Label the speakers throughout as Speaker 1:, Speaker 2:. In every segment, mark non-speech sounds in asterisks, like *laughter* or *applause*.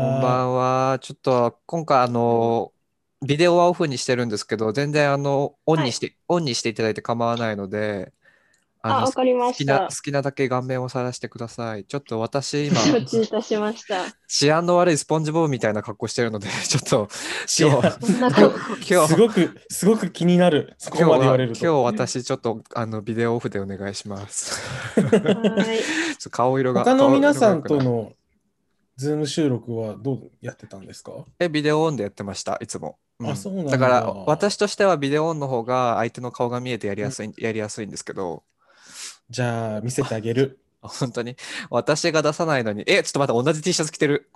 Speaker 1: んばんは。ちょっと、今回、あの、ビデオはオフにしてるんですけど、全然、あの、オンにして、オンにしていただいて構わないので、
Speaker 2: あ、
Speaker 1: の、
Speaker 2: わかりま
Speaker 1: 好き
Speaker 2: し
Speaker 1: な、
Speaker 2: た
Speaker 1: 好。きなだけ顔面を晒してください。ちょっと私、
Speaker 2: *laughs*
Speaker 1: 今、
Speaker 2: 承知いたしま
Speaker 1: *laughs*
Speaker 2: した。
Speaker 1: 治安の悪いスポンジボブみたいな格好してるので、ちょっ
Speaker 2: *laughs*
Speaker 1: と、
Speaker 3: い
Speaker 1: 今
Speaker 3: や
Speaker 1: 日、
Speaker 2: こんな
Speaker 3: 今
Speaker 2: 格
Speaker 3: 日
Speaker 2: 好
Speaker 1: 今日
Speaker 3: す、ごく、すごく気になる。そこ
Speaker 1: 今
Speaker 3: ま
Speaker 1: 日
Speaker 3: で言
Speaker 1: は、
Speaker 3: われ
Speaker 1: 今
Speaker 3: る
Speaker 1: 日
Speaker 3: と。
Speaker 1: 私、ちょっと、あの、ビデオオフでお願いします。 *laughs*
Speaker 2: はい。
Speaker 1: ちょっと顔色が。
Speaker 3: 他の皆さん
Speaker 1: 顔色が良く
Speaker 3: と
Speaker 1: ない
Speaker 3: のズーム収録はどうやってたんですか
Speaker 1: え、ビデオオンでやってました、いつも。うん
Speaker 3: あそうなんだ
Speaker 1: から、私としてはビデオオンの方が相手の顔が見えてやりやすい、やりやすいんですけど、
Speaker 3: じゃあ、見せてあ
Speaker 1: *laughs*
Speaker 3: げる。
Speaker 1: あ本当に、私が出さないのに、え、ちょっと待って、同じ T シャツ着てる。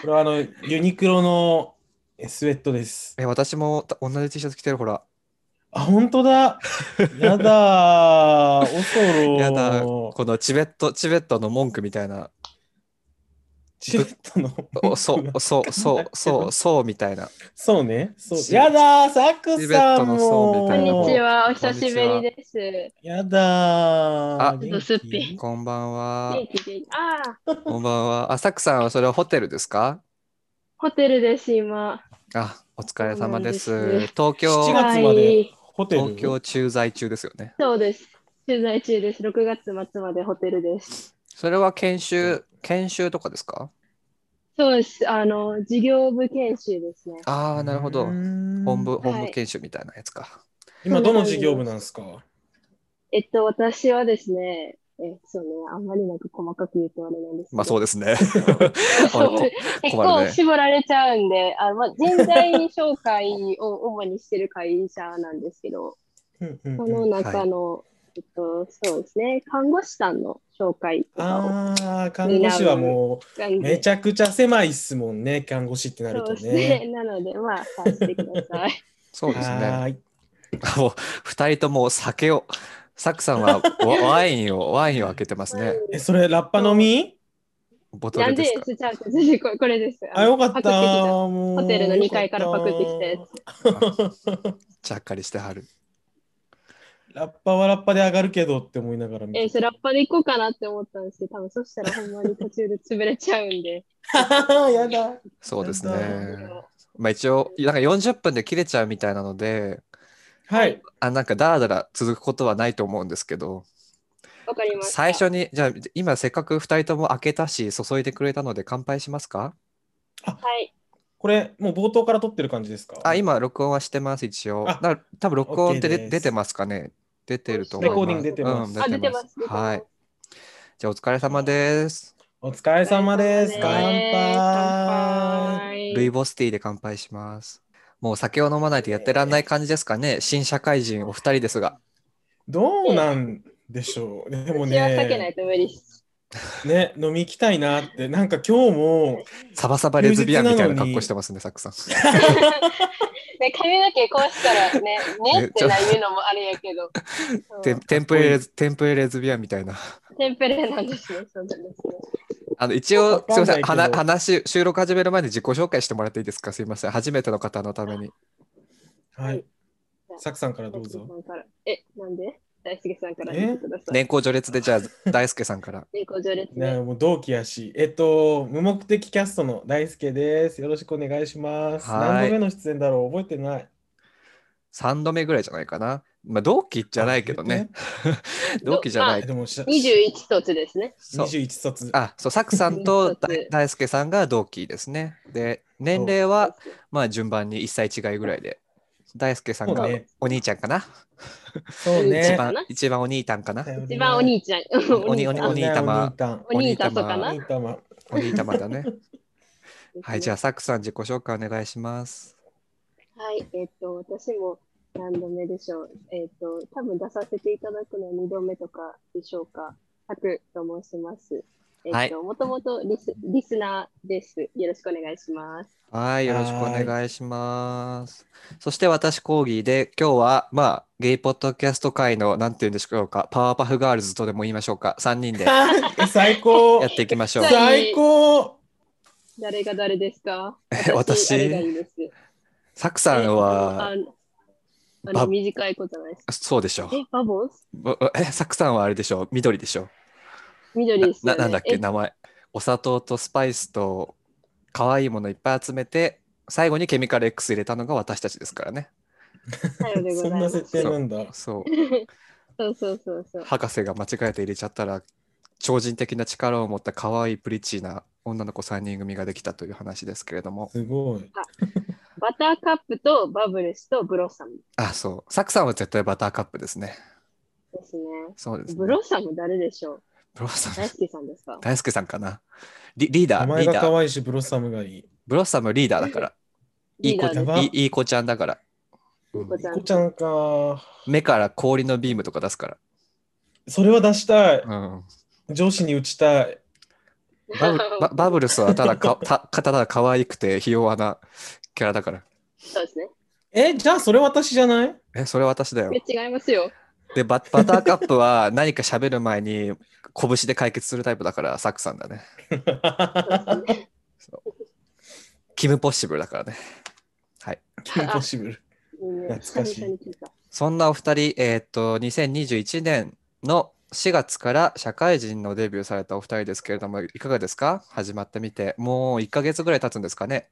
Speaker 3: これはあの、ユニクロのえスウェットです。
Speaker 1: え、私もた同じ T シャツ着てる、ほら。
Speaker 3: あ、本当
Speaker 1: *laughs*
Speaker 3: だ。やだー。恐ろ
Speaker 1: やだ、このチベット、チベットの文句みたいな、
Speaker 3: チベッ
Speaker 1: *laughs*
Speaker 3: トの。
Speaker 1: おそう、
Speaker 3: *laughs*
Speaker 1: そう、そう、そう、そうみたいな。
Speaker 3: そうね。そう
Speaker 1: チベ
Speaker 3: やだー、サク
Speaker 1: チベッ
Speaker 3: さ
Speaker 1: ト
Speaker 3: ん
Speaker 1: のそう
Speaker 3: も
Speaker 1: み
Speaker 2: こ
Speaker 1: た
Speaker 2: ん
Speaker 1: いな
Speaker 2: にちは、お
Speaker 1: こん
Speaker 2: 久
Speaker 1: にちは
Speaker 2: しぶりです。
Speaker 3: やだー。
Speaker 1: あ
Speaker 3: 元気
Speaker 2: ちょっとすっぴ
Speaker 1: こんばんは。
Speaker 2: 元気元気ああ、
Speaker 1: こんばんは。あ、サクさんはそれはホテルですか
Speaker 2: ホテルです、今。
Speaker 1: あ、お疲れ様です。
Speaker 2: そうなんです
Speaker 1: 東
Speaker 3: 7
Speaker 1: 京、
Speaker 3: 月までホテル。
Speaker 1: 東京駐在中ですよね。
Speaker 2: そうです。取材中です。6月末までホテルです。
Speaker 1: それは研修、研修とかですか
Speaker 2: そうです。あの、事業部研修ですね。
Speaker 1: ああ、なるほど
Speaker 3: う。ーん
Speaker 1: 本部、本
Speaker 2: は
Speaker 1: 部
Speaker 2: い
Speaker 1: 研修みたいなやつか。
Speaker 3: 今どの事業部なんですか
Speaker 2: えっと、私はですね、え、そうね、あんまりなんか細かく言うとあれなんですけど。
Speaker 1: まあそうですね。
Speaker 2: そう
Speaker 1: こ
Speaker 2: 結
Speaker 1: 困る
Speaker 2: 構
Speaker 1: ね
Speaker 2: 絞られちゃうんで、あまあ、人材紹介を主にしてる会社なんですけど、
Speaker 3: うんうん
Speaker 2: そ
Speaker 3: うん
Speaker 2: の中の、えっと、そうですね、看護師さんの紹介とか
Speaker 3: ああ、看護師はも
Speaker 2: をがん
Speaker 3: うめちゃくちゃ狭いっすもんね、看護師ってなる
Speaker 2: そ
Speaker 3: と
Speaker 2: うですね。
Speaker 3: ね。
Speaker 2: なので、まあ、さしてください。
Speaker 1: そうですね。
Speaker 3: はーい
Speaker 1: もう、二人とも酒を、サクさんはワワインを、ワインを開けてますね。
Speaker 3: え、それラッパ飲み
Speaker 1: ボト
Speaker 2: な
Speaker 1: ル
Speaker 2: んで
Speaker 1: で
Speaker 2: です
Speaker 1: か。
Speaker 2: す、ちゃんと、私これこれです。
Speaker 3: あ、よかった
Speaker 2: パクってきた
Speaker 3: ー。もう
Speaker 2: ホテルの2階からパクってきたや
Speaker 3: よ
Speaker 2: つ。
Speaker 3: かったー
Speaker 1: ちゃっかりしてはる。
Speaker 3: ラッパはラッパで上がるけどって思いながら見
Speaker 2: え
Speaker 3: て
Speaker 2: それラッパで行こうかなって思ったんですけど、多分そしたらほんまに途中で潰れちゃうんで。
Speaker 3: た。 *laughs* やだ。
Speaker 1: そうです
Speaker 3: なん
Speaker 1: ね。まあ一応、なんか40分で切れちゃうみたいなので、
Speaker 3: はい。
Speaker 1: あ、なんかダラダラ続くことはないと思うんですけど、
Speaker 2: わかりました。
Speaker 1: 最初に、じゃあ今せっかく二人とも開けたし、注いでくれたので乾杯しますか
Speaker 2: はい。
Speaker 3: これ、もう冒頭から撮ってる感じですか
Speaker 1: あ、今、録音はしてます、一応。
Speaker 3: あ
Speaker 1: な多分録音ってで
Speaker 3: OK です
Speaker 1: 出てますかね出てると思い
Speaker 3: レ
Speaker 1: ます。
Speaker 3: コーディング出てます。
Speaker 1: うん
Speaker 2: あ、出てます。
Speaker 1: はい
Speaker 2: 出てま。
Speaker 1: じゃあ、お疲れ様です。
Speaker 3: お疲れ
Speaker 2: す
Speaker 3: 様です。
Speaker 2: お疲
Speaker 3: 乾
Speaker 2: れ様です乾
Speaker 3: 杯。
Speaker 2: 杯
Speaker 1: ルイボスティーで乾杯します。もう酒を飲まないとやってらんない感じですかね新社会人お二人ですが。
Speaker 3: どうなんでしょう。でも
Speaker 2: 私は避けな
Speaker 3: ね
Speaker 2: い、と無理です。
Speaker 3: ね、飲み行きたいなって、なんか今日も、
Speaker 1: サバサバレズビアンみたいな
Speaker 3: 休日なのに
Speaker 1: 格好してます
Speaker 3: *laughs*
Speaker 1: ね、サクさん。
Speaker 2: ね、髪の毛こうしたらね、ね
Speaker 1: ね
Speaker 2: ってな言うのもあれやけど。
Speaker 1: テンテンプレレズテンプレレズビアンみたいな。
Speaker 2: テンプレなんですね。そうなんですね。
Speaker 1: あの一応、す
Speaker 3: わ
Speaker 1: み
Speaker 3: か
Speaker 1: ま
Speaker 3: んない
Speaker 1: せん話、話、
Speaker 3: けど
Speaker 1: 収録始める前に自己紹介してもらっていいですかすみません。初めての方のために。
Speaker 3: はい。サクさんからどうぞ。
Speaker 2: 大輔さんからえ、なんで大輔さんから
Speaker 3: え
Speaker 2: 言ってください。
Speaker 1: 年功序列で、じゃあ、大輔さんから。
Speaker 2: 猫序列
Speaker 3: ね、
Speaker 2: で。
Speaker 3: もう同期やし、えっと、無目的キャストの大輔です。よろしくお願いします。
Speaker 1: はい
Speaker 3: 何度目の出演だろう覚えてない。
Speaker 1: 3度目ぐらいじゃないかな。まあ、同期じゃないけどね。 *laughs* 同期じゃな
Speaker 3: え。
Speaker 1: い。
Speaker 3: でもしゃ、
Speaker 2: 21卒ですね。
Speaker 1: そう
Speaker 3: 21卒。
Speaker 1: あ、そう、サクさんと
Speaker 2: そう
Speaker 1: 大大輔さんが同期ですね。で、年齢は、まあ、順番に1歳違いぐらいで。大輔さん
Speaker 3: そ
Speaker 1: が
Speaker 3: うね
Speaker 1: お兄ちゃんかな。
Speaker 3: そう
Speaker 1: 一
Speaker 3: ね。
Speaker 2: か
Speaker 1: 番
Speaker 2: な、
Speaker 1: 一番お兄たんかな。
Speaker 2: 一番お兄ちゃん。お
Speaker 1: お
Speaker 2: 兄
Speaker 1: 兄
Speaker 2: さん。
Speaker 3: ちゃん
Speaker 1: お
Speaker 3: お
Speaker 1: 兄
Speaker 3: 兄たん。
Speaker 2: *laughs* お兄さんとか
Speaker 3: お
Speaker 2: な
Speaker 3: 兄たま。
Speaker 1: お兄たまだ
Speaker 3: *laughs*
Speaker 1: ね。はい、じゃ
Speaker 2: あ。
Speaker 1: あ、サクさん、自己紹介お願いします。
Speaker 2: はい、えっと、私も何度目でしょう。えっと、多分出させていただくのは2度目とかでしょうか。たくと申します。
Speaker 1: は
Speaker 2: えっ
Speaker 1: い
Speaker 2: と、もともとリスリスナーです。よろしくお願いします。
Speaker 1: はい、よろしくお願いします。そして私、コーギーで、今日は、まあ、ゲイポッドキャスト界の、なんて言うんでしょうか、パワーパフガールズとでも言いましょうか、3人でや
Speaker 3: *laughs* え最高。
Speaker 1: っていきましょう。
Speaker 2: じゃあ
Speaker 3: 最高。
Speaker 2: 誰が誰ですか
Speaker 1: 私
Speaker 2: 誰がいいです。
Speaker 1: サクさんは
Speaker 2: え、っとあの
Speaker 1: バ
Speaker 2: あの短いことないです。
Speaker 1: そうでしょう。
Speaker 2: え、バボンス
Speaker 1: ぼえ、サクさんはあれでしょう、緑でしょ
Speaker 2: 緑です
Speaker 1: う。な、
Speaker 2: よ、ね。
Speaker 1: なんだっけ、
Speaker 2: え
Speaker 1: 名前。お砂糖とスパイスと可愛いものいっぱい集めて最後にケミカル X 入れたのが私たちですからね
Speaker 2: さようでござ
Speaker 3: そ
Speaker 2: い
Speaker 3: ん
Speaker 2: ま
Speaker 3: な
Speaker 2: す。
Speaker 3: 設定なんだ。
Speaker 1: そう
Speaker 2: *laughs* そうそうそうそう。
Speaker 1: 博士が間違えて入れちゃったら超人的な力を持った可愛いプリチーな女の子3人組ができたという話ですけれども
Speaker 3: すごい。
Speaker 2: バターカップとバブルスとブロッサム
Speaker 1: あそうサクさんは絶対バターカップですね
Speaker 2: ですね。
Speaker 1: そうです、ね、
Speaker 2: ブロッサム誰でしょう
Speaker 1: ブロッサ
Speaker 2: 大
Speaker 1: ム
Speaker 2: 好きさんですか
Speaker 1: 大輔さんかなリリーダ
Speaker 3: 名
Speaker 1: ーリー
Speaker 3: 前が
Speaker 1: ダー
Speaker 3: 可愛いし、ブロッサムがいい。
Speaker 1: ブロッサムリーダーだからいい
Speaker 2: リー
Speaker 1: 子
Speaker 2: ダ
Speaker 1: ちゃ
Speaker 2: ー
Speaker 3: や
Speaker 2: で
Speaker 3: ば
Speaker 1: んいいい子ちゃんだから、うん
Speaker 2: こちゃん
Speaker 3: こちゃんか。
Speaker 1: 目から氷のビームとか出すか
Speaker 3: それは出したい
Speaker 1: ら、。 *laughs* うん、
Speaker 3: 上司に打ちたい。
Speaker 1: バブババブルスはただか *laughs* たただ可愛くてひ弱なキャラだから
Speaker 2: *laughs* そうですね。
Speaker 3: え、じゃあそれ私じゃ
Speaker 2: *laughs*
Speaker 3: ない
Speaker 1: えそれ私だよ
Speaker 2: いや違いますよ。
Speaker 1: でババターカップは何か喋る前に拳で解決するタイプだからサクさんだね
Speaker 2: そうですね
Speaker 1: キムポッシブルだからね
Speaker 3: キンポッシブル。
Speaker 2: いいね
Speaker 3: 懐かしい
Speaker 2: 久々に聞いた
Speaker 1: そんなお二人、えーっと、2021年の4月から社会人のデビューされたお二人ですけれども、いかがですか始まってみて、もう1ヶ月ぐらい経つんですかね。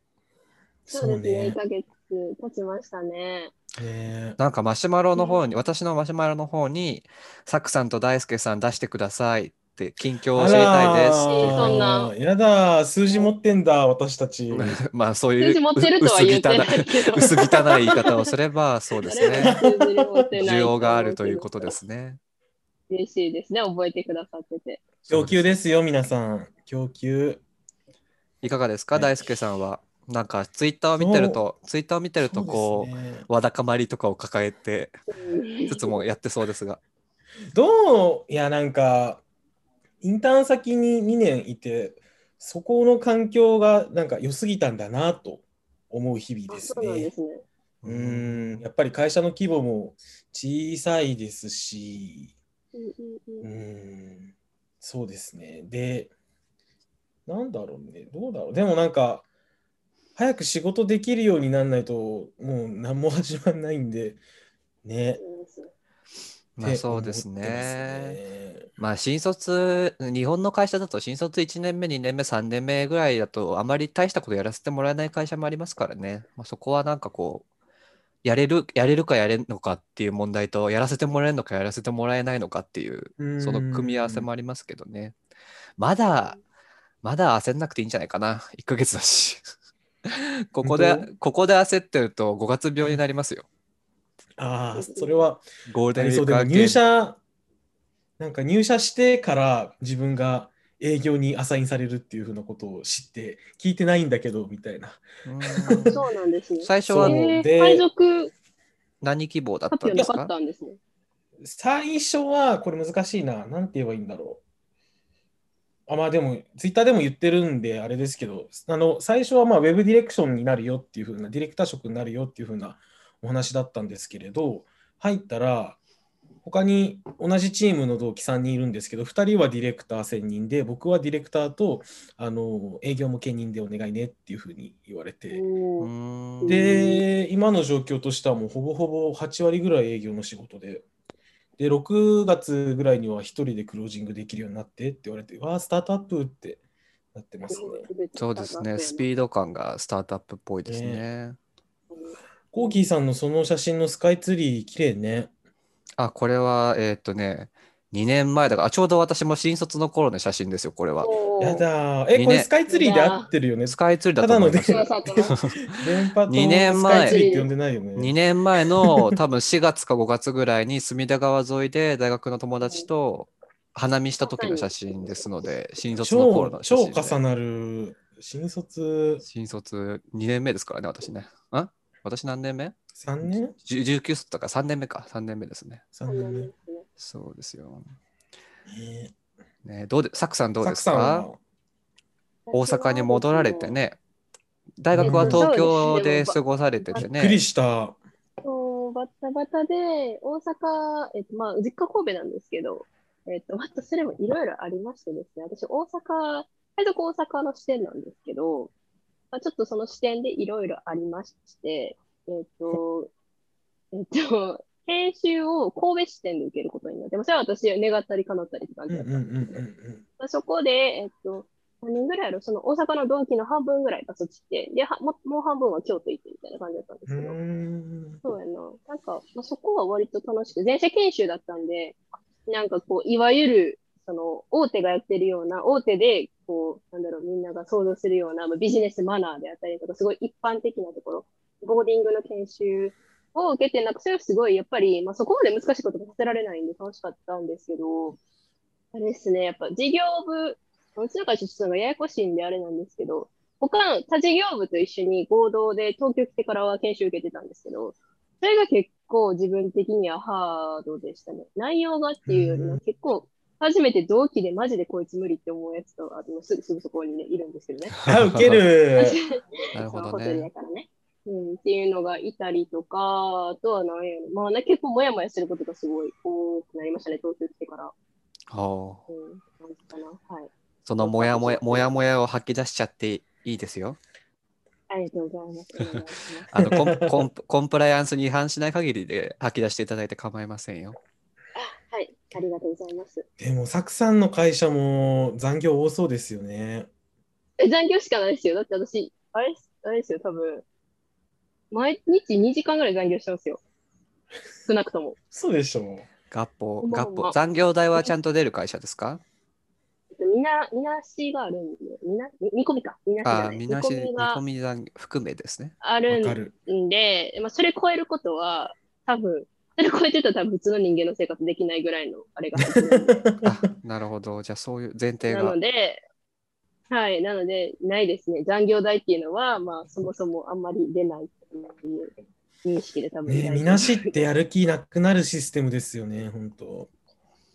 Speaker 2: *laughs* そうですね。1ヶ月経ちましたね。
Speaker 3: そうね。ね
Speaker 1: なんかマシュマロの方に、私のマシュマロの方に、サクさんと大輔さん出してくださいって、近況を知りたいです。
Speaker 2: えそんな
Speaker 3: やだ、数字持ってんだ、私た *laughs* ち。
Speaker 1: *laughs* まあそういう
Speaker 2: 数字持ってるとは言ってないけど。
Speaker 1: 薄汚い薄汚い言い方をすれば、そうです
Speaker 2: 誰
Speaker 1: ね。
Speaker 2: *laughs* も数字持ってない
Speaker 1: 需要があるということですね。
Speaker 2: 嬉しいですね。覚えてくださってて。
Speaker 3: 供給ですよ、皆さん。供給。
Speaker 1: いかがですか、
Speaker 3: はい
Speaker 1: 大輔さんは。なんかツイッターを見てると、ツイッターを見てるとこう、
Speaker 3: そうですね
Speaker 1: わだかまりとかを抱えて
Speaker 2: うん
Speaker 1: つつもやってそうですが。
Speaker 3: どういや、なんか、インターン先に2年いて、そこの環境がなんか良すぎたんだなと思う日々
Speaker 2: あ
Speaker 3: です
Speaker 2: そうなんで
Speaker 3: ね。
Speaker 2: すね。
Speaker 3: うーん、やっぱり会社の規模も小さいですし、
Speaker 2: うんうん
Speaker 3: う
Speaker 2: う
Speaker 3: ー
Speaker 2: ん
Speaker 3: ん、そうですね。で、なんだろうね、どうだろう。でもなんか、早く仕事できるようにならないと、もう何も始まんないんで、ね。
Speaker 2: そうですね
Speaker 1: まあそうです
Speaker 3: って思って
Speaker 1: ね。
Speaker 3: ますね。
Speaker 1: まあ新卒、日本の会社だと新卒1年目、2年目、3年目ぐらいだとあまり大したことやらせてもらえない会社もありますからね。まあ、そこはなんかこう、やれる、やれるかやれんのかっていう問題と、やらせてもらえるのかやらせてもらえないのかっていう、その組み合わせもありますけどね。まだ、まだ焦んなくていいんじゃないかな。1ヶ月だし。 *laughs* ここで
Speaker 3: 本、
Speaker 1: ここで焦ってると5月病になりますよ。
Speaker 3: ああ、それは、
Speaker 1: ゴールデンウィ
Speaker 3: そ
Speaker 1: ー
Speaker 3: うで
Speaker 1: ク
Speaker 3: も
Speaker 1: 明け
Speaker 3: 入社、なんか入社してから自分が営業にアサインされるっていうふうなことを知って、聞いてないんだけど、みたいな。
Speaker 1: うん
Speaker 2: そうなんですね。
Speaker 1: 最初は
Speaker 3: そう
Speaker 2: えー
Speaker 3: で
Speaker 2: 配属
Speaker 1: 何希望だった
Speaker 2: 発
Speaker 1: ん
Speaker 2: 表
Speaker 1: で
Speaker 2: な
Speaker 1: す
Speaker 2: かっ
Speaker 1: か
Speaker 2: たんですね。
Speaker 3: 最初は、これ難しいな。なんて言えばいいんだろう。あまあでも、ツイッターでも言ってるんで、あれですけど、あの最初はまあウェブディレクションになるよっていうふうな、ディレクター職になるよっていうふうなお話だったんですけれど、入ったら、他に同じチームの同期3人いるんですけど、2人はディレクター専任で、僕はディレクターとあの営業も兼任でお願いねっていうふうに言われて。
Speaker 2: お
Speaker 1: う
Speaker 2: ー
Speaker 1: ーん
Speaker 3: で、今の状況としてはもうほぼほぼ8割ぐらい営業の仕事で、で、6月ぐらいには1人でクロージングできるようになってって言われて、わあ、スタートアップってなってますね。
Speaker 1: そうですね。スピード感がスタートアップっぽいですね。
Speaker 3: コーキーさんのその写真のスカイツリー、綺麗ね。
Speaker 1: あ、これは、えーっとね、2年前だから、あちょうど私も新卒の頃の写真ですよ、これは。
Speaker 2: おー
Speaker 3: やだー。
Speaker 1: いいね
Speaker 3: え、これスカイツリーで合ってるよね。
Speaker 1: スカイツリーだと思います
Speaker 2: ただのね
Speaker 3: 電波塔
Speaker 1: *laughs* 二年
Speaker 3: ス
Speaker 1: 前
Speaker 3: カイツリーって呼んでないよ
Speaker 1: 2
Speaker 3: ね。
Speaker 1: 年前の多分4月か5月ぐらいに隅田川沿いで大学の友達と花見した時の写真ですので、新卒の頃
Speaker 3: 超、
Speaker 1: の写
Speaker 3: 超
Speaker 1: 真で
Speaker 3: 重なる新卒
Speaker 1: 新卒2年目ですからね、私ね。あ私何年目
Speaker 3: 3年
Speaker 1: じゅ ?19 卒だから3年目か、3年目ですね。
Speaker 3: ?3 年目。
Speaker 1: そうですよ。
Speaker 3: ね
Speaker 1: ね、どうでサクさんどう
Speaker 3: サ
Speaker 1: で
Speaker 3: ク
Speaker 1: す
Speaker 3: さん
Speaker 1: か
Speaker 3: は
Speaker 1: 大阪に戻られて。ね、大学は東京で過ごされてて
Speaker 3: びっくり
Speaker 1: ね、
Speaker 3: した。
Speaker 2: そうバタバタで、大阪、えっと、まあ、実家神戸なんですけど、えっと、またそれもいろいろありましてですね、私、大阪、大学大阪の支店なんですけど、まあ、ちょっとその支店でいろいろありまして、えっと、えっと、研修を神戸支店で受けることになって、まあそれは私、願ったり叶ったりって感
Speaker 3: う
Speaker 2: じ
Speaker 3: ん
Speaker 2: だ
Speaker 3: う
Speaker 2: っ
Speaker 3: ん
Speaker 2: た
Speaker 3: うん
Speaker 2: んですけど、
Speaker 3: うんうん。
Speaker 2: まあ、そこで、えっと、何人ぐらいやろその大阪の同期の半分ぐらいがそっち行って、で、はももう半分は京都行ってみたいな感じだったんです
Speaker 3: う
Speaker 2: けど、
Speaker 3: ん。
Speaker 2: そうやな。なんか、まあ、そこは割と楽しく、全社研修だったんで、なんかこう、いわゆる、その、大手がやってるような、大手で、こう、なんだろう、みんなが想像するような、まあ、ビジネスマナーであったりとか、すごい一般的なところ、ボーディングの研修を受けて、なんかそれはすごい、やっぱり、まあ、そこまで難しいこともさせられないんで楽しかったんですけど、あれですね、やっぱ事業部、うちの会社ちょっとなんかややこしいんであれなんですけど、他の他事業部と一緒に合同で東京来てからは研修受けてたんですけど、それが結構自分的にはハードでしたね。内容がっていうより
Speaker 3: う
Speaker 2: も
Speaker 3: ん
Speaker 2: 結構、初めて同期でマジでこいつ無理って思うやつと、あとすぐすぐそこにね、いるんですけどね。
Speaker 3: あ、ウケ *laughs* る。
Speaker 1: なるほ
Speaker 2: そ
Speaker 1: ど
Speaker 2: のホテ
Speaker 1: ね
Speaker 2: ルや。からね。うん、っていうのがいたりとか、あとは何やろ。まあね、結構もやもやすることがすごい多くなりましたね、東京来てから。
Speaker 1: ほう
Speaker 2: うん、感じかな。はい。
Speaker 1: そのもやもや、もやもやを吐き出しちゃっていいですよ。
Speaker 2: ありがとうございます。お願いします
Speaker 1: あのコンコンプコンプライアンスに違反しない限りで吐き出していただいて構いませんよ。
Speaker 2: はい、ありがとうございます。
Speaker 3: でも、サクさんの会社も残業多そうですよね。
Speaker 2: え、残業しかないですよ。だって私、あれっす、あれですよ、多分。毎日2時間ぐらい残業してますよ。少なくとも。
Speaker 3: そうでしょ
Speaker 1: 合法、
Speaker 2: まあ
Speaker 1: 合
Speaker 2: ま
Speaker 1: 法。
Speaker 2: あ
Speaker 1: 残業代はちゃんと出る会社ですか
Speaker 2: みな、みなしがあるんで、みな、み見込みか。みなし
Speaker 1: あ
Speaker 2: が
Speaker 1: あ、
Speaker 2: ね
Speaker 1: みなし、
Speaker 2: 見込
Speaker 1: 見
Speaker 2: み
Speaker 1: 込
Speaker 2: が
Speaker 1: み残含めです
Speaker 2: *laughs*
Speaker 1: ね。
Speaker 2: あ
Speaker 3: う。
Speaker 2: る
Speaker 3: わ
Speaker 2: ん
Speaker 3: かる。
Speaker 2: んで、まあ、それ超えることは、多分、それ超えてたら多分普通の人間の生活できないぐらいのあ
Speaker 3: *laughs*
Speaker 2: れが入ってるんで
Speaker 1: あ、なるほど。じゃあそういう前提
Speaker 2: な
Speaker 1: が
Speaker 2: の。で、はい、なので、ないですね。残業代っていうのは、まあ、そもそもあんまり出ないっていう認識で多
Speaker 3: *laughs*
Speaker 2: 分。
Speaker 3: ねみなしってやる気なくなるシステムですよね、本当。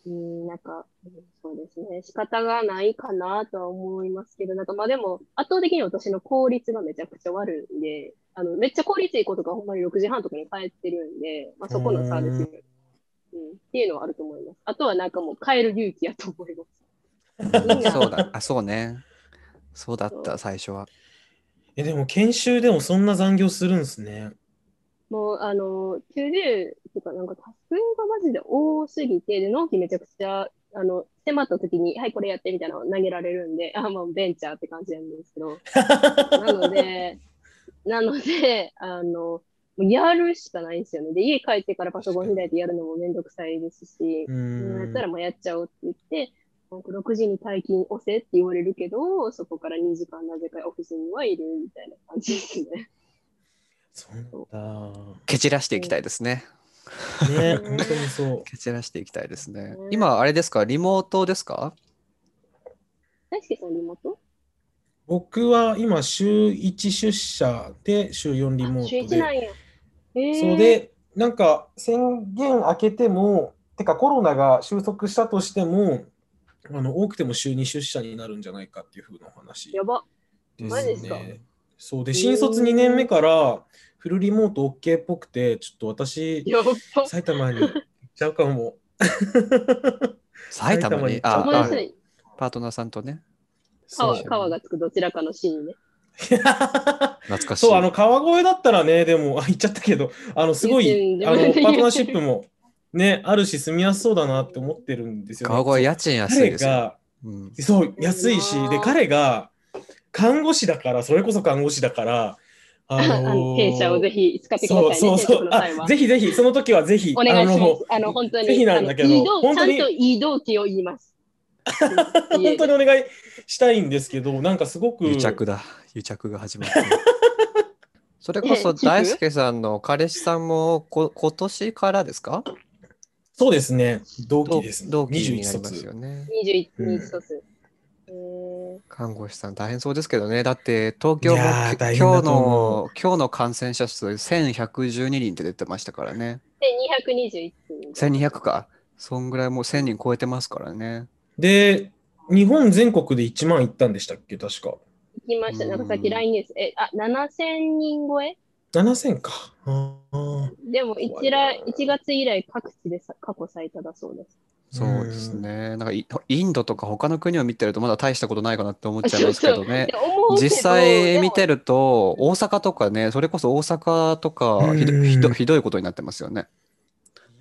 Speaker 2: うん、なんか、うんそうですね。仕方がないかなとは思いますけど、なんかまあでも、圧倒的に私の効率がめちゃくちゃ悪いんで、あの、めっちゃ効率いいことがほんまに6時半とかに帰ってるんで、まあそこの差ですよ。うん、っていうのはあると思います。あとはなんかもう帰る勇気やと思います。
Speaker 1: うんそうだ。あ、そうね。そうだった、最初は。
Speaker 3: え、でも研修でもそんな残業するんですね。
Speaker 2: もう、あの、90とか、なんか、タスクがマジで多すぎて、で、納期めちゃくちゃ、あの、迫った時に、はい、これやってみたいなのを投げられるんで、 *laughs* あ、まあ、ベンチャーって感じなんですけど、なので、なので、あの、もうやるしかないんですよね。で、家帰ってからパソコン開いてやるのもめんどくさいですし、
Speaker 3: う
Speaker 2: うんやっ
Speaker 3: ん
Speaker 2: た。らもうやっちゃおうって言って、なんか6時に退勤押せって言われるけど、そこから2時間なぜかオフィスにはいるみたいな感じですね。
Speaker 3: そうだ。
Speaker 1: 蹴散らしていきたいですね。
Speaker 3: ね、本当にそう。
Speaker 1: 蹴散らしていきたいですね
Speaker 2: うん。
Speaker 1: 今、あれですかリモートですか
Speaker 2: 大輔さんリモート
Speaker 3: 僕は今、週1出社で、週4リモ
Speaker 2: あ週
Speaker 3: ート
Speaker 2: 一な
Speaker 3: で。
Speaker 2: んや。えー、
Speaker 3: そうで、なんか宣言明けても、てかコロナが収束したとしても、あの多くても週2出社になるんじゃないかっていうふうなお話
Speaker 2: やば。
Speaker 3: で
Speaker 2: マジです
Speaker 3: す
Speaker 2: か
Speaker 3: ね。そうで、
Speaker 2: へー
Speaker 3: 新卒2年目からフルリモート OK っぽくて、ちょっと私、
Speaker 2: やば。
Speaker 3: 埼玉に行っちゃうか
Speaker 2: *laughs*
Speaker 3: も。
Speaker 1: 埼玉
Speaker 3: 埼玉
Speaker 1: に
Speaker 3: に。
Speaker 1: あ、
Speaker 2: ごめんな
Speaker 1: あ
Speaker 2: さい。
Speaker 1: パートナーさんとね。
Speaker 3: そう
Speaker 2: *laughs* 川川がつくどちらかのシーンね。
Speaker 1: 懐かしい。
Speaker 3: そう、あの、川越だったらね、でも、あ、言っちゃったけど、あの、すご
Speaker 2: 言っ
Speaker 3: い、
Speaker 2: て
Speaker 3: あの、パー
Speaker 2: る
Speaker 3: トナーシップも、ね、あるし、住みやすそうだなって思ってるんですよね。
Speaker 1: 川越家賃安いです
Speaker 3: 彼
Speaker 1: よ。
Speaker 3: が、
Speaker 1: うん
Speaker 3: そう、安いし
Speaker 2: う、ん
Speaker 3: で、彼が、看護師だから、それこそ看護師だ
Speaker 2: *laughs*
Speaker 3: から、あ
Speaker 2: あ
Speaker 3: の
Speaker 2: の弊社をぜひ使ってください
Speaker 3: そう
Speaker 2: ね。
Speaker 3: そうそ
Speaker 2: 転職
Speaker 3: う
Speaker 2: の際は
Speaker 3: あ、ぜひぜひ、その時はぜひ、
Speaker 2: お願いします。あの、
Speaker 3: の、
Speaker 2: 本当に。
Speaker 3: ぜひなんだけど
Speaker 2: あのいい動
Speaker 3: 本当に
Speaker 2: ちゃんといい動機を言います。うん
Speaker 3: 本当にお願いしたいんですけど、なんかすごく、
Speaker 1: 癒着だ。癒着が始ま
Speaker 3: *laughs*
Speaker 1: ってる。それこそ
Speaker 2: え聞く
Speaker 1: 大輔さんの彼氏さんもこ今年からですか
Speaker 3: そうですね、同期
Speaker 1: 同
Speaker 3: です。
Speaker 1: 同期に
Speaker 3: 21
Speaker 1: なりま
Speaker 3: 卒
Speaker 1: すよね。
Speaker 2: 21
Speaker 3: うん
Speaker 2: 日卒。えー
Speaker 1: 看護師さん大変そうですけどね。だって東京も
Speaker 3: いやー
Speaker 1: き
Speaker 3: 大変
Speaker 1: 今
Speaker 3: だ
Speaker 1: 日
Speaker 3: と思
Speaker 1: の今日の感染者数1112人って出てましたからね。
Speaker 2: で、221人。
Speaker 1: 1200か。そんぐらいもう1000人超えてますからね。
Speaker 3: で、日本全国で1万いったんでしたっけ、確か。
Speaker 2: 行きました。なんかさっ
Speaker 1: う
Speaker 2: き
Speaker 1: ん
Speaker 2: LINE です。え、あ、7000人超え
Speaker 3: 7000か。あー
Speaker 2: でも1ら、1月以来各地でさ過去最多だそうです。
Speaker 1: そうですね。なんかイインドとか他の国を見てるとまだ大したことないかなって思っち
Speaker 3: *laughs*
Speaker 1: ゃいますけどね
Speaker 2: *laughs* っ。て思うけど
Speaker 1: 実際見て
Speaker 2: る。
Speaker 1: ると、大阪とかね、それこそ大阪とかひど
Speaker 3: うん
Speaker 1: ひどひどいことになってますよね。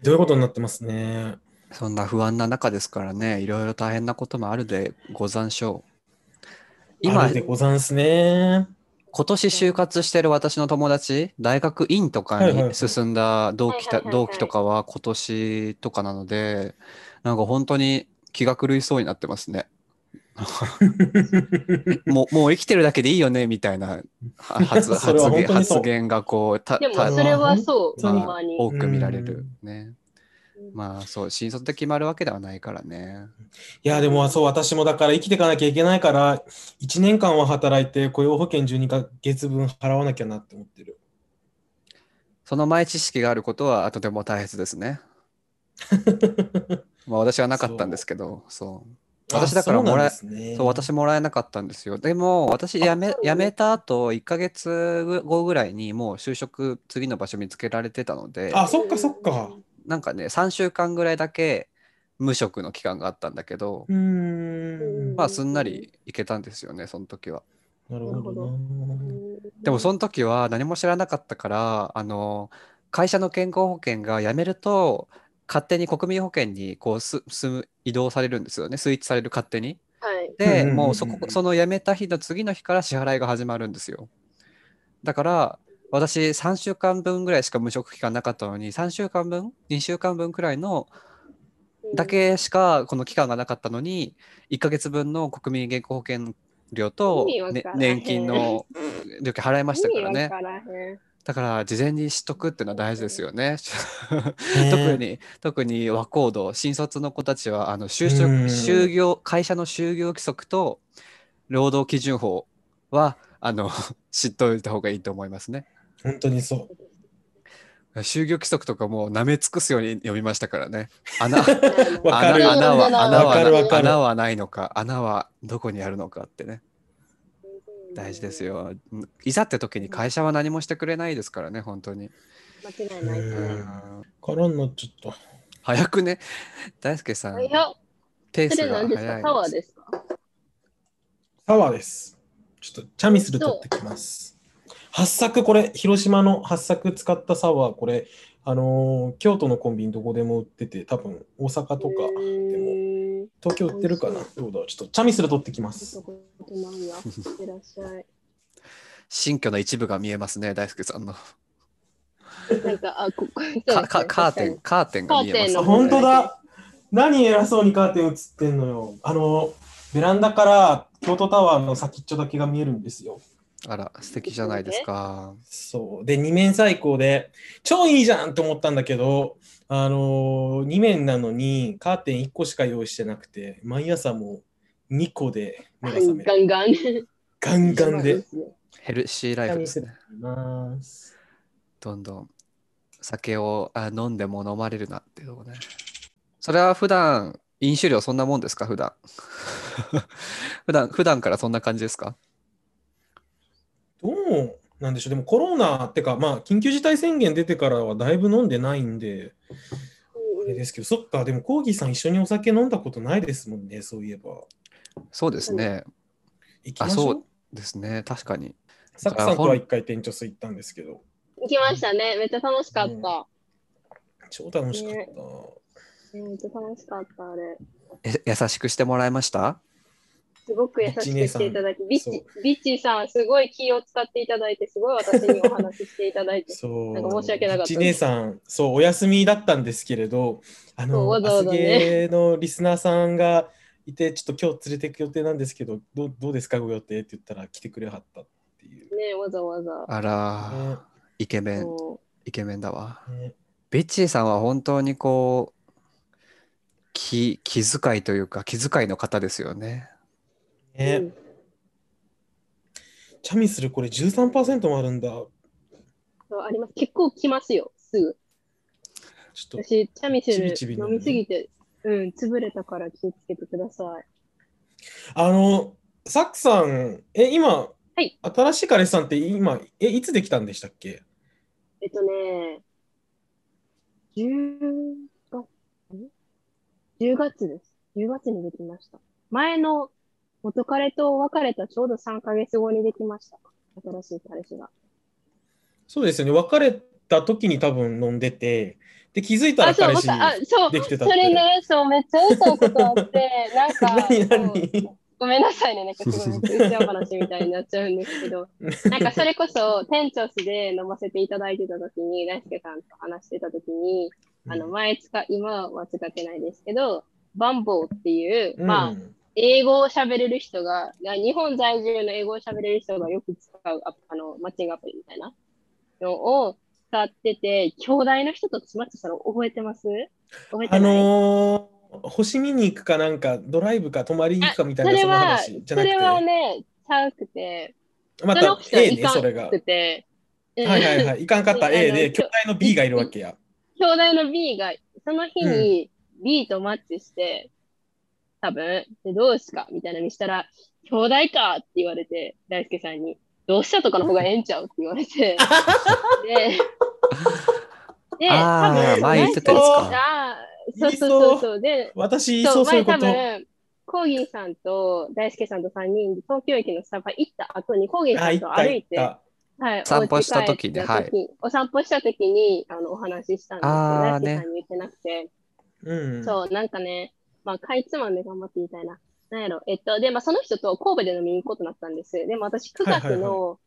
Speaker 3: どういうことになってますね。
Speaker 1: そんな不安な中ですからね、いろいろ大変なこともあるでござんしょ
Speaker 3: 今
Speaker 1: 今、
Speaker 3: でござんすね。
Speaker 1: 今年就活してる私の友達、大学院とか
Speaker 3: はいはいは
Speaker 1: に
Speaker 3: い
Speaker 1: 進んだ同期た
Speaker 2: はいはいはいはい
Speaker 1: 同期とかは今年とかなので、なんか本当に気が狂いそうになってます
Speaker 3: *laughs*
Speaker 1: ね。もう、もう生きてるだけでいいよね、みたいなは発
Speaker 3: それは
Speaker 1: 発言
Speaker 3: 本当にそう
Speaker 1: 発言がこう、た
Speaker 2: でも
Speaker 1: た
Speaker 2: それはそう、
Speaker 1: まあ
Speaker 2: ほんまに。
Speaker 1: 多く見られるね。
Speaker 2: うん
Speaker 1: まあそう、新卒で決まるわけではないからね。
Speaker 3: いや、でもそう、私もだから生きていかなきゃいけないから、1年間は働いて雇用保険12ヶ月分払わなきゃなって思ってる。
Speaker 1: その前知識があることはとても大切ですね。まあ私はなかったんですけど、そう。 *laughs* 私だから
Speaker 3: あそう
Speaker 1: もら
Speaker 3: な
Speaker 1: え
Speaker 3: んですね。
Speaker 1: そう、私もらえなかったんですよ。でも、私辞め、辞めた後、1ヶ月後ぐらいにもう就職、次の場所見つけられてたので、
Speaker 3: あ、そっかそっか。
Speaker 1: なんかね、3週間ぐらいだけ無職の期間があったんだけど
Speaker 3: う、ーん。
Speaker 1: まあ、すんなり行けたんですよね、その時は。
Speaker 3: なるほど
Speaker 2: う
Speaker 3: な。
Speaker 2: ん。
Speaker 1: でも、その時は何も知らなかったから、あの、会社の健康保険が辞めると、勝手に国民保険にこうす進む移動されるんですよね、スイッチされる勝手に。
Speaker 2: はい。
Speaker 1: で、
Speaker 3: うんうんうんうん
Speaker 1: もうそこ、その辞めた日の次の日から支払いが始まるんですよ。だから、私3週間分ぐらいしか無職期間なかったのに、3週間分 ?2 週間分くらいのだけしかこの期間がなかったのに、1ヶ月分の国民健康保険料と、
Speaker 2: 意味わ
Speaker 1: ね
Speaker 2: からへん
Speaker 1: 年金の料金払いましたから
Speaker 2: 意
Speaker 1: ね
Speaker 2: 味。わからへん
Speaker 1: だから、事前に知っとくっていうのは大事ですよね。*laughs*
Speaker 3: ね
Speaker 1: 特に、特に和光堂、新卒の子たちは、あの就職、
Speaker 3: うん
Speaker 1: 就業、会社の就業規則と労働基準法は、あの、 *laughs* 知っておいた方がいいと思いますね。
Speaker 3: 本当にそ
Speaker 1: 就業規則とかもう舐め尽くすように読みましたからね。穴、
Speaker 3: う。 *laughs* わかる。
Speaker 1: 穴穴は、穴
Speaker 3: わかるわ
Speaker 1: は、
Speaker 3: かる
Speaker 1: 穴はないのか、穴はどこにあるのかってね、大事です。よ。いざって時に会社は何もしてくれないですからね、本当に。
Speaker 2: 間違いないです
Speaker 3: う
Speaker 2: ね。
Speaker 3: んからのちょっと。
Speaker 1: 早くね、大輔さん、
Speaker 2: いや、
Speaker 1: ペー
Speaker 2: そ
Speaker 1: ス
Speaker 2: れ
Speaker 1: が
Speaker 2: 何です
Speaker 1: 早
Speaker 2: か
Speaker 1: い
Speaker 2: タワーですか
Speaker 3: サワーです。ちょっとチャミスル取ってきます。八作これ、広島の八作使ったサワー、これ、あのー京都のコンビニどこでも売ってて、多分大阪とか、でも
Speaker 2: も。
Speaker 3: 東京売ってるかな
Speaker 2: 美味。
Speaker 3: どうだろうちょっとチャミスル取ってきま
Speaker 2: 見た
Speaker 3: す。
Speaker 2: ことないわ。いってらっしゃい。
Speaker 1: 新居の一部が見えますね、大輔さんの。
Speaker 2: なんか、あ、ここ。
Speaker 1: かかカーテン、カーテンが見えます、
Speaker 2: カーテンの
Speaker 3: 本当だ。何偉そうにカーテン映ってんのよ。あのーベランダから京都タワーの先っちょだけが見えるんですよ。
Speaker 1: あら、素敵じゃないですか。
Speaker 3: そう。で、2面最高で、超いいじゃんと思ったんだけど、あのー、2面なのにカーテン1個しか用意してなくて、毎朝もう2個で目が覚め
Speaker 2: ガ
Speaker 3: る。
Speaker 2: ンガン。
Speaker 3: ガンガンで。。
Speaker 1: ヘルシーライフですね。どんどん酒をあ飲んでも飲まれるなっていうとこね。それは普段飲酒量そんなもんですか、普段 *laughs* 普段普段からそんな感じですか
Speaker 3: どうなんでしょう。でもコロナってか、まあ、緊急事態宣言出てからはだいぶ飲んでないんで、あれですけど、そっか、でもコーギーさん一緒にお酒飲んだことないですもんね、そういえば。
Speaker 1: そうですね。
Speaker 3: 行きま
Speaker 1: あ
Speaker 3: し
Speaker 1: そ
Speaker 3: ょ
Speaker 1: う
Speaker 3: う。
Speaker 1: ですね。確かに。
Speaker 3: サクさんとは一回店長室行ったんですけど、
Speaker 2: 行きましたね。めっちゃ楽しかった。
Speaker 3: 超楽しかった。
Speaker 2: ねめっちゃ楽しかった、あれ。
Speaker 1: え優しくしてもらいました
Speaker 2: すごく優しくしていただき、ビッチ、ビッチさん、すごい気を使っていただいて、すごい私にお話ししていただいて、
Speaker 3: そう。
Speaker 2: なんか申し訳なかった
Speaker 3: 一姉さん、そう、お休みだったんですけれど、あ
Speaker 2: そう
Speaker 3: の、
Speaker 2: わざわざね
Speaker 3: アスゲーのリスナーさんがいて、ちょっと今日連れてく予定なんですけど、どうどうですか、ご予定って言ったら来てくれはったっていう。
Speaker 2: ね、わざわざ。
Speaker 1: あら、
Speaker 3: ね
Speaker 1: イケメン、
Speaker 2: そ
Speaker 1: イケメンだわ。
Speaker 3: ね
Speaker 1: ビッチーさんは本当にこう、気気遣いというか、気遣いの方ですよね。
Speaker 2: う
Speaker 3: ね
Speaker 2: うん
Speaker 3: チャミスルこれ13%もあるんだ。ちょ
Speaker 2: そうあります。結構来ますよ、すぐ。
Speaker 3: っと、
Speaker 2: 私、チャミス
Speaker 3: ち
Speaker 2: ル
Speaker 3: びちびな
Speaker 2: 飲
Speaker 3: んで
Speaker 2: みすぎて、うん、潰れたから気をつけてください。
Speaker 3: あの、サクさん、え、今、
Speaker 2: はい
Speaker 3: 新しい彼氏さんって今、え、いつできたんでしたっけ
Speaker 2: えっとね、10月、ん10月です。10月にできました。前の元彼と別れたちょうど3ヶ月後にできました。新しい彼氏が。
Speaker 3: そうですよね、別れた時に多分飲んでて、で、気づいたら
Speaker 2: あ、そう、
Speaker 3: 彼
Speaker 2: わ
Speaker 3: 氏
Speaker 2: かあ、そう、
Speaker 3: できてた
Speaker 2: そ
Speaker 3: って。
Speaker 2: れね、そう、めっちゃ嘘を断って、なん
Speaker 3: *laughs*
Speaker 2: か、
Speaker 3: 何何
Speaker 2: そうごめんなさいね、なんかすごい僕、うちわ話みたいになっちゃうんです
Speaker 3: *laughs*
Speaker 2: けど、なんかそれこそ、店長室で飲ませていただいてた時に、大輔さんと話してた時に、あの、前使、今は使ってないですけど、バンボーっていう、
Speaker 3: うん、
Speaker 2: まあ、英語を喋れる人が、な日本在住の英語を喋れる人がよく使うアプあのマッチングアプリみたいなのを使ってて、兄弟の人と妻ってそれ覚えてます覚えてない
Speaker 3: あのー星見に行くかなんか、ドライブか泊まりに行くかみた
Speaker 2: そ
Speaker 3: いな、
Speaker 2: れ
Speaker 3: その
Speaker 2: は、
Speaker 3: 話じ
Speaker 2: そ
Speaker 3: ゃな
Speaker 2: れは
Speaker 3: くて、
Speaker 2: ね、ちゃうくて、
Speaker 3: ま
Speaker 2: その
Speaker 3: た
Speaker 2: 人
Speaker 3: A
Speaker 2: い
Speaker 3: ね、
Speaker 2: か
Speaker 3: それ
Speaker 2: ん
Speaker 3: が
Speaker 2: く。て、うん
Speaker 3: はいはいはい。いかんかった A
Speaker 2: あの
Speaker 3: で、巨大の B がいるわけや。
Speaker 2: 兄弟の B が、その日に B とマッチして、多分、でどうしかみたいなにしたら、兄弟かって言われて、大輔さんに、どうしたとかの方がええんちゃうって言われ
Speaker 3: *laughs*
Speaker 2: て、で、で、
Speaker 1: あー前言ってたやつか
Speaker 2: あーそうそうそうそう。で、
Speaker 3: 私、
Speaker 2: そ、
Speaker 3: そううそういう
Speaker 2: 前
Speaker 3: こ
Speaker 2: 多
Speaker 3: と。
Speaker 2: 分、コーギーさんと大輔さんと3人で東京駅のスタバ行った後に、コーギー
Speaker 3: あ、
Speaker 2: さん
Speaker 3: 行
Speaker 2: と
Speaker 3: った
Speaker 2: 歩い、
Speaker 3: 行ってた。
Speaker 2: はい、
Speaker 1: 散歩した時ね
Speaker 2: お家帰った時お散歩した時にあのお話ししたんですけど、
Speaker 1: あー
Speaker 2: 大
Speaker 1: ね
Speaker 2: 輔さんに言ってなくて、
Speaker 3: うん。
Speaker 2: そう、なんかね、まあ、かいつまんで頑張ってみたいな。なんやろ、えっと、で、まあ、その人と神戸で飲みに行くことになったんです。でも私、9月の、
Speaker 3: はいはい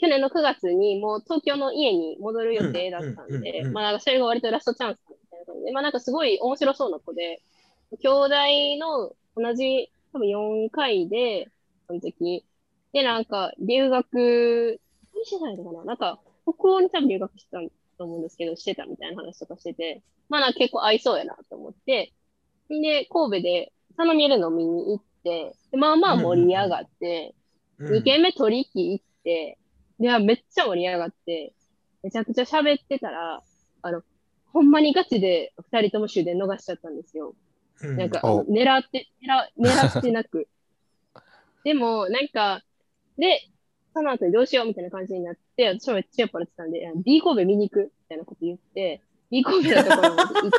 Speaker 2: 去年の9月にもう東京の家に戻る予定だったん
Speaker 3: うんうんうん
Speaker 2: で
Speaker 3: う、ん
Speaker 2: まあ、なんかそれが割とラストチャンスみたいな感じで、まあ、なんかすごい面白そうな子で、兄弟の同じ、多分4回で、その時。で、なんか、留学、何してたんやったかななんか、北欧に多分留学してたと思うんですけど、してたみたいな話とかしてて、まあなんか結構合いそうやなと思って、で、神戸で、頼みる飲みに行って、でまあまあ盛り上がって、
Speaker 3: うん
Speaker 2: 2軒目取り木行って、で、めっちゃ盛り上がって、めちゃくちゃ喋ってたら、あの、ほんまにガチで2人とも終電逃しちゃったんですよ。
Speaker 3: うん
Speaker 2: なんか、
Speaker 1: お
Speaker 2: あの狙って、狙狙って
Speaker 3: *laughs*
Speaker 2: なく。でも、なんか、で、その後にどうしようみたいな感じになって、私もめっちゃ酔っ払ってたんで、あ B 神戸見に行くみたいなこと言って、B 神戸のところまで
Speaker 3: *laughs*
Speaker 2: 行っ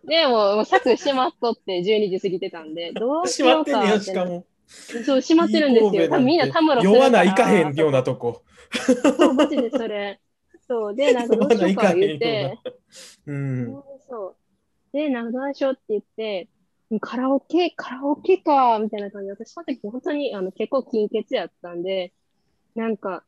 Speaker 2: て、で、もう、もう柵閉まっとって、12時過ぎてたんで、どうし
Speaker 3: 閉ま
Speaker 2: よう
Speaker 3: ってんねや、しか
Speaker 2: かみたいな。
Speaker 3: も。
Speaker 2: そう、閉まってるんですよ。多分みんなたむろす
Speaker 3: 酔
Speaker 2: るから
Speaker 3: わないかへんようなとこ。
Speaker 2: そう、マジでそれ。そう、で、
Speaker 3: *laughs*
Speaker 2: なんかどうしようか言って、
Speaker 3: うん。
Speaker 2: そう。で、なんかどうしようって言って、カラオケ、カラオケか、みたいな感じで、私その時本当にあの結構金欠やったんで、なんか、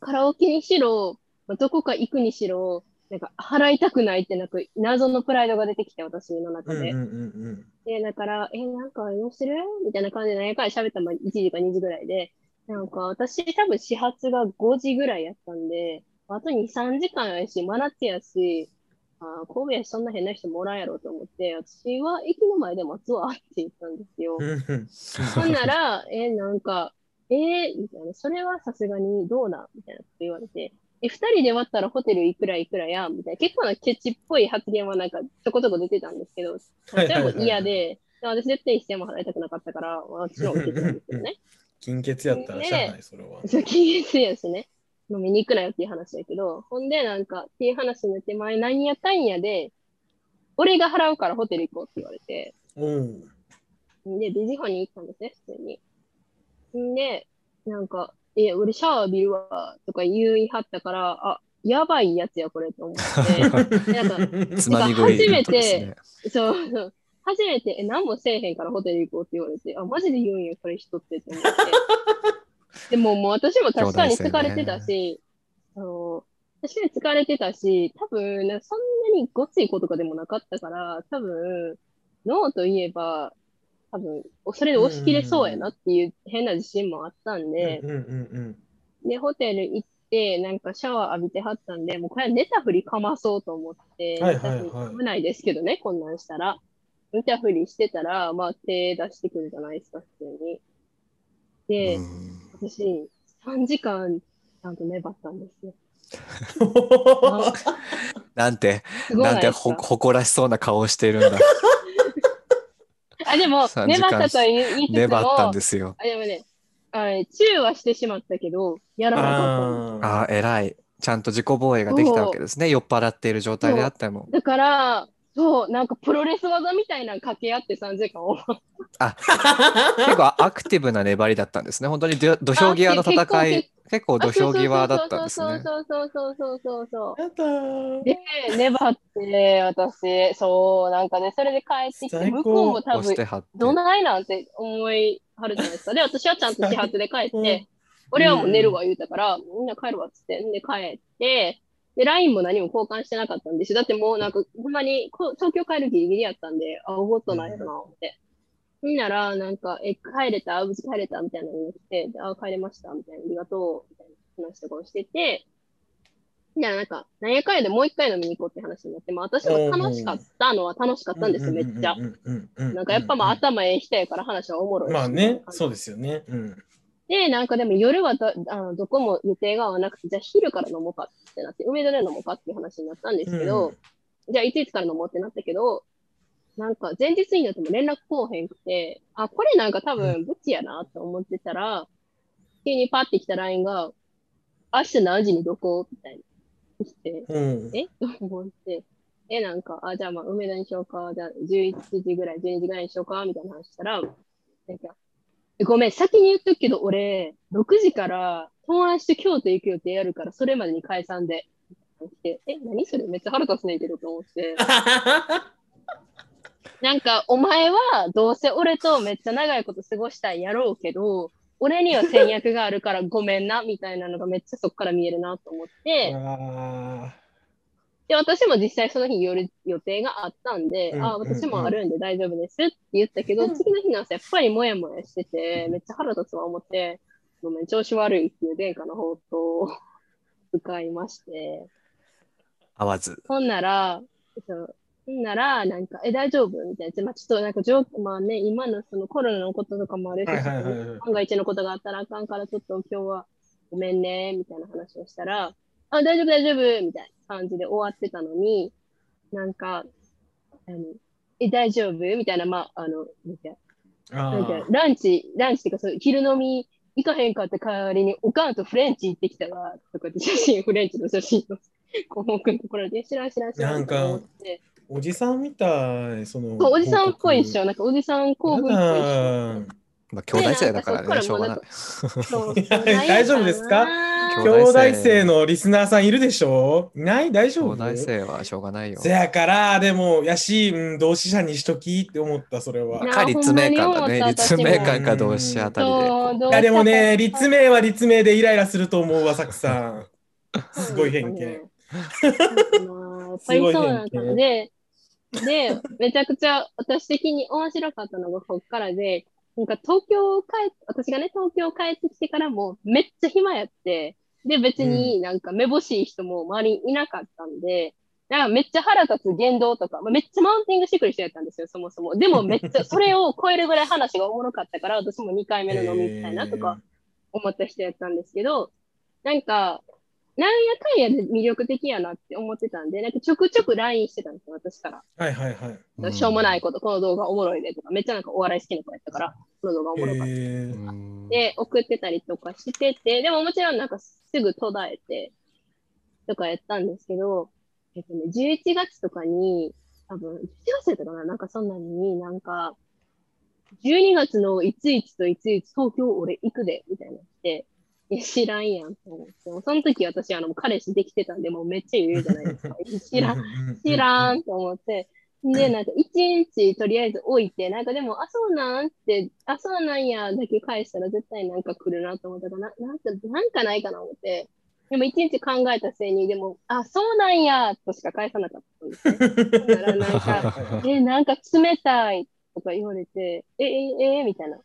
Speaker 2: カラオケにしろ、まあどこか行くにしろ、なんか払いたくないってなんか謎のプライドが出てきて、私の中
Speaker 3: うんうん
Speaker 2: で。
Speaker 3: うん
Speaker 2: で、だから、え、なんかどうするみたいな感じで何回喋ったま1時か2時ぐらいで、なんか私多分始発が5時ぐらいやったんで、あと2、3時間やし、真夏やし、あー神戸やしそんな変な人もおらんやろうと思って、私は駅の前で待つわって言ったんですよ
Speaker 3: う。んうん。 *laughs*
Speaker 2: ほんなら、え、なんか、えーみたいな、それはさすがにどうなんみたいなこと言われて、え、二人で割ったらホテルいくらいくらやんみたいな、結構なケチっぽい発言はなんかちょこちょこ出てたんですけど、そ
Speaker 3: はいはい
Speaker 2: れ
Speaker 3: はい
Speaker 2: も嫌で、で私絶対一銭も払いたくなかったから、私は受けてたんですけど
Speaker 3: *laughs*
Speaker 2: ね。
Speaker 3: 金欠やったらしゃあない、それは。
Speaker 2: そう、禁煙やしね。飲みに行くなよっていう話だけど、ほんでなんか、っていう話になって、前何やかんやで、俺が払うからホテル行こうって言われて、
Speaker 3: おう。
Speaker 2: で、ビジホに行ったんですね、普通に。んで、なんか、え、俺シャワー浴びるわ、とか言い張ったから、あ、やばいやつや、これ、と思って。なんか、
Speaker 1: つ
Speaker 3: *laughs*
Speaker 1: まみ食い。
Speaker 2: 初めて
Speaker 1: ですね
Speaker 2: そうそう、初めて、え、何もせえへんからホテル行こうって言われて、あ、マジで言うんや、これ人っ
Speaker 3: *laughs*
Speaker 2: て、と思って。でも、もう私も確かに疲れてたし、あの、確かに疲れてたし、多分、なんかそんなにごつい子とかでもなかったから、多分、ノーといえば、多分、それで押し切れそうやなっていう変な自信もあったんで、
Speaker 3: うんうん
Speaker 2: で、ホテル行って、なんかシャワー浴びてはったんで、もうこれは寝たふりかまそうと思って、
Speaker 3: はいはいはい
Speaker 2: 寝たふり危ないですけどね、こんなんしたら。寝たふりしてたら、まあ手出してくるじゃないですか、普通に。で、
Speaker 1: うん
Speaker 2: 私、3時間、ちゃんと粘ったんですよ。
Speaker 3: うん。 *laughs*
Speaker 1: なんて、
Speaker 2: すごい
Speaker 1: な
Speaker 2: なんい
Speaker 1: て
Speaker 2: で
Speaker 1: ほ
Speaker 2: すか。
Speaker 1: 誇らしそうな顔をして
Speaker 2: *laughs*
Speaker 1: るんだ。
Speaker 2: あ、でも、
Speaker 1: 3時
Speaker 2: 粘
Speaker 1: 間
Speaker 2: ったとは言い言いつつも、
Speaker 1: 粘ったんですよ。
Speaker 2: あ、でもね、あれ、チューはしてしまったけど、やらなかったんですよ
Speaker 3: あ
Speaker 1: ああ、偉い。ちゃんと自己防衛ができたわけですね。酔っ払っている状態であっても。
Speaker 2: だから、そう、なんかプロレス技みたいなの掛け合って3時間を。
Speaker 1: 結構アクティブな粘りだったんですね。本当にど土俵際の戦い結構土俵際だったんです
Speaker 2: そう
Speaker 1: ね。
Speaker 2: そうそうそうそうそうそうそう。
Speaker 3: やだー
Speaker 2: で、粘って、私、そう、なんかね、それで帰ってきて、
Speaker 3: 最高
Speaker 2: 向こうも多
Speaker 1: 押し
Speaker 2: 分、
Speaker 1: てはって。
Speaker 2: どないなんて思いはるじゃないですか。で、私はちゃんと始発で帰っ
Speaker 3: うん
Speaker 2: て、俺はもう寝るわ言うたから、みんな帰るわっつって、んで帰って、で、LINE も何も交換してなかったんですよ。だってもうなんか、ほんまに、こ東京帰るギリギリやったんで、あ、おごっとないよな、って。みんなら、なんか、え、帰れた無事帰れたみたいなのが来て、であ、帰れましたみたいな、ありがとうみたいな話とかをしてて、みんななんか、なんやかんやでもう一回飲みに行こうって話になって、まあ私も楽しかったのは楽しかったんですよ、めっちゃ。
Speaker 3: うんうんうんうん
Speaker 2: なんかやっぱまあ頭ええ人やから話はおもろいし
Speaker 3: まあね、そうですよね。うん。
Speaker 2: で、なんかでも夜はどあのどこも予定が合わなくて、じゃあ昼から飲もうかってなって、梅田で飲もうかっていう話になったんですけど、じゃあいついつから飲もうってなったけど、なんか前日になっても連絡こうへんくて、あ、これなんか多分ブチやなと思ってたら、急にパッて来た LINE が、明日何時にどこみたいに来て、
Speaker 3: うん。 *laughs*
Speaker 2: えと思って、え、なんか、あ、じゃあまあ、梅田にしようか、じゃあ11時ぐらい、12時ぐらいにしようか、みたいな話したら、なんか、えごめん、先に言っとくけど、俺、6時から友達と京都行く予定やるから、それまでに解散で。ってえ、何それめっちゃ腹立つねんけどと思って。なんか、お前はどうせ俺とめっちゃ長いこと過ごしたいやろうけど、俺には戦略があるからごめんな、みたいなのがめっちゃそっから見えるなと思って、
Speaker 3: あ
Speaker 2: で、私も実際その日夜予定があったんで、
Speaker 3: うん
Speaker 2: あ、
Speaker 3: うんうん
Speaker 2: 私もあるんで大丈夫ですって言ったけど、
Speaker 3: うん
Speaker 2: 次の日の朝やっぱりもやもやしてて、めっちゃ腹立つわ思って、ごめん、調子悪いっていう殿下の方法を使いまして、
Speaker 1: 合わず。
Speaker 2: ほんなら、そうほんなら、なんか、え、大丈夫みたいな。まあ、ちょっとなんか状況、まあね、今のそのコロナのこととかもあるし、
Speaker 3: はいはいはいはい
Speaker 2: 万が一のことがあったらあかんから、ちょっと今日はごめんね、みたいな話をしたら、あ、大丈夫大丈夫みたいな感じで終わってたのに、なんか、あのえ、大丈夫みたいな、まあ、あの、なんか
Speaker 3: ーあ
Speaker 2: なん
Speaker 3: ー
Speaker 2: か。ランチ、ランチっていうかそう、昼飲み行かへんかった代わりに、おかんとフレンチ行ってきたわ、とかって写真、フレンチの写真を、こう、送るところで、知らん知らん知らん。
Speaker 3: なんか
Speaker 2: 思って
Speaker 3: おじさんみたい、その。
Speaker 2: そうおじさんっぽいっし
Speaker 3: ょ。
Speaker 2: ょ、なんかおじさん興奮っぽいっしょ。
Speaker 1: まあ、兄弟世代だから
Speaker 2: ねなん
Speaker 1: ね、
Speaker 2: か
Speaker 1: し
Speaker 2: そ
Speaker 1: ょ
Speaker 2: っ
Speaker 1: う
Speaker 2: から
Speaker 1: が
Speaker 2: も
Speaker 1: な
Speaker 2: う
Speaker 1: い。
Speaker 2: そう
Speaker 3: 大丈夫ですか
Speaker 1: 兄
Speaker 3: 兄弟生のリスナーさんいるでしょいない大
Speaker 1: 兄
Speaker 3: 丈夫
Speaker 1: 弟生はしょうがないよ
Speaker 3: せ。やから、でも、やし、うん、同志社にしときって思った、それは。
Speaker 2: な
Speaker 1: か立命館だね。
Speaker 2: ほんまに思った
Speaker 1: 立命館か同志社あたりで。
Speaker 2: そうどう
Speaker 3: いや、でもね、立命は立命でイライラすると思うわ、くさん。すごい偏見。
Speaker 2: やっぱりそうなんですよねで、で、めちゃくちゃ私的に面白かったのがこっからで、なんか東京帰っ、私がね、東京帰ってきてからもめっちゃ暇やって、で、別になんかめぼしい人も周りにいなかったんで、なんかめっちゃ腹立つ言動とか、まあめっちゃマウンティングしてくる人やったんですよ、そもそも。でもめっちゃ、それを超えるぐらい話がおもろかったから、私も2回目の飲み行きたいなとか、思った人やったんですけど、なんか、なんやかんやで魅力的やなって思ってたんで、なんかちょくちょく LINE してたんですよ、私から。
Speaker 3: えーはいはいはい。
Speaker 1: うん
Speaker 2: しょうもないこと、この動画おもろいねとか、めっちゃなんかお笑い好きな子やったから、この動画おもろかった
Speaker 3: えー
Speaker 1: うん
Speaker 2: で、送ってたりとかしてて、でももちろんなんかすぐ途絶えて、とかやったんですけど、えっとね、11月とかに、多分、11月とかな、なんかそんなのに、なんか、12月のいついつといついつ東京俺行くで、みたいなのって、いや知らんやん、と思って。もうその時私、あの、もう彼氏できてたんで、もうめっちゃ言うじゃないですか。いや知らん
Speaker 3: う、う
Speaker 2: *laughs* 知ら
Speaker 3: ん。
Speaker 2: んと思って。で、なんか、一日とりあえず置いて、なんかでも、あ、そうなんって、あ、そうなんや、だけ返したら絶対なんか来るなと思ったから、ななんか、なんかないかな思って。でも、一日考えたせいに、でも、あ、そうなんや、としか返さなかったんですね。だからな
Speaker 1: *laughs*
Speaker 2: んか、え、なんか冷たいとか言われて、え、え、え、えみたいな。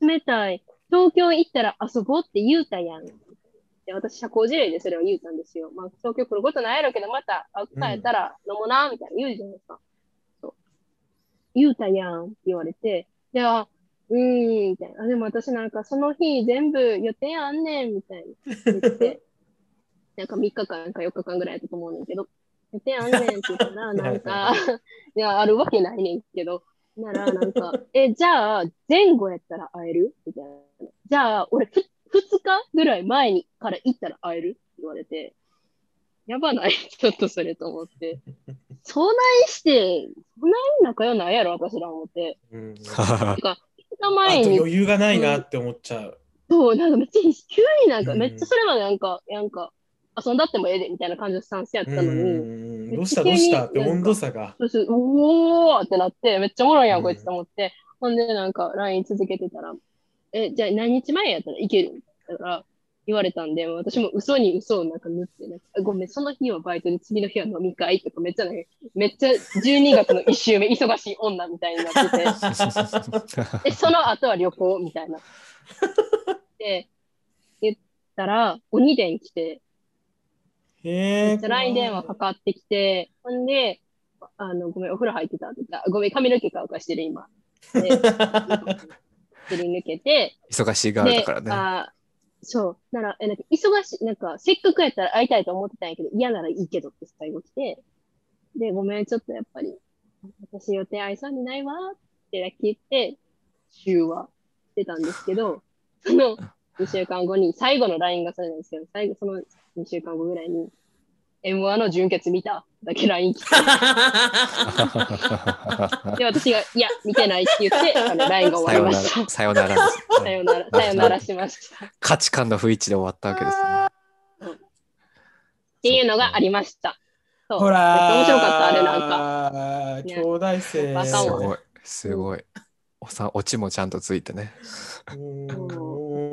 Speaker 2: 冷たい。東京行ったら遊ぼうって言うたやん。で私、社交辞令でそれを言うたんですよ。まあ、東京来ることないやろうけど、また会う機会やったら飲もうな、みたいな言うじゃないですか。そう。言うたやんって言われて、で、あ、うーん、みたいな。あでも私なんかその日全部予定あんねん、みたいな。言って、なんか3日間か4日間ぐらいだったと思うねんだけど、予定あんねんって言ったら、なんか、いや、あるわけないねんけど。なら、なんか、え、じゃあ、前後やったら会えるみたいな。じゃあ、俺ふ、2日ぐらい前にから行ったら会えるって言われて、やばないちょっとそれと思って。そないして、そない仲良ないやろ、私ら思って。
Speaker 3: うん
Speaker 2: てか、2日前
Speaker 3: あと
Speaker 2: に、
Speaker 3: 余裕がないなって思っちゃう。
Speaker 2: そそう、なんかめっちゃ急になんか、
Speaker 3: うん
Speaker 2: めっちゃそれまでなんか、なんか、遊んだってもええでみたいな感じのスタンスやったのに、
Speaker 3: どうしたどうしたって温度差が。
Speaker 2: そうそう、おーってなって、めっちゃおもろいやん、こ
Speaker 3: う
Speaker 2: い
Speaker 3: ん
Speaker 2: つと思って、ほんでなんか LINE 続けてたら、え、じゃあ何日前やったらいけるみたいな言われたんで、私も嘘に嘘をなんか塗って、なんかあごめん、その日はバイトで次の日は飲み会とか、めっちゃなんか、めっちゃ12月の1週目、忙しい女みたいになってて。で、その後は旅行みたいな。で、言ったら、鬼電来て、
Speaker 3: へ
Speaker 2: め
Speaker 3: え
Speaker 2: っちゃ LINE 電話かかってきて、ほんで、あの、ごめん、お風呂入ってたって言ったらごめん、髪の毛乾かしてる、今。で、すり抜けて、
Speaker 1: 忙しい側だ
Speaker 2: で
Speaker 1: から、ね。
Speaker 2: あーそう、なら、え、なんか、忙しい、なんか、せっかくやったら会いたいと思ってたんやけど、嫌ならいいけどって最後来て、で、ごめん、ちょっとやっぱり、私予定合いそうにないわってだけ言って、週はしてたんですけど、その2週間後に、最後の LINE がそれなんですけど、最後、その2週間後ぐらいに、M1 の準決見ただけ LINE 来て、
Speaker 1: *laughs*
Speaker 2: で、私が、いや、見てないって言って、あの LINE が
Speaker 1: さ
Speaker 2: 終
Speaker 1: よう *laughs*
Speaker 2: わり
Speaker 1: な
Speaker 2: まし
Speaker 1: ら、さようならです。
Speaker 2: た。さよなら、さよならしました。
Speaker 1: 価値観の不一致で終わったわけですね。
Speaker 2: っていうのがありました。そう
Speaker 3: ほらー
Speaker 2: めっちゃ面白かった、あれなんか。
Speaker 3: 兄弟生。
Speaker 2: バカ
Speaker 1: す
Speaker 2: を
Speaker 1: ごい、すごい。おさ、オチもちゃんとついてね。 *laughs*
Speaker 3: うん
Speaker 2: び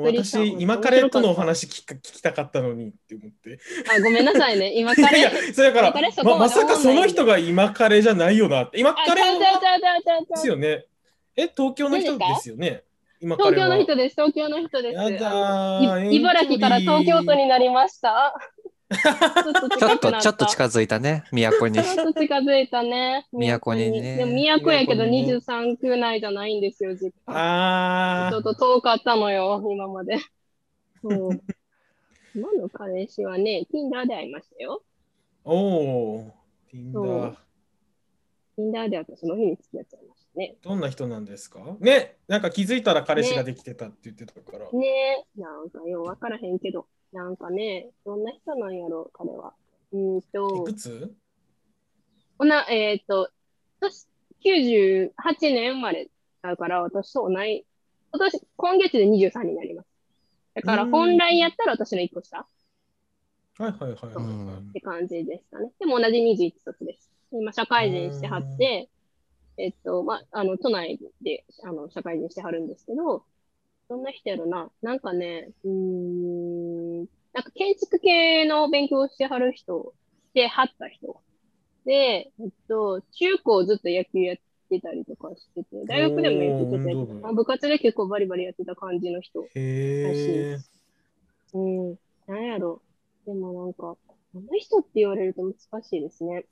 Speaker 2: っくりした
Speaker 3: 私、今彼とのお話聞か聞きたかったのにって思って。
Speaker 2: あ、ごめんなさ
Speaker 3: *laughs*
Speaker 2: いね。今
Speaker 3: い
Speaker 2: から。
Speaker 3: やいや、それだか
Speaker 2: 今
Speaker 3: ら
Speaker 2: 彼そ、こ
Speaker 3: ま
Speaker 2: まで
Speaker 3: まさかその人が今彼じゃないよなって。今
Speaker 2: あ、ちゃう
Speaker 3: 彼
Speaker 2: ちゃうち
Speaker 3: で
Speaker 2: ゃうちゃうちゃう
Speaker 3: すよね。え、東京の人ですよね。今
Speaker 2: 東
Speaker 3: 彼
Speaker 2: 京
Speaker 3: は
Speaker 2: の人です。東京の人です。
Speaker 3: やだ
Speaker 2: あの
Speaker 3: ー
Speaker 2: い茨城から東京都になりま
Speaker 3: *laughs*
Speaker 2: した。
Speaker 1: ち
Speaker 2: ち
Speaker 1: ょっと、ちょっと
Speaker 2: い。
Speaker 1: 近づいたね、都に。
Speaker 2: ちょっと近づいたね。
Speaker 1: 都にね
Speaker 2: でも都やけど
Speaker 3: 都にね
Speaker 2: 23区内じゃないんですよ、実家。
Speaker 3: あ
Speaker 2: ちょっ
Speaker 3: ー
Speaker 2: と遠かったのよ、今まで。そう。今の彼氏はね、Tinder で会いましたよ。
Speaker 3: おー、ティンダ
Speaker 2: そ
Speaker 3: ー
Speaker 2: う。Tinder で私その日に付き合っちゃいましたね。
Speaker 3: どんな人なんですかね、なんか気づいたら彼氏ができてたって言ってたから。
Speaker 2: ねえ、なんかよう分からへんけど、なんかね、どんな人なんやろ、彼は。うーん
Speaker 3: い
Speaker 2: と
Speaker 3: く、つ
Speaker 2: おな、えっ、と、私、98年生まれだから、私と同い、今年、今月で23になります。だから、
Speaker 3: うん
Speaker 2: 本来やったら私の1個下っ
Speaker 3: はいはいはいはい、はい
Speaker 1: うん
Speaker 2: て感じでしたね。でも同じ21卒です。今、社会人してはって、えっと、ま、あの、都内で、あの、社会人してはるんですけど、どんな人やろな。なんかね、うーん、なんか建築系の勉強をしてはる人、してはった人。で、えっと、中高ずっと野球やってたりとかしてて、大学でも野球ちょっとや
Speaker 3: お
Speaker 2: っ
Speaker 3: ー
Speaker 2: て
Speaker 3: 運動部
Speaker 2: たまあ。部活で結構バリバリやってた感じの人。
Speaker 3: へえ。
Speaker 2: うん。なんやろ。でもなんか、この人って言われると難しいですね。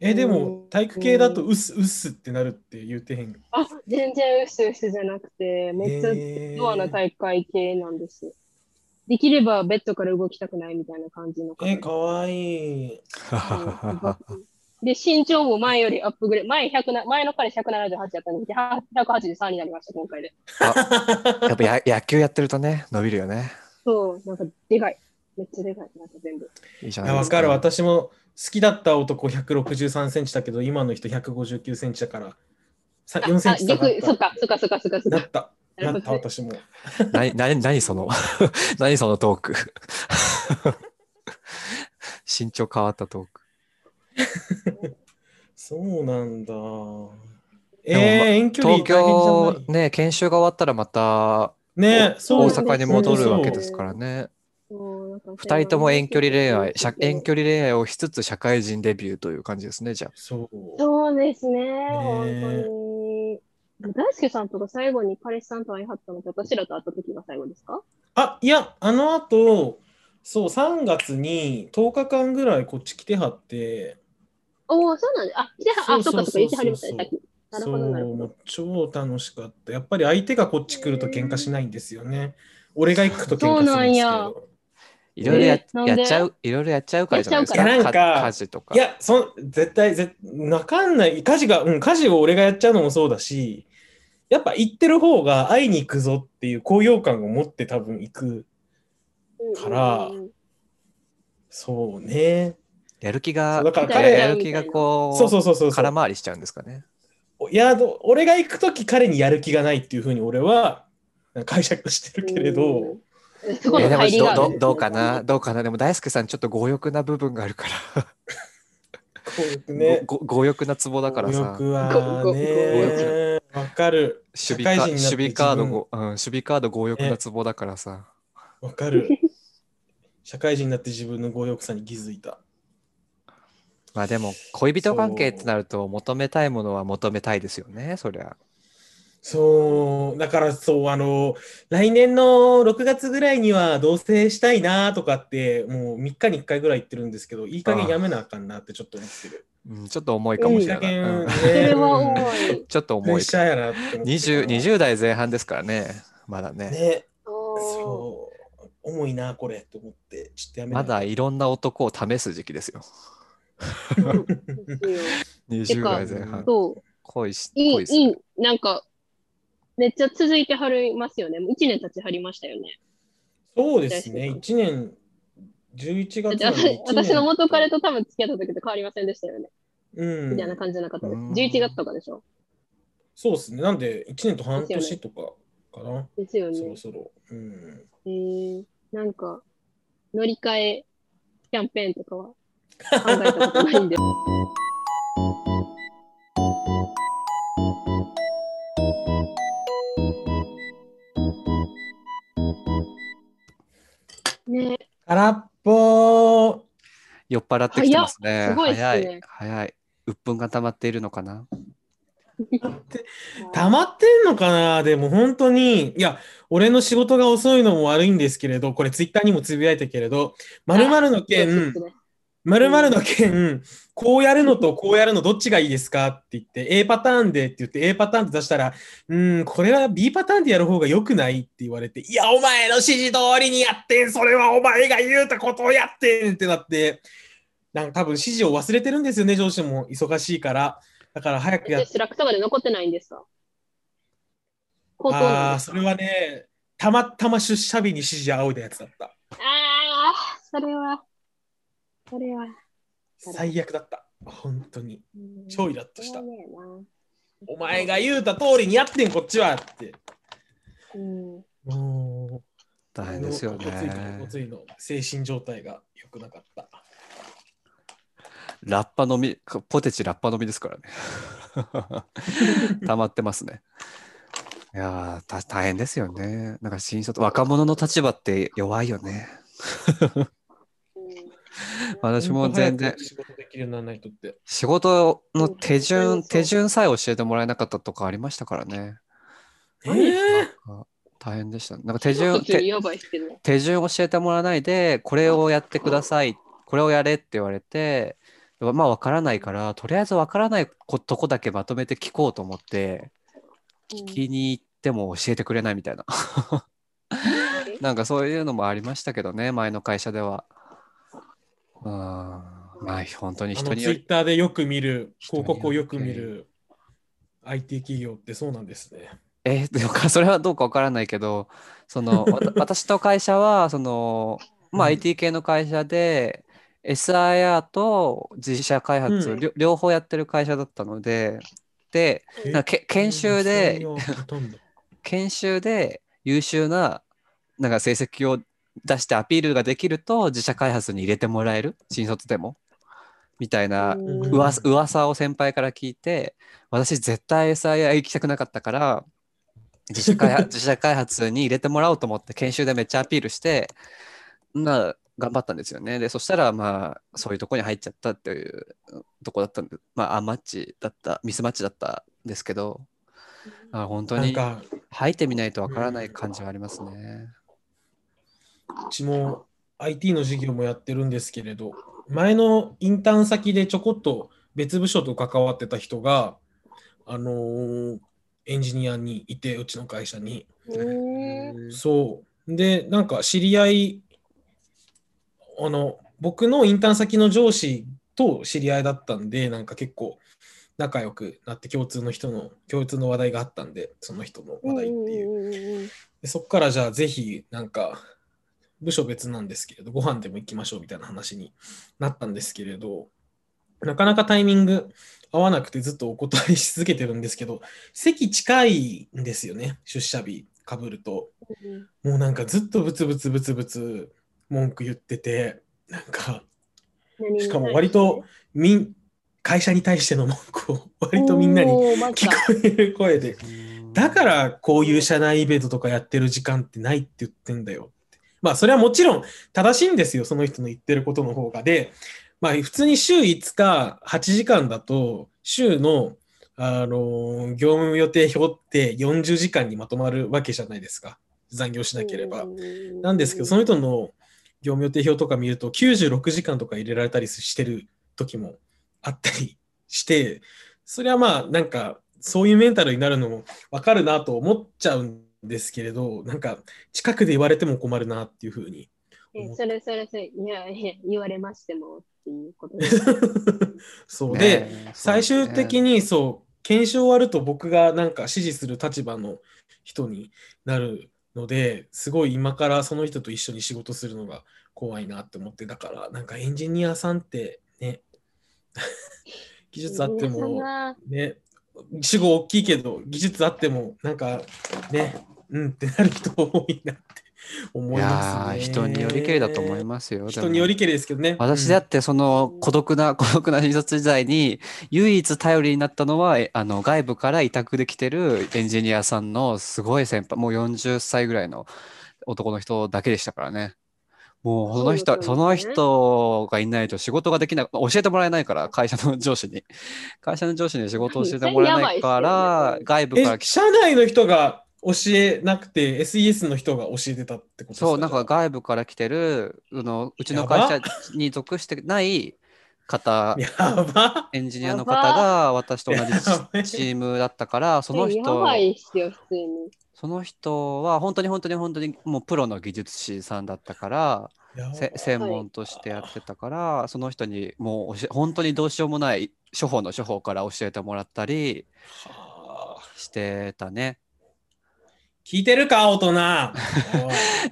Speaker 3: え、で
Speaker 2: う
Speaker 3: も
Speaker 2: ん
Speaker 3: 体育系だとうっすうっすってなるって言ってへん。
Speaker 2: あ、全然うっすうっすじゃなくて、めっちゃ
Speaker 3: ゃ
Speaker 2: ドアの体育会系なんです。できればベッドから動きたくないみたいな感じの方
Speaker 3: え、かわいい。
Speaker 2: で、身長も前よりアップグレード。前100な、前の彼178やったのに、183になりました、今回で。
Speaker 1: *laughs* やっぱや野球やってるとね、伸びるよね。
Speaker 2: そう、なんかでかい。めっちゃでかい。なんか全部。
Speaker 1: いいじゃ
Speaker 3: い
Speaker 1: ない
Speaker 3: や、
Speaker 1: で
Speaker 3: わ
Speaker 1: すか。
Speaker 3: かる。私も好きだった男163センチだけど、今の人159センチだから、さ4セン
Speaker 2: あ、
Speaker 3: チ下がっ。
Speaker 2: 逆、そったか、そっか、そっか、そっか、そっ
Speaker 3: な
Speaker 2: か
Speaker 3: っ。た。
Speaker 2: な
Speaker 3: な
Speaker 2: るほ
Speaker 3: った、
Speaker 2: どね
Speaker 3: 私も。
Speaker 1: 何、何、何その、 *laughs* 何そのトー
Speaker 3: *laughs*
Speaker 1: ク。身長変わったトーク。
Speaker 3: そうなんだ。え
Speaker 1: でもま
Speaker 3: ー、遠距離
Speaker 1: 東
Speaker 3: 大変じゃない
Speaker 1: 京、ね、研修が終わったらまた
Speaker 3: ね、
Speaker 1: 大
Speaker 3: そう
Speaker 2: なんですよ
Speaker 1: 阪に戻るわけですからね。
Speaker 2: そうなんか
Speaker 1: 二人とも遠距離恋愛、しゃ遠
Speaker 2: 離。
Speaker 1: 距離恋愛をしつつ社会人デビューという感じですね、じゃあ。
Speaker 3: そう。
Speaker 2: そうですね、本当に。大輔さんとか最後に彼氏さんと会いはったのって、私らと会った時が最後ですか
Speaker 3: あ、いや、あの後、そう、3月に10日間ぐらいこっち来てはって、
Speaker 2: おお、そうなんだ。あ、来ては、あ、
Speaker 3: そ
Speaker 2: そうっ
Speaker 3: そうそうそう
Speaker 2: か、そっか、言ってはりましたね、さっき。なる
Speaker 3: そう、
Speaker 2: ほど、なるほ
Speaker 3: も
Speaker 2: ど。
Speaker 3: う超楽しかった。やっぱり相手がこっち来ると喧嘩しないんですよね。俺が行くと喧嘩するんですけ
Speaker 2: そうなんや
Speaker 3: ど。
Speaker 1: いろいろや,、
Speaker 2: えーなんで
Speaker 1: やっちゃう、いろいろやっちゃうからじゃないですか。
Speaker 3: やっちゃうからなんか
Speaker 1: 家事とか。
Speaker 3: いや、そん絶対、絶わかんない。家事が、うん、家事を俺がやっちゃうのもそうだし、やっぱ行ってる方が会いに行くぞっていう高揚感を持って多分行く。から
Speaker 2: うんうんうん
Speaker 3: そうね。
Speaker 1: やる気が、
Speaker 3: そうだから
Speaker 1: や
Speaker 3: 彼
Speaker 1: やる気がこう
Speaker 3: そうそうそうそうそう。
Speaker 1: 空回りしちゃうんですかね。
Speaker 3: いや、ど俺が行くとき彼にやる気がないっていうふうに俺はなんか解釈してるけれど、
Speaker 2: そこ
Speaker 1: いや
Speaker 2: の
Speaker 1: でも
Speaker 2: 入りがあ
Speaker 1: ど
Speaker 2: る
Speaker 1: どどうかな、どうかな、でも大輔さん、ちょっと強欲な部分があるから、
Speaker 3: 強欲ね。
Speaker 1: ごご強欲なツボだから
Speaker 3: 強
Speaker 1: さ、
Speaker 3: 欲
Speaker 2: ごご
Speaker 3: はね。わかる。
Speaker 1: 守備
Speaker 3: 社
Speaker 1: カ
Speaker 3: 会人にな
Speaker 1: 守
Speaker 3: って
Speaker 1: 備カード
Speaker 3: 自分
Speaker 1: ご、うん、守備カード強欲なツボだからさ、
Speaker 3: わかる。社会人になって自分の強欲さに気づいた。
Speaker 1: まあでも、恋人関係ってなると、求めたいものは求めたいですよね、そりゃ。
Speaker 3: そう、だからそう、あの、来年の6月ぐらいには同棲したいなとかって、もう3日に1回ぐらい言ってるんですけど、いい加減やめなあかんなってちょっと思ってる。
Speaker 1: うん、ちょっと重いかも
Speaker 3: い
Speaker 1: し
Speaker 3: い
Speaker 1: れ
Speaker 3: 加
Speaker 1: ない。
Speaker 3: 減、
Speaker 1: うん
Speaker 3: ね、
Speaker 2: それは重い。
Speaker 1: ちょっと
Speaker 3: プレッ
Speaker 1: 重い。
Speaker 3: シャーやなって思ってる
Speaker 1: 20,
Speaker 3: から。
Speaker 1: 20代前半ですからね、まだね。
Speaker 3: ね、
Speaker 2: そ
Speaker 3: そう、重いな、これと思って、ちょっとやめな
Speaker 1: まだいろんな男を試す時期ですよ。
Speaker 2: うです
Speaker 1: 20代前半
Speaker 2: よ。。そう。
Speaker 1: 恋し、
Speaker 2: い
Speaker 1: 恋
Speaker 2: い、
Speaker 1: する
Speaker 2: いい、なんか、めっちゃ続いてはりますよね。もう1年経ちはりましたよね。
Speaker 3: そうですね、1年、11月
Speaker 2: だって
Speaker 3: なの
Speaker 2: 私
Speaker 3: に一年
Speaker 2: 私の元彼と多分付き合った時と変わりませんでしたよね。
Speaker 3: うん
Speaker 2: みたいな感じじゃなかったです。
Speaker 1: うん
Speaker 2: 11月とかでしょ
Speaker 3: そうですね、なんで1年と半年とかかな、
Speaker 2: ですよね。
Speaker 3: そろそろ。うん
Speaker 2: えー、なんか、乗り換えキャンペーンとかは考えたことない
Speaker 3: *laughs*
Speaker 2: んで。ねえ
Speaker 3: 空っぽー
Speaker 1: 酔っ払ってきてますね。
Speaker 2: 早っすごいっすね
Speaker 1: 早い、早い。鬱憤が溜まっているのかな。
Speaker 3: 溜まってんのかなでも本当に、いや、俺の仕事が遅いのも悪いんですけれど、これツイッターにもつぶやいたけれど、〇〇の件、〇〇の件、こうやるのとこうやるのどっちがいいですかって言って、A パターンでって言って、A パターンで出したら、うん、これは B パターンでやる方が良くないって言われて、いや、お前の指示通りにやってん、それはお前が言うたことをやってんってなって、なんか多分指示を忘れてるんですよね、上司も忙しいから。だから早くやっ
Speaker 2: えスラックとかで残ってないんですか口頭
Speaker 3: あ
Speaker 2: な
Speaker 3: あ、
Speaker 2: んです
Speaker 3: それはね、たまたま出社日に指示仰いだやつだった。
Speaker 2: ああー、それは、それは、
Speaker 3: 最悪だった。本当に。
Speaker 2: うん
Speaker 3: 超イラッとした
Speaker 2: それ。はねえな
Speaker 3: お前が言うた通りにやってん、こっちはって。
Speaker 2: うん
Speaker 3: もう、
Speaker 1: 大変ですよ
Speaker 3: ごついの、
Speaker 1: ね
Speaker 3: ご。ついの、精神状態が良くなかった。
Speaker 1: ラッパ飲み、ポテチラッパ飲みですから
Speaker 3: *laughs*
Speaker 1: ね。溜まってますね。いやーた大変ですよね。なんか新卒、若者の立場って弱いよね。私も全然
Speaker 3: 本当早く仕事できるようにならないとって。
Speaker 1: 仕事の手
Speaker 2: う
Speaker 1: 順、
Speaker 2: ん
Speaker 1: 手順さえ教えてもらえなかったとかありましたからね。
Speaker 3: え
Speaker 2: 何
Speaker 3: ー
Speaker 1: あ大変でした。なんか手
Speaker 2: ちょ
Speaker 1: 順、
Speaker 2: っと急
Speaker 1: 手
Speaker 2: にやばいですけどね。
Speaker 1: 手順教えてもらわないで、これをやってください、これをやれって言われて、まあ分からないから、とりあえず分からないことこだけまとめて聞こうと思って、
Speaker 2: うん
Speaker 1: 聞きに行っても教えてくれないみたいな。 *laughs* なんかそういうのもありましたけどね、前の会社では。うん、まあ本当に
Speaker 3: あ
Speaker 1: 人
Speaker 3: の、
Speaker 1: に
Speaker 3: ツイ
Speaker 1: より
Speaker 3: ッ。ターでよく見る、
Speaker 1: 人に
Speaker 3: 広
Speaker 1: よって
Speaker 3: 告をよく見る IT 企業ってそうなんですね。
Speaker 1: え *laughs* ー、でもかそれはどうかわからないけど、その、
Speaker 3: *laughs*
Speaker 1: わた私の会社は、その、まあ、
Speaker 3: うん
Speaker 1: IT 系の会社で、SIR と自社開発、
Speaker 3: うん
Speaker 1: りょ両方やってる会社だったので、で、
Speaker 2: え
Speaker 1: なんかけ研修で、
Speaker 3: うんそういうほとんど
Speaker 1: 研修で優秀な、なんか成績を出してアピールができると、自社開発に入れてもらえる、新卒でも、みたいな
Speaker 2: うん
Speaker 3: うわ
Speaker 1: 噂噂を先輩から聞いて私絶対 SIA 行きたくなかったから自社開発自社開発に入れてもらおうと思って研修でめっちゃアピールしてなあ頑張ったんですよねでそしたらまあそういうとこに入っちゃったっていうとこだったんでまあアンマッチだったミスマッチだったんですけどあ本当
Speaker 3: なん
Speaker 1: に
Speaker 3: か、
Speaker 1: 入ってみないとわからない感じはありますね。
Speaker 3: うちも IT の授業もやってるんですけれど、前のインターン先でちょこっと別部署と関わってた人が、あのーエンジニアにいて、うちの会社に。
Speaker 2: うん
Speaker 3: そう。で、なんか知り合い、あの、僕のインターン先の上司と知り合いだったんで、なんか結構仲良くなって共通の人の、共通の話題があったんで、その人の話題っていう。でそこからじゃあぜひなんか部署別なんですけれどご飯でも行きましょうみたいな話になったんですけれどなかなかタイミング合わなくてずっとお断りし続けてるんですけど席近いんですよね出社日かぶると、
Speaker 2: うん
Speaker 3: もうなんかずっとブツブツブツブツ文句言ってて、なんか
Speaker 2: 何に対して
Speaker 3: しかも割とみん会社に対しての文句を割とみんなに
Speaker 2: おーマジ
Speaker 3: 聞
Speaker 2: か
Speaker 3: こえる声で、だか、らこういう社内イベントとかやってる時間ってないって言ってんだよって。まあそれはもちろん正しいんですよ、その人の言ってることの方が。で、まあ普通に週5日8時間だと、週の、あの、業務予定表って40時間にまとまるわけじゃないですか。残業しなければ。なんですけど、その人の業務予定表とか見ると、96時間とか入れられたりしてる時もあったりして、それはまあ、なんか、そういうメンタルになるのもわかるなと思っちゃうんですけれど、なんか、近くで言われても困るなっていうふうに。 *laughs*
Speaker 2: えそれそれそれ、いやいや、言われましてもっていうことで
Speaker 3: そうで、
Speaker 1: ね
Speaker 3: 最終的にそう、検証終わると僕がなんか支持する立場の人になるので、すごい今からその人と一緒に仕事するのが怖いなって思って、だからなんかエンジニアさんってね、 *laughs* 技術あって
Speaker 2: 皆さん
Speaker 3: も
Speaker 2: が
Speaker 3: ね、主語大きいけど、技術あってもなんかね、うんってなる人多いなって思
Speaker 1: い
Speaker 3: い
Speaker 1: や
Speaker 3: ます
Speaker 1: ー
Speaker 3: ね。
Speaker 1: 人によりけりだと思いますよ。でも
Speaker 3: 人によりけりですけどね。
Speaker 1: 私だってその孤独な *laughs* 孤独な新卒時代に唯一頼りになったのはえあの外部から委託で来てるエンジニアさんのすごい先輩もう40歳ぐらいの男の人だけでしたからねもうその人
Speaker 2: そ
Speaker 1: そう
Speaker 2: な
Speaker 1: の
Speaker 2: んですね
Speaker 1: 人がいないと仕事ができない教えてもらえないから会社の上司に *laughs* 会社の上司に仕事を教えてもらえないから外部
Speaker 3: え
Speaker 1: から来
Speaker 3: 社内の人が教えなくて SES の人が教えてたってことですか
Speaker 1: そう、なんか外部から来てる、あのうちの会社に属してない方、
Speaker 3: やば
Speaker 1: エンジニアの
Speaker 2: や
Speaker 1: 方
Speaker 2: ば
Speaker 1: が私と同
Speaker 3: やばい
Speaker 1: じチームだったから、その
Speaker 2: え *laughs* や
Speaker 1: 人
Speaker 2: ば、いっすよ、普通に。
Speaker 1: その人は本当に本当に本当にもうプロの技術士さんだったから、
Speaker 3: やば
Speaker 1: せ専門としてやってたから、その人にもう教え本当にどうしようもない処方の処方から教えてもらったり
Speaker 3: はあ
Speaker 1: してたね。
Speaker 3: 聞いてるか
Speaker 1: *laughs*
Speaker 3: 大人おい
Speaker 1: い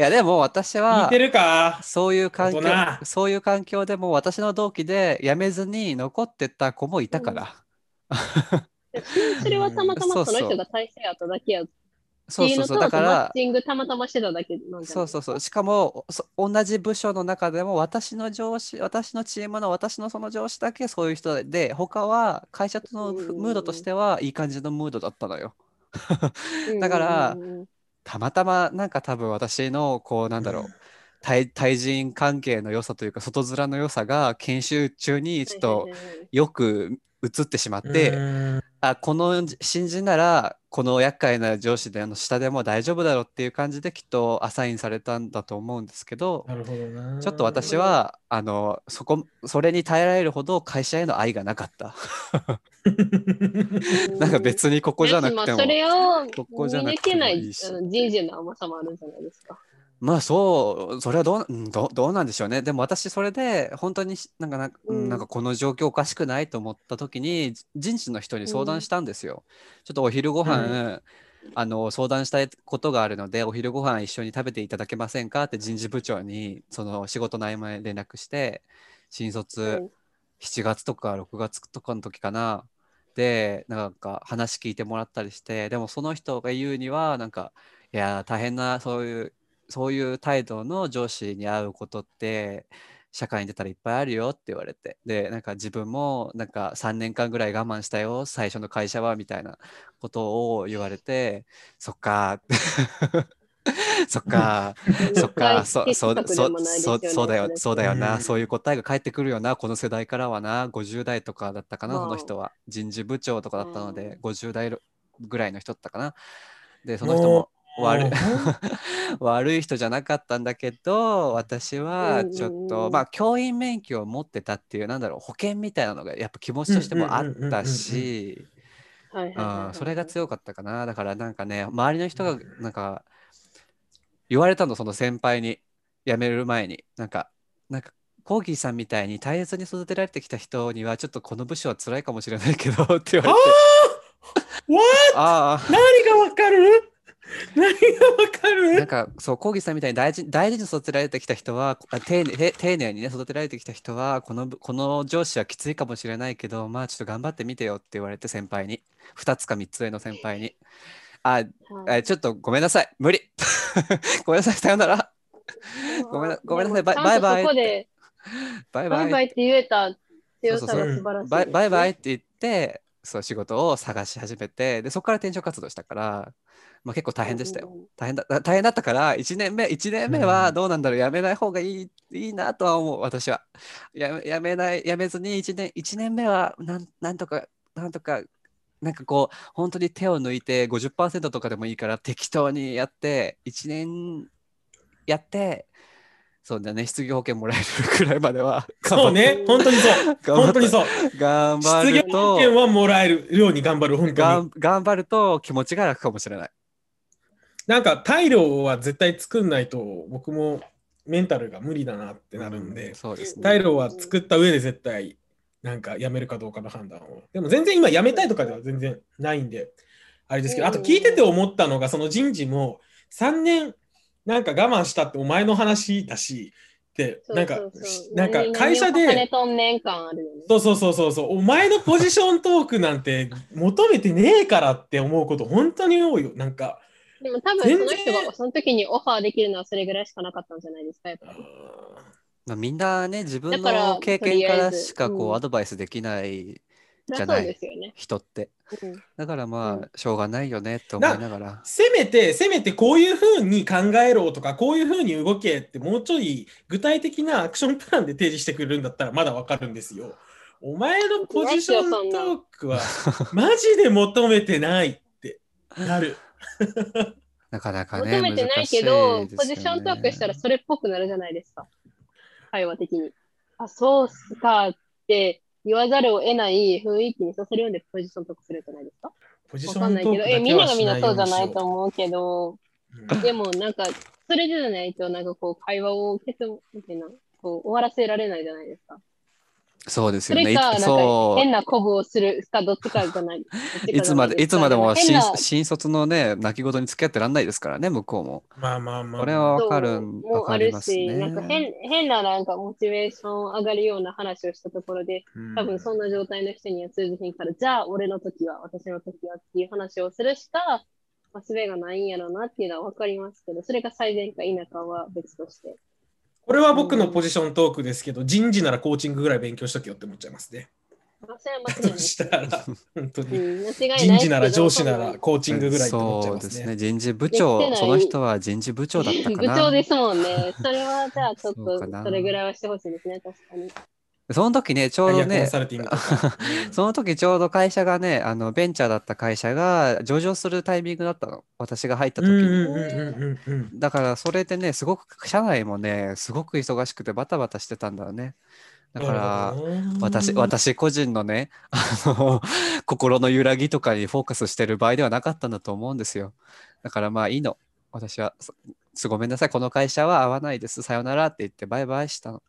Speaker 1: や、でも私
Speaker 3: 聞い
Speaker 1: は
Speaker 3: て、るか
Speaker 1: そういう環境
Speaker 3: 大、人
Speaker 1: そういう環境でも私の同期で辞めずに残ってた子もいたから。
Speaker 2: それはたまたまその人が体制あっただけやって
Speaker 1: そう
Speaker 2: い
Speaker 1: そうう
Speaker 2: の
Speaker 1: そ
Speaker 2: と、
Speaker 1: う。だか
Speaker 2: マッ
Speaker 1: ら、
Speaker 2: チングたまたましてただけなんじゃ
Speaker 1: そ
Speaker 2: ないう
Speaker 1: そうそう。
Speaker 2: です
Speaker 1: しかも、そ同じ部署の中でも私の上司、私のチームの私のその上司だけそういう人で、他は会社との
Speaker 2: うん
Speaker 1: ムードとしてはいい感じのムードだったのよ。
Speaker 2: か
Speaker 1: だから
Speaker 2: うんうんうん
Speaker 1: たまたま、なんか多分私の、こう、なんだろう。対対人関係の良さというか外面の良さが研修中にちょっと
Speaker 2: はいはいはいはい
Speaker 1: よく映ってしまっ
Speaker 3: う
Speaker 1: て、
Speaker 3: ーん
Speaker 1: あこの新人ならこの厄介な上司であの下でも大丈夫だろうっていう感じできっとアサインされたんだと思うんですけど
Speaker 3: なるほどな
Speaker 1: ちょっと私はあのそこそれに耐えられるほど会社への愛がなかったなんか別にここじゃなくて
Speaker 2: だしまあ
Speaker 1: も
Speaker 2: それを
Speaker 1: ここじゃ
Speaker 2: 見
Speaker 1: な
Speaker 2: 抜
Speaker 1: くて
Speaker 2: け
Speaker 1: も
Speaker 2: ない
Speaker 1: いいし
Speaker 2: あの人事の甘さもあるんじゃないですか。
Speaker 1: まあそうそれはどううんどうどうなんでしょうねでも私それで本当にしなんかなんか
Speaker 2: うん
Speaker 1: なんかこの状況おかしくないと思った時に人事の人に相談したんですよ、ちょっとお昼ご飯、あの相談したいことがあるのでお昼ご飯一緒に食べていただけませんかって人事部長にその仕事の合間に連絡して新卒、
Speaker 2: うん
Speaker 1: 7月とか6月とかの時かなでなんか話聞いてもらったりしてでもその人が言うにはなんかいやー大変なそういうそういう態度の上司に会うことって社会に出たらいっぱいあるよって言われてでなんか自分もなんか3年間ぐらい我慢したよ最初の会社はみたいなことを言われてそっか *laughs* そっか
Speaker 2: *laughs*
Speaker 1: そっか、そ
Speaker 2: 解
Speaker 1: う、
Speaker 2: 決
Speaker 1: そう、
Speaker 2: 策
Speaker 1: そ
Speaker 2: で
Speaker 1: う
Speaker 2: もない、です
Speaker 1: そ
Speaker 2: よ
Speaker 1: う
Speaker 2: ね
Speaker 1: そうだよ、そうだよ
Speaker 3: う
Speaker 1: な、
Speaker 3: ん
Speaker 1: そういう答えが返ってくるよな、この世代からはな、50代とかだったかな、
Speaker 2: まあ
Speaker 1: その人は。人事部長とかだったので、50代ぐらいの人だったかな。で、その人も悪い
Speaker 3: も
Speaker 1: *laughs*
Speaker 3: う
Speaker 1: 悪い人じゃなかったんだけど、私はちょっ
Speaker 2: うんうんう
Speaker 1: と、
Speaker 2: ん
Speaker 1: まあ、教員免許を持ってたっていう、なんだろう、保険みたいなのがやっぱ気持ちとしてもあったし、
Speaker 2: はい
Speaker 1: *laughs*
Speaker 2: はいはい
Speaker 1: あ
Speaker 2: は
Speaker 1: ー
Speaker 2: い
Speaker 1: それが強かったかな。だからなんかね、周りの人がなんか言われたの、その先輩に、辞める前に。なんか、なんか、コーギーさんみたいに大切に育てられてきた人には、ちょっとこの部署は辛いかもしれないけどって *laughs* 言われて、
Speaker 3: あーわあ
Speaker 1: ああ。
Speaker 3: 何がわかる何がわか
Speaker 1: なん
Speaker 3: る
Speaker 1: かそうコーギーさんみたいに大事大事に育てられてきた人はあ丁寧て丁寧にね育てられてきた人はこの部この上司はきついかもしれないけどまあちょっと頑張ってみてよって言われて先輩に2つか3つ上の先輩にあ、
Speaker 2: はい
Speaker 1: えちょっとごめんなさい。無理。 *laughs* ごめんなさい。さよなら。ごめんなごめんなさいバイバイバイ
Speaker 2: ちゃんとそこで
Speaker 1: バイバ
Speaker 2: バイバイ
Speaker 1: イ。
Speaker 2: って言えた強さが
Speaker 3: そうそうそう
Speaker 2: 素晴らしいで
Speaker 1: バ
Speaker 2: すね。
Speaker 1: イバイバイって言って、そう仕事を探し始めて、で、そこから転職活動したから、まあ、結構大変でしたよ。
Speaker 2: うんうんうん。
Speaker 1: 大変だ大変だったから、1年目、一年目はどうなんだろう、やめない方がいいいいなとは思う、私は。やめやめない、やめずに1年、一年目はなんなんとか、なんとか、なんかこう、本当に手を抜いて50%とかでもいいから適当にやって、1年やって、そうだね、失業保険もらえるくらいまでは
Speaker 3: そうね、本当にそう。本当にそう。
Speaker 1: 頑張
Speaker 3: 失業
Speaker 1: る
Speaker 3: 保険
Speaker 1: と
Speaker 3: はもらえるように頑張る、本当に。
Speaker 1: 頑頑張ると気持ちが楽かもしれない。
Speaker 3: なんか、大量は絶対作んないと、僕もメンタルが無理だなってなるん
Speaker 1: う
Speaker 3: で、
Speaker 1: そうですね。
Speaker 3: 大量は作った上で絶対、なんか、やめるかどうかの判断を。でも、全然今、やめたいとかでは全然ないんで、あれですけど、あと聞いてて思ったのが、その人事も、3年、なんか我慢したってお前の話だし、って、
Speaker 2: そう
Speaker 3: なんか
Speaker 2: そうそう、
Speaker 3: なんか会社で、
Speaker 2: 何を重ねとんねん感あるよね。
Speaker 3: そうそうそうそうそう、お前のポジショントークなんて求めてねえからって思うこと本当に多いよ。なんか、
Speaker 2: でも多分その人がその時にオファーできるのはそれぐらいしかなかったんじゃないですか、やっぱ
Speaker 3: あ
Speaker 2: り。
Speaker 1: まあ、みんなね自分
Speaker 2: だから
Speaker 1: の経験からしか
Speaker 2: とりあえず
Speaker 1: こ
Speaker 2: う
Speaker 1: うんアドバイスできない
Speaker 2: そり
Speaker 1: じ
Speaker 2: ゃ
Speaker 1: ゃ
Speaker 2: そ
Speaker 1: な
Speaker 2: うで
Speaker 1: い
Speaker 2: すよね。
Speaker 1: 人って
Speaker 2: うん
Speaker 1: だから
Speaker 2: う
Speaker 1: ま
Speaker 2: ん
Speaker 1: あしょうがないよねって思いながら
Speaker 3: せめて、せめてこういうふうに考えろとか、こういうふうに動けって、もうちょい具体的なアクションプランで提示してくれるんだったらまだわかるんですよ。お前のポジショントーク
Speaker 1: *laughs*
Speaker 3: はマジで求めてないってなる。
Speaker 1: なかなかね
Speaker 2: 求めてないけ
Speaker 1: 難
Speaker 2: ど、
Speaker 1: しいですよね
Speaker 2: ポジショントークしたらそれっぽくなるじゃないですか。会話的に。あ、そうっすかって言わざるを得ない雰囲気にさせるんでポジショントークするじゃないですか。
Speaker 3: ポジショ
Speaker 2: わかん
Speaker 3: ン
Speaker 2: ない
Speaker 3: ト
Speaker 2: け
Speaker 3: ー
Speaker 2: ど、
Speaker 3: ク
Speaker 2: え、
Speaker 3: だ
Speaker 2: み
Speaker 3: け
Speaker 2: んな
Speaker 3: は
Speaker 2: が
Speaker 3: し
Speaker 2: みん
Speaker 3: な
Speaker 2: ないそ
Speaker 3: よう
Speaker 2: うじゃ
Speaker 3: にし
Speaker 2: ない
Speaker 3: よ
Speaker 2: と思うけど、
Speaker 3: う。
Speaker 2: でもなんか、それじゃないとなんかこう会話を結論みたいな、こう終わらせられないじゃないですか。
Speaker 1: そうです
Speaker 2: そ
Speaker 1: よね
Speaker 2: れか、なん
Speaker 1: い
Speaker 2: か
Speaker 1: そう
Speaker 2: 変な鼓舞をするかどっちかじゃない。どっちかじゃない
Speaker 1: つまでいつまでも
Speaker 2: 変
Speaker 1: 新
Speaker 2: な
Speaker 1: 新卒のね泣き言に付き合ってらんないですからね向こうも
Speaker 3: まあまあまあ。
Speaker 1: これはわ
Speaker 2: そう
Speaker 1: かるん
Speaker 2: も
Speaker 1: わ
Speaker 2: うあ
Speaker 1: か
Speaker 2: る
Speaker 1: ります
Speaker 2: し、
Speaker 1: ね
Speaker 2: なんか変変ななんかモチベーション上がるような話をしたところで、
Speaker 3: うん
Speaker 2: 多分そんな状態の人には通じひんから、じゃあ俺の時は、私の時はっていう話をするしか、まあ、術がないんやろうなっていうのはわかりますけど、それが最善か否かは別として。
Speaker 3: これは僕のポジショントークですけど、人事ならコーチングぐらい勉強しとけよって思っちゃいますね。
Speaker 2: まあ、それは間違い
Speaker 3: そ
Speaker 2: ないです
Speaker 3: したら、本当
Speaker 2: う
Speaker 3: に。
Speaker 2: ん、間違いないですけど
Speaker 3: 人事なら上司ならコーチングぐらいって思っちゃ
Speaker 1: そ
Speaker 3: い
Speaker 1: う
Speaker 3: ま
Speaker 1: ですす
Speaker 3: ね。
Speaker 1: ね人事部
Speaker 2: できてな
Speaker 1: 長
Speaker 2: い
Speaker 1: その人は人事部長だったか
Speaker 2: *laughs* 部長
Speaker 1: な
Speaker 2: ですもんね。それはじゃあちょっ
Speaker 1: そう
Speaker 2: と
Speaker 1: かな
Speaker 2: それぐらいはしてほしいですね、確かに。
Speaker 1: その時ねちょう
Speaker 3: キャリ
Speaker 1: ど
Speaker 3: アコン
Speaker 1: ね
Speaker 3: サルティングとか。う
Speaker 1: *laughs*
Speaker 3: ん
Speaker 1: その時ちょうど会社がね、あのベンチャーだった会社が上場するタイミングだったの、私が入った時
Speaker 3: うん
Speaker 1: に。
Speaker 3: うんうんうんうん。
Speaker 1: だからそれでね、すごく社内もね、すごく忙しくてバタバタしてたんだよね。だから、私、私個人のね、あの、 *laughs* 心の揺らぎとかにフォーカスしてる場合ではなかったんだと思うんですよ。だからまあいいの。私は、すすごめんなさい、この会社は合わないです、さよならって言ってバイバイしたの。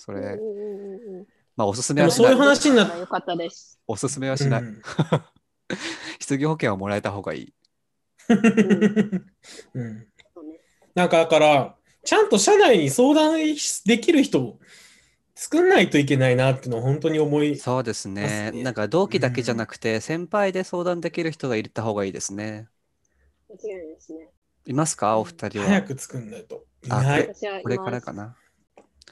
Speaker 1: そ
Speaker 2: うん
Speaker 1: れ、
Speaker 2: うんうんうん
Speaker 1: まあおすすめ
Speaker 3: で
Speaker 1: は
Speaker 3: も
Speaker 1: し
Speaker 3: そう
Speaker 1: ないい。
Speaker 3: う話になっ
Speaker 2: よかったです。
Speaker 1: おすすめは
Speaker 3: た
Speaker 1: しない。失業保険はもらえた方がいい。
Speaker 3: うん
Speaker 2: そうね
Speaker 3: なんかだから、ちゃんと社内に相談できる人を作んないといけないなっていうのを本当に思い
Speaker 1: そうですね。
Speaker 3: ね
Speaker 1: なんか同期だけじゃなくて、先輩で相談できる人がいた方がいいですね。
Speaker 2: 間違いないですね。
Speaker 1: いますかお二人
Speaker 3: 早
Speaker 1: は。
Speaker 3: く作んないと。い
Speaker 1: あ
Speaker 3: ない。
Speaker 2: 私はいます
Speaker 1: これからか。な。
Speaker 2: うん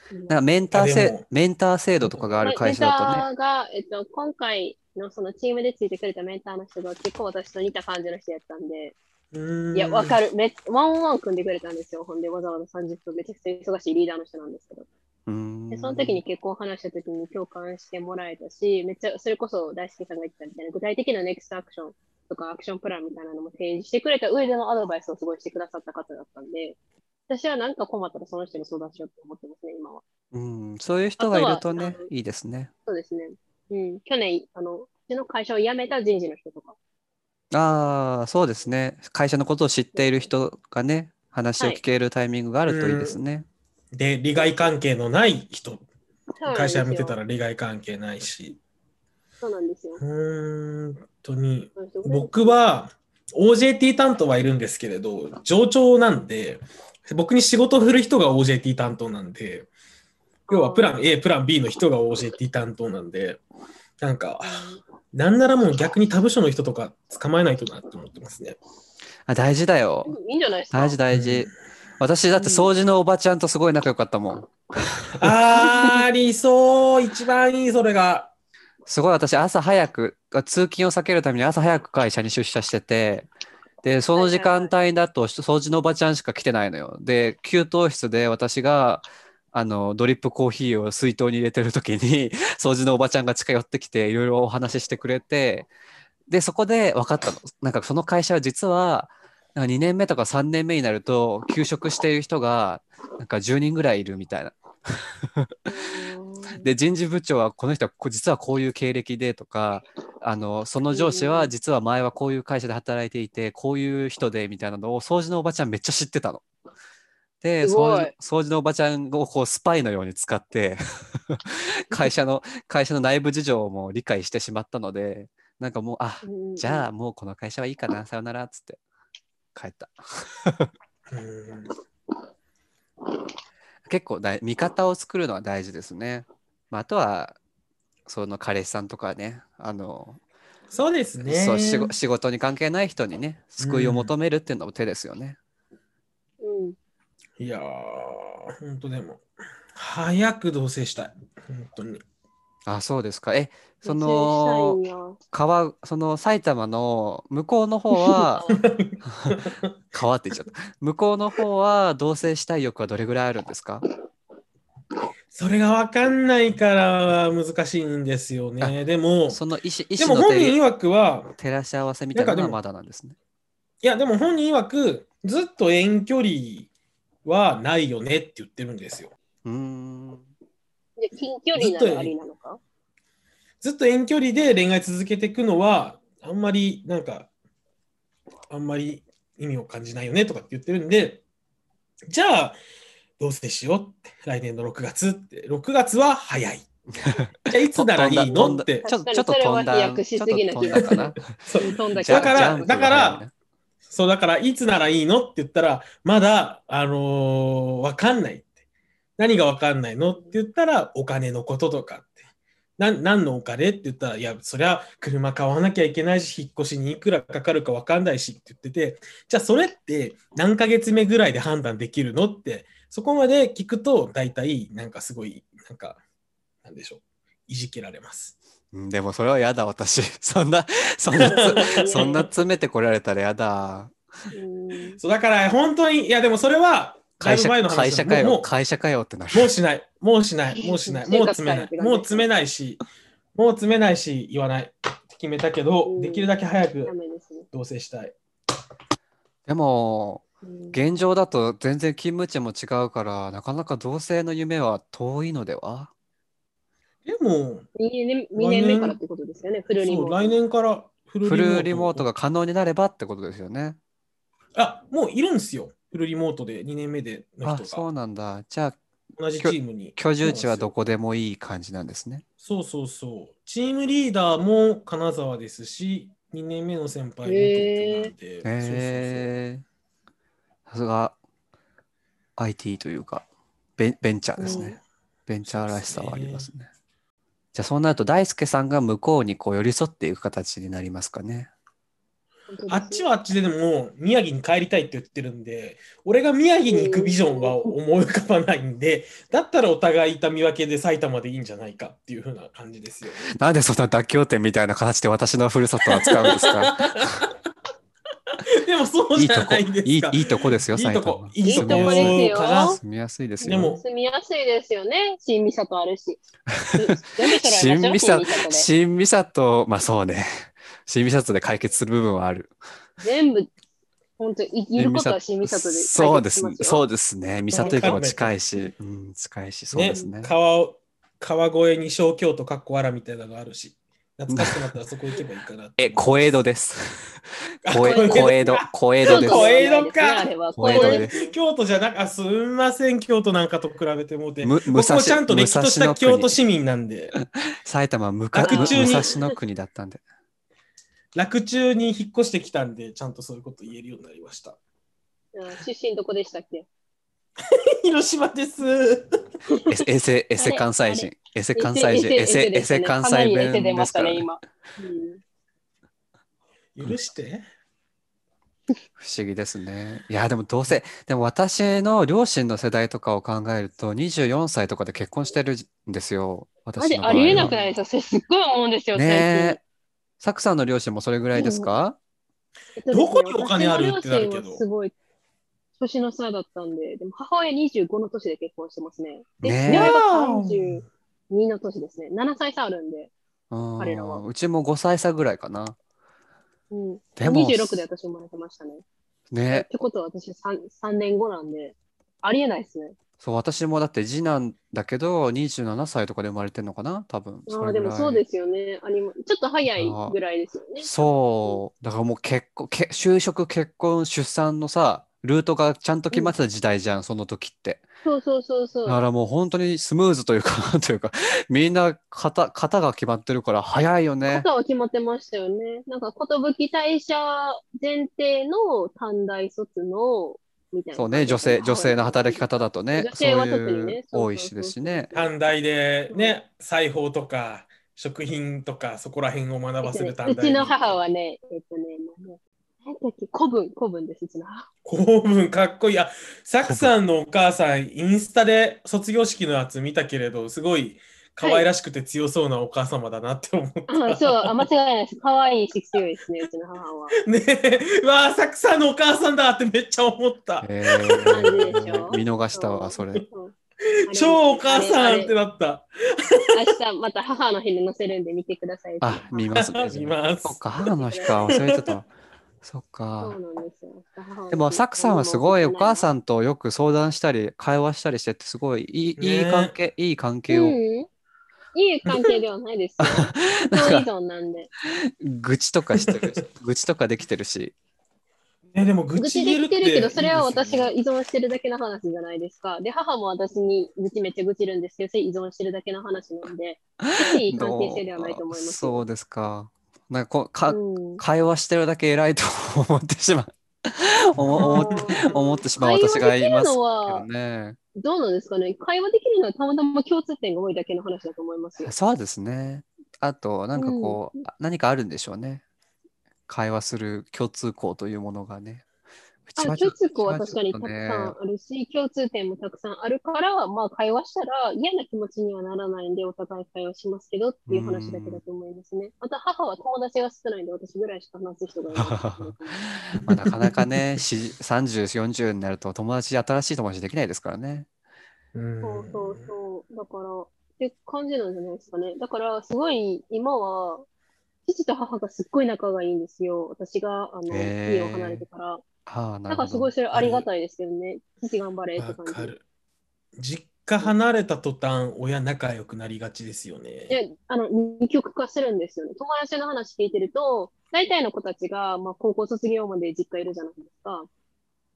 Speaker 1: なんかメンター
Speaker 3: あでも
Speaker 1: 制、メンター制度とかがある会社だとね。
Speaker 2: メンターが、えっと、今回のそのチームでついてくれたメンターの人が結構私と似た感じの人やったんで、いや、わか
Speaker 3: る。
Speaker 2: る。めワンオンワン組んでくれたんですよ。ほんで、わざわざ30分、めちゃくちゃ忙しいリーダーの人なんですけど。
Speaker 1: うーん
Speaker 2: で、その時に結婚話した時に共感してもらえたし、めっちゃ、それこそ大輔さんが言ってたみたいな、具体的なネクストアクションとかアクションプランみたいなのも提示してくれた上でのアドバイスをすごいしてくださった方だったんで、私はなんか困ったらその人に相談しようと思ってますね、今は。
Speaker 1: うん、そういう人がいると
Speaker 2: あ
Speaker 1: ね
Speaker 2: とは、
Speaker 1: いいですね。
Speaker 2: そうですね。うん、去年、あの、うちの会社を辞めた人事の人とか、
Speaker 1: ああ、そうですね。会社のことを知っている人がね、話を聞けるタイミングがあるといいですね。
Speaker 3: で、利害関係のない人、会社辞めてた
Speaker 2: ら。
Speaker 3: ら利害関係ないし。
Speaker 2: そうなんですよ。
Speaker 3: 本当に。
Speaker 2: そうですよ
Speaker 3: 僕、は OJT 担当はいるんですけれど、上長なんで、僕に仕事を振る人が OJT 担当なんで、要はプラン A、プラン B の人が OJT 担当なんで、なんか、なんならもう逆に他部署の人とか捕まえないとなって思ってますね。
Speaker 1: あ大事だよ。
Speaker 2: いいんじゃないですか。
Speaker 1: 大事大事。私だって掃除のおばちゃんとすごい仲良かったもん。
Speaker 3: あー、理想一番いい、それが。
Speaker 1: すごい私朝早く、通勤を避けるために朝早く会社に出社してて、で、その時間帯だと掃除のおばちゃんしか来てないのよ。で、給湯室で私が、あの、ドリップコーヒーを水筒に入れてる時に、 *laughs* 掃除のおばちゃんが近寄ってきて、いろいろお話ししてくれて、で、そこで分かったの。なんかその会社は実は、なんか2年目とか3年目になると、休職している人が、なんか10人ぐらいいるみたいな。で人事部長はこの人はこ実はこういう経歴でとかあのその上司は実は前はこういう会社で働いていてこういう人でみたいなのを掃除のおばちゃんめっちゃ知ってたの。で
Speaker 2: すごい
Speaker 1: 掃除掃除のおばちゃんをこうスパイのように使って *laughs* 会社の会社の内部事情も理解してしまったのでなんかもうあじゃあもうこの会社はいいかなさよならっつって帰った。
Speaker 3: うん
Speaker 1: 結構だい味方を作るのは大事ですね。まあ、あとはその彼氏さんとかねあの、
Speaker 3: そうですね。
Speaker 1: そう仕事仕事に関係ない人にね救いを求めるっていうのも手ですよね。
Speaker 2: うん。
Speaker 3: いやー、本当でも、早く同棲したい。本当に。
Speaker 1: あそうですか。えそ
Speaker 2: う
Speaker 1: の
Speaker 2: ちの
Speaker 1: 川その埼玉の向こうの方
Speaker 2: *laughs*
Speaker 1: は *laughs* 川って言っちゃった向こうの方は同棲したい欲はどれぐらいあるんですか
Speaker 3: それが分かんないから難しいんですよね。でも、
Speaker 1: その意思意
Speaker 3: で
Speaker 1: 思
Speaker 3: も
Speaker 1: の
Speaker 3: 本人
Speaker 1: 照
Speaker 3: 曰くは、
Speaker 1: 照らし合わせみたいなの
Speaker 3: なん
Speaker 1: は
Speaker 3: かで
Speaker 1: まだ
Speaker 3: も
Speaker 1: なんですね。
Speaker 3: いや、でも本人曰く、ずっと遠距離はないよねって言ってるんですよ。
Speaker 1: うーん
Speaker 2: で近距離なのありなのか
Speaker 3: ずっと遠距離で恋愛続けていくのは、あんまり、なんか、あんまり意味を感じないよねとかって言ってるんで、じゃあ、どうせしようって、来年の6月って、6月は
Speaker 1: *laughs*
Speaker 3: 早い。じゃあ、いつならいいのって。
Speaker 1: ちょっとちょっと
Speaker 2: 確かに
Speaker 1: 飛
Speaker 2: それは
Speaker 1: ん
Speaker 2: 飛
Speaker 1: だ
Speaker 2: 躍しすぎな気が
Speaker 1: ちょっと飛んだか
Speaker 3: そう
Speaker 2: 飛んだ
Speaker 1: な
Speaker 2: けど
Speaker 3: だから
Speaker 1: ジャンプ
Speaker 3: だから
Speaker 1: ジャンプがね
Speaker 3: そう、だから、いつならいいのって言ったら、まだ、あのーわかんないって。何がわかんないのって言ったら、お金のこととかって。なん何のお金って言ったら、いや、そりゃ、車買わなきゃいけないし、引っ越しにいくらかかるかわかんないしって言ってて、じゃあ、それって何ヶ月目ぐらいで判断できるのって、そこまで聞くと、大体、なんかすごい、なんか、なんでしょう。いじけられます。
Speaker 1: うんでもそれはやだ私そんな *laughs* そんなつそん *laughs* な詰めてこられたらやだ
Speaker 2: うん
Speaker 3: そう、だから、本当に、いや、でもそれは、だ
Speaker 1: 会
Speaker 3: いぶ
Speaker 1: 社
Speaker 3: 前の話だ
Speaker 1: 会社か
Speaker 3: も
Speaker 1: よ
Speaker 3: う
Speaker 1: 会社かよってなる
Speaker 3: もうしない、もうしない、もうしない、もう詰めな
Speaker 2: 生活
Speaker 3: い、
Speaker 2: 感
Speaker 3: もう詰めないし、もう詰めないし、言わないって決めたけ
Speaker 2: う
Speaker 3: ど
Speaker 2: ん、
Speaker 3: できるだけ早
Speaker 2: ダ
Speaker 3: く
Speaker 2: メですね。
Speaker 3: 同棲したい。
Speaker 1: でも
Speaker 2: うん
Speaker 1: 現状だと全然勤務地も違うからなかなか同棲の夢は遠いのでは
Speaker 3: でも、
Speaker 2: 二年二年目からってことですよね、フルリ
Speaker 3: そ
Speaker 2: モ
Speaker 3: う、
Speaker 2: ー
Speaker 3: 来
Speaker 2: ト。
Speaker 3: 年からフ
Speaker 1: フルリモート
Speaker 3: が。
Speaker 1: が可能になればってことですよね
Speaker 3: あ、もういるんですよ。フルリモートで2年目での
Speaker 1: あ
Speaker 3: 人
Speaker 1: そう
Speaker 3: が
Speaker 1: なんだじゃあ
Speaker 3: 同じチームに。
Speaker 1: 居住地はど
Speaker 3: こ
Speaker 1: こでもいい感じなんですね
Speaker 3: そうそうそう。チームリーダーも金沢ですし、2年目の先輩も東京なんで。そうそうそう
Speaker 1: へえさすが IT というかベンベンチャーですね、
Speaker 3: うん
Speaker 1: ベンチャーらしさはありますねじゃあそうなると大輔さんが向こうにこう寄り添っていく形になりますかね
Speaker 3: あっち
Speaker 2: は
Speaker 3: はあっちででも宮城に帰りたいって言ってるんで、俺が宮城に行くビジョンは思い浮かばないんで、だったらお互い痛み分けで埼玉でいいんじゃないかっていう風な感じですよ。
Speaker 1: *laughs* なんでそんな妥協点みたいな形で私のふるさとを扱うんですか
Speaker 3: でもそう
Speaker 1: い
Speaker 3: じ
Speaker 1: いと
Speaker 3: ゃ
Speaker 1: こ
Speaker 3: *laughs* ないんですか。
Speaker 1: いいいいとこですよ
Speaker 3: いいと
Speaker 1: 埼
Speaker 3: こ
Speaker 1: 玉、
Speaker 3: いいと
Speaker 1: 住
Speaker 3: こ
Speaker 1: みやす
Speaker 2: いいとこですよ
Speaker 3: かな
Speaker 1: 住みやすいですよ
Speaker 3: でも
Speaker 2: 住みやすいですよね、新三郷
Speaker 1: *laughs*
Speaker 2: あるし。
Speaker 1: 新三郷
Speaker 2: 全部揃えましょう新三郷で
Speaker 1: 新三郷まあそうね新三郷で解決する部分はある
Speaker 2: 全部、本当、いいることは新三郷で解決しますよ。。
Speaker 1: そうですね。そううですね。三郷駅も近いし、うん、近いし、そうですね。
Speaker 3: 川を川越に小京都かっこわらみたいなのがあるし、懐かしくなったらそこ行けばいいかなって
Speaker 1: え、小江戸です。小江
Speaker 2: 小江戸
Speaker 1: 小江戸、小江戸です。
Speaker 3: 小江
Speaker 2: あれは。
Speaker 1: 小江戸です
Speaker 3: 京都じゃなく、あ、すんません、京都なんかと比べてもうて。
Speaker 1: む武
Speaker 3: 僕
Speaker 1: 蔵
Speaker 3: もちゃんと歴史とし
Speaker 1: 武蔵
Speaker 3: た
Speaker 1: の国
Speaker 3: 京都市民なんで。
Speaker 1: 埼玉無か、む
Speaker 2: あ
Speaker 1: 武
Speaker 2: 中
Speaker 1: 蔵
Speaker 3: に
Speaker 1: の国だったんで。
Speaker 3: 楽中に引っ越してきたんで、ちゃんとそういうこと言えるようになりました。
Speaker 2: うん出身どこでしたっけ
Speaker 3: 広島です。
Speaker 1: え、エセ、エセ関西人。エセ関西人、エセ、エセ関西
Speaker 2: 出て
Speaker 1: 弁で
Speaker 2: ますし
Speaker 1: か
Speaker 2: た
Speaker 1: ら
Speaker 2: ね、
Speaker 1: ね、
Speaker 2: 今。うん
Speaker 3: 許して。
Speaker 1: 不思議ですね。いや、でもどうせ、でも私の両親の世代とかを考えると、24歳とかで結婚してるんですよ、
Speaker 2: マ
Speaker 1: 私
Speaker 2: ジ
Speaker 1: の場合
Speaker 2: ありえなく
Speaker 1: は
Speaker 2: ないですかそれすっごい思うんですよ、
Speaker 1: ね
Speaker 2: 最近
Speaker 1: え。サクさんの両親もそれぐらいですか
Speaker 2: えっとですね
Speaker 3: どこにお金あるってなるけど
Speaker 2: 私の両親はすごい、年の差だったんで、でも母親25の年で結婚してますね。で、
Speaker 1: ねえ
Speaker 2: 親が32の年ですね。7歳差あるんで。
Speaker 1: うん
Speaker 2: 彼らは
Speaker 1: うちも5歳差ぐらいかな。
Speaker 2: うん、
Speaker 1: でも
Speaker 2: 26で私生まれてましたね。っ
Speaker 1: ね、
Speaker 2: てことは私 3, 3年後なんで、ありえないですね。
Speaker 1: そう、私もだって次男だけど、27歳とかで生まれてんのかな多分、そ
Speaker 2: あ
Speaker 1: れ
Speaker 2: あ、
Speaker 1: ぐ
Speaker 2: で
Speaker 1: ら
Speaker 2: も
Speaker 1: い。
Speaker 2: そうですよね。ありまちょっと早いぐらいですよね。
Speaker 1: そう。だからもう結婚、け、就職、結婚、出産のさ、ルートがちゃんと決まってた時代じゃん、その時って。
Speaker 2: そうそうそうそ
Speaker 1: だ
Speaker 2: う。
Speaker 1: からもう本当にスムーズというか、 *laughs* なんというか、みんな型、型が決まってるから早いよね。
Speaker 2: 朝は決まってましたよね。なんか、寿退社前提の短大卒の、みたいな。
Speaker 1: そうね、女性、女性の働き
Speaker 2: 方。
Speaker 1: 方だとね、
Speaker 2: 女性は
Speaker 1: そういう
Speaker 2: 特にねそうそうそう
Speaker 1: 多いしですしね。
Speaker 3: 短大でね、裁縫とか食品とかそこら辺を学ばせる短大
Speaker 2: うちの母はね、えっとね、もうね何だっけ、古文、古文です、うちの母。
Speaker 3: 公文かっこいい。あ、サクさんのお母さん、インスタで卒業式のやつ見たけれど、すごい可愛らしくて強そうなお母様だなって思った。
Speaker 2: あそう、あ、間違いないです。可愛いし強いですね、うちの母は。
Speaker 3: ねえ、うわあ、サクさんのお母さんだってめっちゃ思った。
Speaker 1: え
Speaker 2: なんでしょ
Speaker 1: ー、
Speaker 2: う
Speaker 1: 見逃したわ、そ
Speaker 3: *laughs*
Speaker 1: れ。
Speaker 2: うん。
Speaker 3: 超お母さんって
Speaker 2: あ
Speaker 3: なった。
Speaker 2: れ。あれ明日また母の日に載せるんで見てください。
Speaker 1: あ、見ます
Speaker 2: *laughs*
Speaker 1: ね。
Speaker 3: 見ます
Speaker 1: そっか、母の日か、忘れてた。 *laughs* そっ
Speaker 2: そう
Speaker 1: か。
Speaker 2: なんですよ。母は
Speaker 1: でも、サクさんはすごいお母
Speaker 2: ん。
Speaker 1: さんとよく相談したり、会話したりしてって、すごいいい,、いい
Speaker 3: ね
Speaker 1: 関係、いい関係
Speaker 2: う
Speaker 1: を、
Speaker 2: ん。いい関係ではないですよ。
Speaker 1: *laughs* なん
Speaker 2: 相依
Speaker 1: か、
Speaker 2: 存なんで。
Speaker 1: 愚痴とかして
Speaker 2: *laughs*
Speaker 1: る、愚痴とかできてるし、
Speaker 3: ね、でも愚
Speaker 2: 愚
Speaker 3: 痴
Speaker 2: 痴
Speaker 3: 言える
Speaker 2: で
Speaker 3: っ
Speaker 2: きて
Speaker 3: て
Speaker 2: るけど、それは私が
Speaker 3: いい
Speaker 2: 依存してるだけの話じゃないですか。で、母も私に愚痴めっちゃ愚痴るんですけど、それ依存してるだけの話な
Speaker 1: *laughs*
Speaker 2: んで、いい関係性ではないと思いますよ。
Speaker 1: そうですか。なんかこうか、
Speaker 2: うん
Speaker 1: 会話してるだけ偉いと思ってしま
Speaker 2: *laughs*
Speaker 1: う。思思って思ってしまう私がいますけ
Speaker 2: 会話できるの
Speaker 1: ど
Speaker 2: は、
Speaker 1: ね。
Speaker 2: どうなんですかね。会話できるのはたまたま共通点が多いだけの話だと思いますよ。
Speaker 1: そうですね。あと、なんかこう、あ何かあるんでしょうね。会話する共通項というものがね。う
Speaker 2: あ
Speaker 1: ちはちょ
Speaker 2: 共通項は確かにた
Speaker 1: う
Speaker 2: く
Speaker 1: ち
Speaker 2: さ
Speaker 1: はちょっ
Speaker 2: んあるし、共通点もたくさんあるから、まあ会話したら嫌な気持ちにはならないんで、お互い会話しますけどっていう話だけだと思いますね。また母は友達が少ないんで、私ぐらいしか話す人がいない
Speaker 1: とね *laughs* まあ、なかなかね、し30、40になると友達、新しい友達できないですからね。
Speaker 3: うん
Speaker 2: そうそうそう。だから、って感じなんじゃないですかね。だから、すごい今は、父と母がすっごい仲がいいんですよ。私があの、
Speaker 1: へー
Speaker 2: 家を離れてから。
Speaker 1: はあ、なる
Speaker 2: だか
Speaker 1: ほ
Speaker 2: らすごい
Speaker 1: ど。
Speaker 2: それありがたいですけどね。父頑張れって
Speaker 3: わ
Speaker 2: 感
Speaker 3: か
Speaker 2: じ。
Speaker 3: る。実家離れた途端、親仲良くなりがちですよね。
Speaker 2: で、あの、二極化してるんですよね。友達の話聞いてると、大体の子たちが、まあ、高校卒業まで実家いるじゃないですか。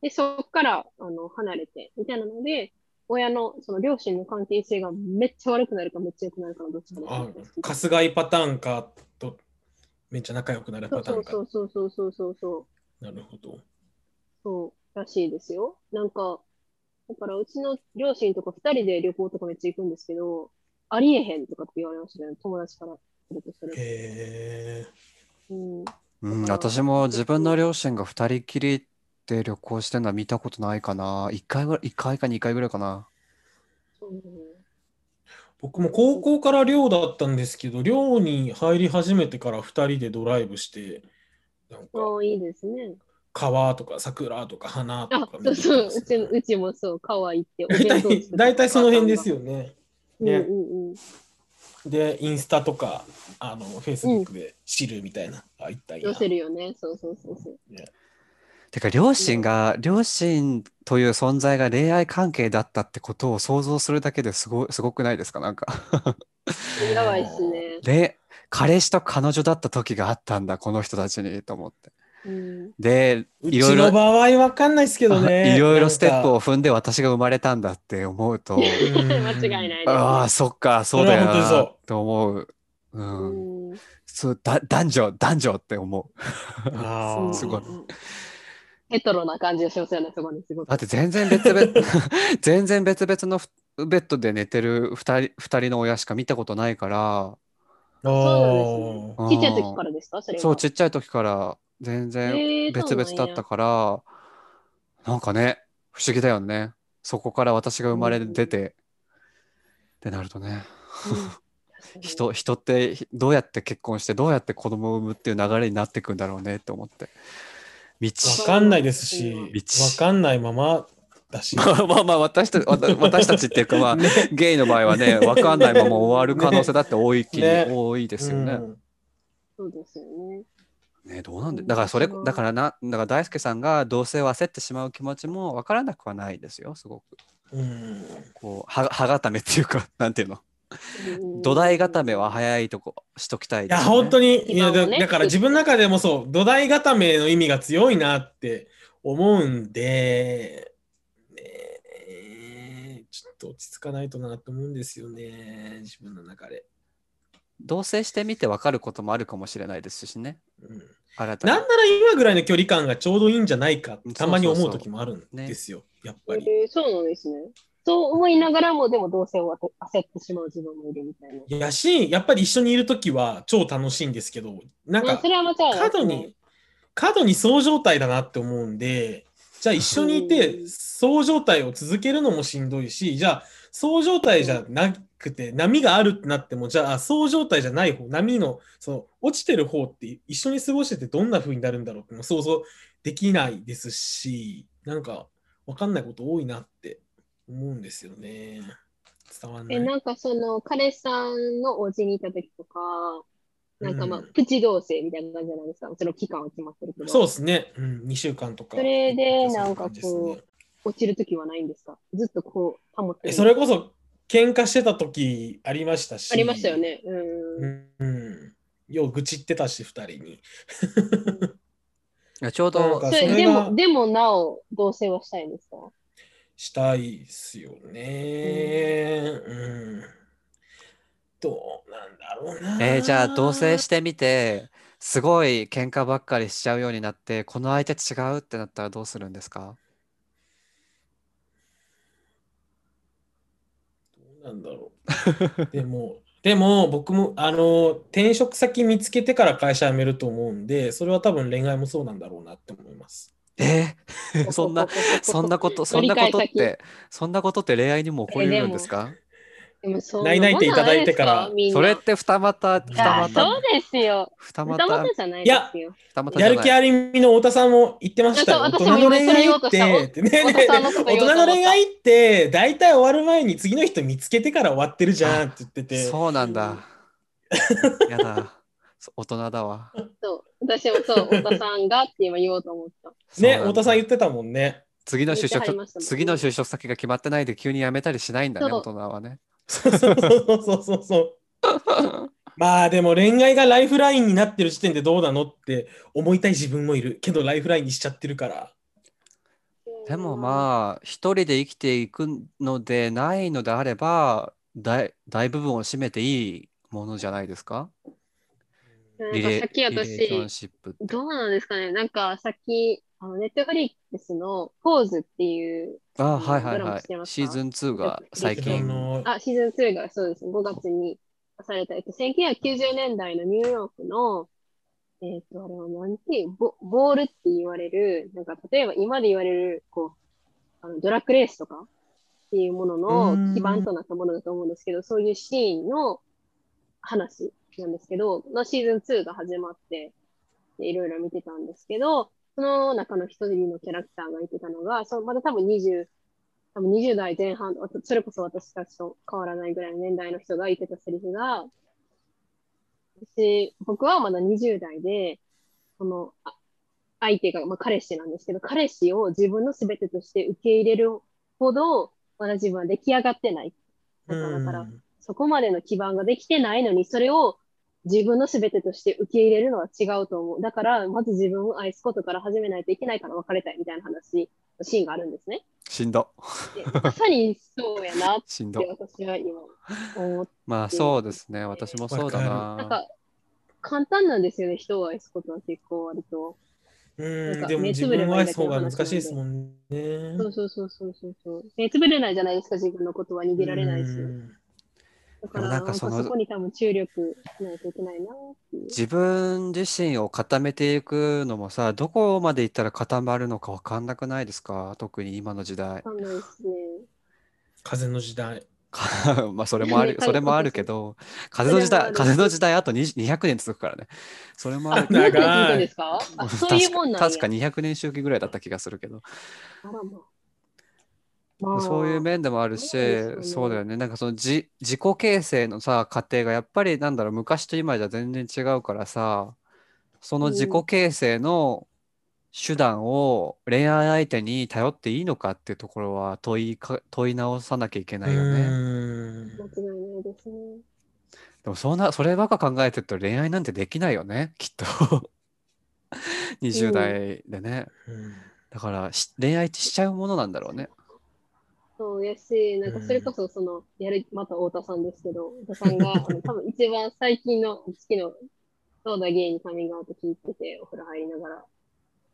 Speaker 2: で、そっから、あの、離れて、みたいなので、親の、その、両親の関係性がめっちゃ悪くなるかめっちゃ良くなるかのどっちか
Speaker 3: あ
Speaker 2: なんですけど
Speaker 3: 春日井パターンかと、めっちゃ仲良くなるパターンか。
Speaker 2: そうそうそうそうそうそうそう。
Speaker 3: なるほど。
Speaker 2: そうらしいですよ。なんか、だからうちの両親とか二人で旅行とかめっちゃ行くんですけど、ありえへんとかって言われましたね、友達からするとそれ。
Speaker 3: へえ。
Speaker 2: うん、
Speaker 1: うん、
Speaker 2: だから
Speaker 1: 私も自分の両親が二人きりで旅行してるのは見たことないかな。一回ぐらい、一回か二回ぐらいかな。
Speaker 2: そうね
Speaker 3: 僕も高校から寮だったんですけど、寮に入り始めてから2人でドライブして、なんか
Speaker 2: ああ、いいですね。
Speaker 3: 川とか桜とか花と
Speaker 2: あ
Speaker 3: か、
Speaker 2: そう
Speaker 3: 見て
Speaker 2: そう、
Speaker 3: ます
Speaker 2: うちうちもそう、川行って、お
Speaker 3: 大
Speaker 2: 弁当
Speaker 3: 体、大体その辺ですよね。
Speaker 2: ね。
Speaker 3: ね
Speaker 2: うんうんうん。
Speaker 3: で、インスタとか、あの、フェイスブックで知るみたいな。あ、行ったいい
Speaker 2: 寄
Speaker 3: な。
Speaker 2: せるよね、そうそうそうそう。
Speaker 1: てか、両親が、両親という存在が恋愛関係だったってことを想像するだけですごい、すごくないですか *laughs* なんか
Speaker 2: やばいっすね。
Speaker 1: で、彼氏と彼女だった時があったんだ、この人たちに、と思って。
Speaker 2: うん、
Speaker 1: で、
Speaker 3: う
Speaker 1: い
Speaker 3: ち
Speaker 1: ろい
Speaker 3: の
Speaker 1: ろ、
Speaker 3: 場合わかんないですけど
Speaker 1: *laughs*
Speaker 3: ね。
Speaker 1: いろいろステップ
Speaker 3: を。
Speaker 1: を踏んで私が生まれたんだって思うと、
Speaker 3: うん
Speaker 2: *laughs* 間違いないです。
Speaker 1: ああ、そっか、そうだよ
Speaker 3: それは本当に
Speaker 1: な
Speaker 3: そ、
Speaker 1: と思う。う。
Speaker 2: うんん、
Speaker 1: そう、だ、男女、男女って思う。
Speaker 3: あ
Speaker 2: うん
Speaker 3: ー
Speaker 1: すごい。
Speaker 2: ヘトロな感じがしますよね、そこにすご
Speaker 1: *laughs*
Speaker 2: く
Speaker 1: だっ。て全然別々、全然別々のふベッドで寝てる2人二人の親しか見たことないから、
Speaker 2: そう
Speaker 1: あー
Speaker 2: ちっちゃい時からですかそれは。
Speaker 1: そう、ちっちゃい時から全然
Speaker 2: えー
Speaker 1: 別々だった。から、なんかね、不思議だよね。そこから私が生まれ出て、ってなるとね、
Speaker 2: そうなんやうん
Speaker 1: 人、人ってどうやって結婚して、どうやって子供を産むっていう流れになっていくんだろうねって思って。道。
Speaker 3: わかんないですし、
Speaker 2: 道
Speaker 3: わかんないままだし。
Speaker 1: *laughs* まあまあまあ、私
Speaker 2: *laughs*
Speaker 1: たわた私たちっていうか、まあ、ゲイの場合はね、わかんないまま終わる可能性だって多い気に、
Speaker 3: ね
Speaker 1: 多いですよね。
Speaker 3: うん
Speaker 2: そうですよね。
Speaker 1: ね、どうなんで、
Speaker 2: うん
Speaker 1: だからそれ、
Speaker 2: そう
Speaker 1: だからな、だから大輔さんが同性を焦ってしまう気持ちもわからなくはないですよ、すごく。
Speaker 3: うん
Speaker 1: こう、は、歯固めっていうか、 *laughs* なんていうの、土台固めは早いとこしときたい
Speaker 3: い
Speaker 1: です
Speaker 3: や、
Speaker 1: ね、
Speaker 3: 本当に、いや
Speaker 2: 今も
Speaker 3: だ
Speaker 2: *laughs* ね
Speaker 3: だから自分の中でもそう、土台固めの意味が強いなって思うんで、ねちょっと落ち着かないとなと思うんですよね、自分の中で。
Speaker 1: 同棲してみてわかることもあるかもしれないですしね、
Speaker 3: うん
Speaker 1: 新たに。
Speaker 3: なんなら今ぐらいの距離感がちょうどいいんじゃないかってたまに思う時もあるん
Speaker 1: そうそうそうね
Speaker 3: ですよ、やっぱり。
Speaker 2: えー、そうなんですね。そう思いながらも、でも同性を焦ってしまう自分もいるみたいな。
Speaker 3: やし、やっぱり一緒にいる時は超楽しいんですけど、なん
Speaker 2: まあ
Speaker 3: か
Speaker 2: それは間違いない。
Speaker 3: 過度に、過度にそう状態だなって思うんで、じゃあ一緒にいて、
Speaker 2: うん
Speaker 3: そう状態を続けるのもしんどいし、じゃあそう状態じゃなくて、波があるってなっても、じゃあそう状態じゃない方、波の、その、落ちてる方って一緒に過ごしててどんな風になるんだろうっても想像できないですし、なんか、わかんないこと多いなって思うんですよね。伝わんない。
Speaker 2: え、なんかその、彼氏さんのお家にいた時とか、なんかまあ、
Speaker 3: うん
Speaker 2: プチ同棲みたいな感じじゃないですか。その期間は決まってるけど。
Speaker 3: そうですね。うん、2週間とか。
Speaker 2: それで
Speaker 3: そ
Speaker 2: なん
Speaker 3: 感
Speaker 2: か
Speaker 3: じですね
Speaker 2: こう、落ちる時はないんですかずっとこう、保って
Speaker 3: え
Speaker 2: る
Speaker 3: それこそ喧嘩してた時ありましたし。
Speaker 2: ありましたよ。ね。う。
Speaker 3: うんん。うんよう愚痴ってたし、二人に。
Speaker 1: いやちょう
Speaker 3: なん
Speaker 1: ど
Speaker 3: か、
Speaker 2: それ
Speaker 3: それ
Speaker 2: で
Speaker 3: が
Speaker 2: も、でもなお、同棲はしたいんですか
Speaker 3: *laughs* したいっすよね。うん。どうなんだろうな。
Speaker 1: えーじゃあ同棲してみて、すごい喧嘩ばっかりしちゃうようになって、この相手違うってなったらどうするんですか
Speaker 3: どうなんだろう。でも、でも僕も、あの、転職先見つけてから会社辞めると思うんで、それは多分恋愛もそうなんだろうなって思います。
Speaker 1: え
Speaker 3: *laughs*
Speaker 1: ーそんな、、そんなこと、そんなことって、そんなことって恋愛にも起こりうるんですか
Speaker 2: でもそん
Speaker 3: ないないっていただいてから
Speaker 2: もんじゃ
Speaker 1: そ
Speaker 2: な
Speaker 1: れ
Speaker 2: い
Speaker 1: っ
Speaker 2: です
Speaker 1: て二股、
Speaker 3: い
Speaker 1: 二
Speaker 2: か
Speaker 3: や
Speaker 2: みんなあ
Speaker 1: 股、
Speaker 2: そうですよ。
Speaker 1: 二
Speaker 2: 二
Speaker 1: 股、
Speaker 2: 股じゃないですよ。
Speaker 1: 二股じ
Speaker 3: や
Speaker 1: ゃ
Speaker 3: る
Speaker 1: ない
Speaker 3: 気ありみの太田さんも言ってましたよ。
Speaker 2: いや
Speaker 3: 大
Speaker 2: そう私も
Speaker 3: 人の恋愛って、ねねね
Speaker 2: 太田さんのこと
Speaker 3: 大
Speaker 2: 言おうと思った
Speaker 3: 人の恋愛って、大体終わる前に次の人見つけてから終わってるじゃんって言ってて、
Speaker 1: そうなん
Speaker 3: *laughs*
Speaker 1: だ。やだ。そ大人だわ。
Speaker 2: そう。私もそう、太田さんがって今言おうと思った。
Speaker 1: そう
Speaker 3: ね、
Speaker 1: なんだ
Speaker 3: 太田さん言ってたもんね。
Speaker 1: 次の就
Speaker 2: 言ってはりま
Speaker 1: 職、
Speaker 2: したもんね
Speaker 1: 次の就職先が決まってないで急に辞めたりしないんだね、
Speaker 2: そう
Speaker 1: 大人はね。 *laughs*
Speaker 3: そうそうそうそうそう。まあでも恋愛がライフラインになってる時点でどうなのって思いたい自分もいるけどライフラインにしちゃってるから。
Speaker 1: でも
Speaker 2: あ、
Speaker 1: まあ、一人で生きていくのでないのであれば、大大部分を占めていいものじゃないですか
Speaker 2: なん
Speaker 1: リ
Speaker 2: か
Speaker 1: レ
Speaker 2: さっ
Speaker 1: リ
Speaker 2: き
Speaker 1: レーショ
Speaker 2: 私
Speaker 1: ン、シップ。
Speaker 2: どうなんですかね、なんかさっき、あのネットフリックスのポーズっていう、
Speaker 1: あ、はいはい
Speaker 2: ドラマ
Speaker 1: は
Speaker 2: 知ってま
Speaker 1: い。
Speaker 2: すか
Speaker 1: シーズン2が最
Speaker 3: あ
Speaker 1: 近。
Speaker 3: の
Speaker 2: あ、シーズン2がそうです、5月に出された、えっと、1990年代のニューヨークの、えっと、あれはなんていう、ボボールって言われる、なんか例えば今で言われる、こう、あのドラッグレースとかっていうものの基盤となったものだと思うんですけど、そういうシーンの話なんですけど、のシーズン2が始まって、でいろいろ見てたんですけど、その中の一人のキャラクターが言ってたのが、そのまだ多分20、多分20代前半、あとそれこそ私たちと変わらないぐらいの年代の人が言ってたセリフが、私、僕はまだ20代で、その、あ相手が、まあ、彼氏なんですけど、彼氏を自分の全てとして受け入れるほど、まだ自分は出来上がってない。だからだから
Speaker 3: うん
Speaker 2: そこまでの基盤ができてないのに、それを自分の全てとして受け入れるのは違うと思う。だから、まず自分を愛すことから始めないといけないから別れたいみたいな話のシーンがあるんですね。
Speaker 1: しんど。
Speaker 2: でまさにそうやなっ
Speaker 1: しん
Speaker 2: て
Speaker 1: ど。
Speaker 2: 私は今思って、
Speaker 1: まあそうですね。私もそうだ
Speaker 3: わかる
Speaker 1: な。
Speaker 2: なんか簡単なんですよね、人を愛すことは結構割と。
Speaker 3: ううんん、
Speaker 2: か
Speaker 3: でも
Speaker 2: 目つ
Speaker 3: 自
Speaker 2: ぶれ
Speaker 3: 分
Speaker 2: ば
Speaker 3: を
Speaker 2: いい
Speaker 3: 愛
Speaker 2: だけ
Speaker 3: す方
Speaker 2: の
Speaker 3: が
Speaker 2: 話
Speaker 3: 難しいですもんね。
Speaker 2: そうそうそうそうそうそう。目つぶれないじゃないですか、自分のことは逃げられないし。
Speaker 3: うん
Speaker 2: だか
Speaker 1: でもな
Speaker 2: ら、なんん
Speaker 1: か
Speaker 2: か
Speaker 1: そ
Speaker 2: そ
Speaker 1: の
Speaker 2: こに多分注力しないといけないなっていう。
Speaker 1: 自分自身を固めていくのもさ、どこまでいったら固まるのか分かんなくないですか特に今の時代。
Speaker 2: わかんないですね。
Speaker 3: 風の時代。
Speaker 1: か *laughs* まあそれもある、
Speaker 2: はい
Speaker 1: それもあるけ
Speaker 2: *laughs*
Speaker 1: ど、風の時代、
Speaker 2: それもある
Speaker 1: 風の時代あと20 200年続くからね。それもあるけど
Speaker 3: 長い
Speaker 2: 200年続くんですかあ、そういうもんなん
Speaker 1: *laughs*
Speaker 2: や。
Speaker 1: 確か確か200年周期ぐらいだった気がするけど。
Speaker 2: あらまあ。まあ、
Speaker 1: そういう面でもあるし、
Speaker 2: そうですよね
Speaker 1: そうだよね。なんかそのじ自己形成のさ、過程がやっぱりなんだろう、昔と今じゃ全然違うからさ、その自己形成の手段を恋愛相手に頼っていいのかっていうところは問いか、問い直さなきゃいけないよね。
Speaker 3: うん
Speaker 2: 間違いないですね。
Speaker 1: でもそんな、そればっか考えてると恋愛なんてできないよね、きっと。20代でね。
Speaker 3: うん
Speaker 1: だからし恋愛ってしちゃうものなんだろうね。
Speaker 2: そうやし、なんかそれこそその、やる、また太田さんですけど、太田さん
Speaker 1: *laughs*
Speaker 2: が、あの多分一番最近の、月の、そうだゲイにカミングアウト聞いてて、お風呂入りながら、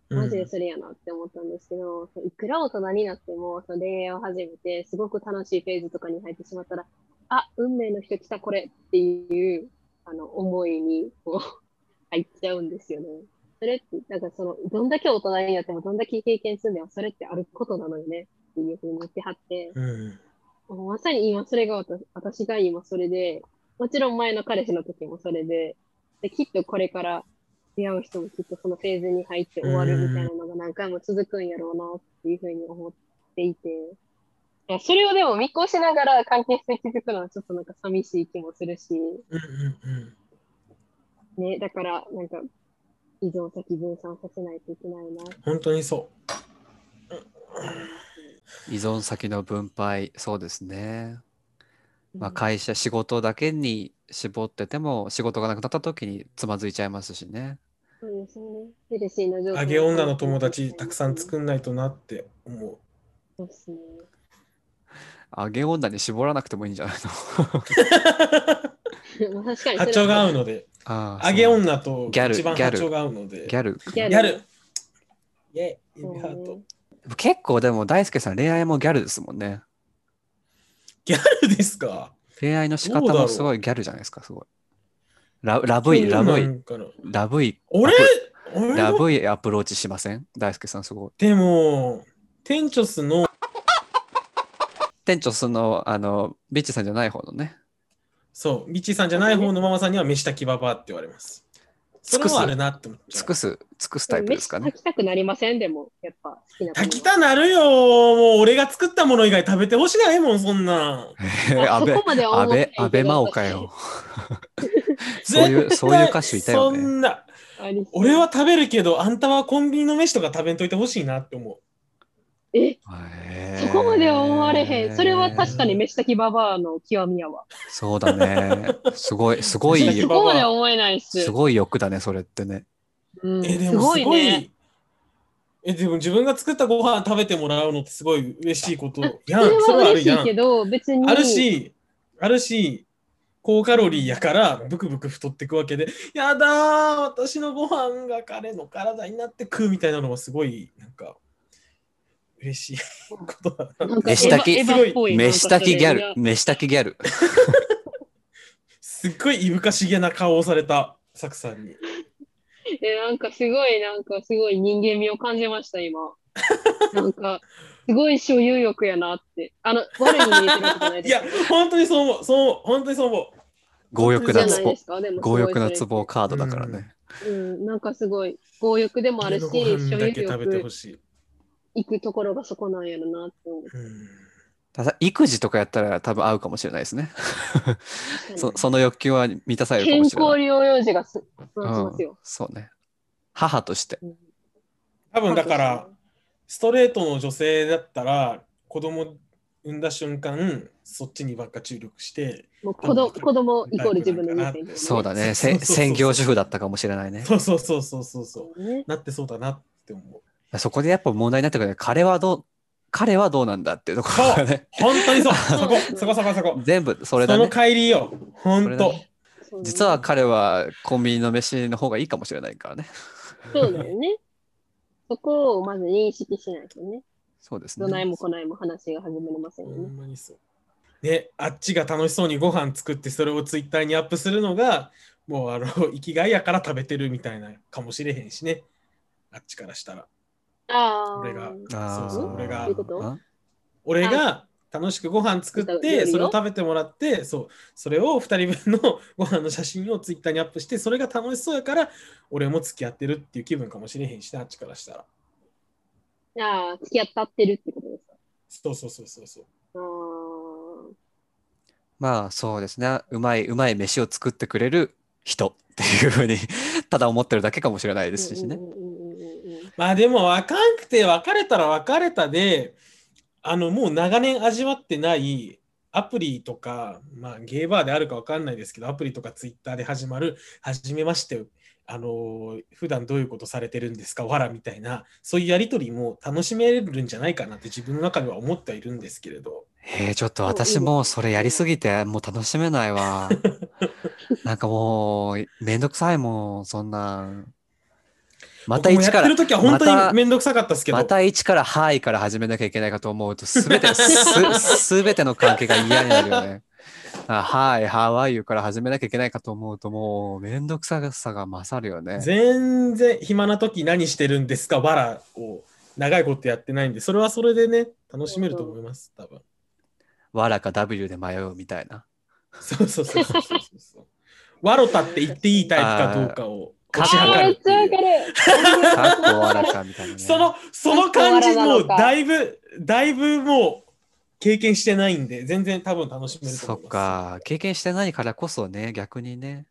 Speaker 2: マジでそれやなって思ったんですけど、いくら大人になっても、その恋愛を始めて、すごく楽しいフェーズとかに入ってしまったら、あ、運命の人来たこれっていう、あの、思いに、こう、 *laughs* 入っちゃうんですよね。それって、なんかその、どんだけ大人になっても、どんだけ経験するんでも、それってあることなのよね、っていうふうに言ってはって、
Speaker 3: うん
Speaker 2: もうまさに今それが私私が今それで、もちろん前の彼氏の時もそれで、できっとこれから出会う人もきっとそのフェーズに入って終わるみたいなのが何回も続くんやろうなっていうふうに思っていて、いやそれをでも見越しながら関係性築くのはちょっとなんか寂しい気もするし、
Speaker 3: うんうん
Speaker 2: ね、だからなんか依存先分散させないといけないなって
Speaker 3: 本当にそ
Speaker 2: 思いますね
Speaker 1: 依存先の分配、そうですね。まあ、
Speaker 2: うん
Speaker 1: 会社、仕事だけに絞ってても、仕事がなくなった時につまずいちゃいますしね。
Speaker 2: そうですよね。ヘルシーな状
Speaker 3: う。
Speaker 2: 況
Speaker 3: あげ女の友達たくさん作んないとなって思
Speaker 2: *laughs*
Speaker 3: う。
Speaker 2: そうですね。
Speaker 1: 上げ女に絞らなくてもいいんじゃない
Speaker 2: *laughs*
Speaker 1: の
Speaker 2: まあ確かにそれは
Speaker 3: 波長が合うので、
Speaker 1: ああ
Speaker 3: あげ
Speaker 1: そう
Speaker 3: 女と
Speaker 1: ギャル
Speaker 3: 一番
Speaker 1: ギャ
Speaker 3: 波
Speaker 1: ル
Speaker 3: 長が合うので。
Speaker 1: ギャル。
Speaker 2: ギャル
Speaker 3: ギャルイェイ、指ハート。
Speaker 1: 結構でも大輔さん恋愛もギャルですもんね。
Speaker 3: ギャルですか
Speaker 1: 恋愛の仕方
Speaker 3: どうだろ
Speaker 1: も
Speaker 3: う
Speaker 1: すごいギャルじゃないですか、すごい。ララブイ、ラブ
Speaker 3: な
Speaker 1: イ、
Speaker 3: んかな
Speaker 1: ラブイ、
Speaker 3: 俺俺
Speaker 1: ラ
Speaker 3: の
Speaker 1: ブイアプローチしません大輔さんすごい。
Speaker 3: でも、テンチョスの、
Speaker 1: 店長その、あの、ビッチさんじゃない方のね。
Speaker 3: そう、ミッチーさんじゃない方のママさんには飯炊きババアって言われます。そ
Speaker 1: 尽
Speaker 3: れ
Speaker 1: くす
Speaker 3: はあるなって思っちゃ
Speaker 1: 尽
Speaker 3: う
Speaker 1: く。す、尽くすタイプですかね
Speaker 2: 飯。炊きたくなりませんでも、やっぱ好きな子には
Speaker 3: 炊きたなるよもう俺が作ったもの以外食べてほしないもん、そんなん。
Speaker 1: *laughs* 安
Speaker 2: そ
Speaker 1: 倍
Speaker 2: こまでは
Speaker 1: 安
Speaker 2: 思ってない
Speaker 1: 倍
Speaker 2: けど
Speaker 1: 安倍真央か
Speaker 2: *laughs*
Speaker 1: よ。そういう、
Speaker 3: 絶
Speaker 1: そう
Speaker 3: 対
Speaker 1: いう歌手いたよ
Speaker 3: そ
Speaker 1: ね。
Speaker 3: んな。
Speaker 2: ありそう
Speaker 3: 俺は食べるけど、あんたはコンビニの飯とか食べんといてほしいなって思
Speaker 2: え、
Speaker 1: へー
Speaker 2: そこまでは思われへん。それは確かに飯炊きババアの極みやわ。
Speaker 1: そうだね。すごい、すご
Speaker 3: 飯
Speaker 1: い
Speaker 3: 炊き
Speaker 2: そ
Speaker 1: よ、
Speaker 3: ババア
Speaker 2: こまでは思えないっす。
Speaker 1: すごい欲だね、それってね。
Speaker 2: う
Speaker 3: う。
Speaker 2: ん
Speaker 3: え、ですも
Speaker 2: ご
Speaker 3: す
Speaker 2: い
Speaker 3: ご
Speaker 2: ね。
Speaker 3: い。え、でも自分が作ったご飯食べてもらうのってすごい嬉しいことや
Speaker 2: そ
Speaker 3: ん。
Speaker 2: れ
Speaker 3: それは
Speaker 2: は
Speaker 3: ある
Speaker 2: 嬉し
Speaker 3: や
Speaker 2: いけ
Speaker 3: ん。
Speaker 2: ど、別に。
Speaker 3: あるし、あるし、高カロリーやからブクブク太ってくわけで、やだー、私のご飯が彼の体になってくみたいなのはすごい、なんか、嬉しいことだな。
Speaker 2: なんか
Speaker 1: 飯炊き
Speaker 2: エヴァエヴァっぽい
Speaker 1: 飯炊きギャ
Speaker 2: なんか
Speaker 1: ル、
Speaker 2: それ
Speaker 1: 飯炊きギャル。
Speaker 3: すっごいいぶかしげな顔をされた、サクさんに。
Speaker 2: がえ、なんかすごい、なんかすごい人間味を感じました、
Speaker 3: *laughs*
Speaker 2: 今。なんか、すごい所有欲やなって。あの、悪いに見えてるわけじゃない
Speaker 3: い
Speaker 2: です
Speaker 3: や
Speaker 2: よ。、
Speaker 3: 本当にそう思う、そう思う、本当にそう思う。
Speaker 1: 強欲
Speaker 2: じ
Speaker 1: な
Speaker 2: ゃない
Speaker 1: 壺
Speaker 2: で。すか。でもすご
Speaker 1: 強
Speaker 2: い
Speaker 1: 欲な
Speaker 2: それ
Speaker 1: 壺カードだからね。
Speaker 2: うん、なんかすごい、強欲でもあるし、
Speaker 3: 俺のご飯
Speaker 2: 所
Speaker 3: だ
Speaker 2: 有
Speaker 3: け食べてほ
Speaker 2: 欲
Speaker 3: しい。
Speaker 2: 行くところがそこなんやろなって思う。
Speaker 3: うん
Speaker 1: ただ、育児とかやったら多分合うかもしれないですね。
Speaker 2: 確かに
Speaker 1: そその欲求は満たされるか
Speaker 2: 健
Speaker 1: もし
Speaker 2: 康
Speaker 1: れない。
Speaker 2: 療養士がす、育ち
Speaker 1: う
Speaker 2: ます
Speaker 1: ん
Speaker 2: よ。、
Speaker 1: そうね。母として。
Speaker 2: うん
Speaker 3: 多分だから、、ストレートの女性だったら、子供産んだ瞬間、そっちにばっか注力して、
Speaker 2: もう子供子供イコール自分の人生、
Speaker 1: そうだね。せ
Speaker 3: そうそうそうそう
Speaker 1: 専業主婦だったかもしれないね。
Speaker 3: そうそうそうそうそうそう。
Speaker 2: そうね。
Speaker 3: なってそうだなって思う。
Speaker 1: そこでやっぱ問題になってくるね。彼はどう、彼はどうなんだっていうところがね。
Speaker 3: 本当
Speaker 2: *laughs*
Speaker 3: にそう。そこ
Speaker 2: う、ん
Speaker 3: そこそこそこ。
Speaker 1: 全部そ
Speaker 3: そ
Speaker 1: れだ
Speaker 3: の
Speaker 1: ね。
Speaker 3: 帰りよ。
Speaker 1: それだ
Speaker 3: 本当。
Speaker 1: ね
Speaker 2: そうね
Speaker 1: 実は彼はコンビニの飯の方がいいかもしれないからね。
Speaker 2: そうだよね。そこをまず認識しないとね。
Speaker 1: そうです
Speaker 2: どない
Speaker 1: ね
Speaker 2: も。こないも話が始まりません
Speaker 3: ほ
Speaker 2: よね。
Speaker 3: んまにそう。で、あっちが楽しそうにご飯作って、それをツイッターにアップするのが、もうあの、生きがいやから食べてるみたいなかもしれへんしね。あっちからしたら。
Speaker 2: ああ。
Speaker 3: 俺が
Speaker 1: あー
Speaker 2: そうそう
Speaker 3: 俺が
Speaker 2: どういうこと
Speaker 1: あ
Speaker 3: 俺が楽しくご飯作っ
Speaker 2: 作ったよ
Speaker 3: て、
Speaker 2: りよ
Speaker 3: それを食べてもらって、そう、それを2人分のご飯の写真をツイッターにアップして、それが楽しそうやから、俺も付き合ってるっていう気分かもしれへんしね、あっちからしたら。
Speaker 2: ああ、付き合ったってるってことですか。
Speaker 3: そうそうそうそうそう。
Speaker 2: ああ。
Speaker 1: まあそうですね。うまいうまい飯を作ってくれる人っていうふうに *laughs* ただ思ってるだけかもしれないですしね
Speaker 2: う。んうんうんうんうんうん
Speaker 3: まあでも若くて別れたら別れたで、あのもう長年味わってないアプリとか、まあゲーバーであるかわかんないですけど、アプリとかツイッターで始まる、はじめまして、あの、普段どういうことされてるんですか、わらみたいな、そういうやりとりも楽しめるんじゃないかなって自分の中では思ってはいるんですけれど。
Speaker 1: えー、ちょっと私もうそれやりすぎてもう楽しめない
Speaker 2: *laughs*
Speaker 1: わ。なんかもうめんどくさいもん、そんなん。また
Speaker 3: 僕も
Speaker 1: 一
Speaker 3: やっ
Speaker 1: か
Speaker 3: て
Speaker 1: ら
Speaker 3: る、時は本
Speaker 1: ま
Speaker 3: 当
Speaker 1: た
Speaker 3: にめんどくさかったですけど。
Speaker 1: また一からはいから始めなきゃいけないかと思うと、す
Speaker 3: *laughs*
Speaker 1: べて、す、すべての関係が嫌になるよね。あはい、ハワイユから始めなきゃいけないかと思うと、もうめんどくささが勝るよね。
Speaker 3: 全然暇な時何してるんですかバラを長いことやってないんでそれはそれでね楽しめると思います多分
Speaker 1: わらか W で迷うみたい
Speaker 3: *laughs*
Speaker 1: な。
Speaker 3: そうそうそうそうそうそうワロタって言っていいタイプかどうかを
Speaker 1: あー
Speaker 3: 推し
Speaker 2: ああ、
Speaker 3: 量
Speaker 2: め
Speaker 3: る
Speaker 2: っ
Speaker 3: っ
Speaker 2: ち
Speaker 3: てい
Speaker 2: ゃわか
Speaker 3: う
Speaker 1: かっこわら
Speaker 2: る。
Speaker 1: かみたいな、ね。
Speaker 3: そのその感じ
Speaker 2: ワロ
Speaker 3: も
Speaker 2: な
Speaker 3: う
Speaker 2: のか
Speaker 3: だいぶだいぶもう経験してないんで全然多分楽しめると
Speaker 1: そ
Speaker 3: 思
Speaker 1: っ
Speaker 3: います
Speaker 1: か、経験してないからこそね、逆にね。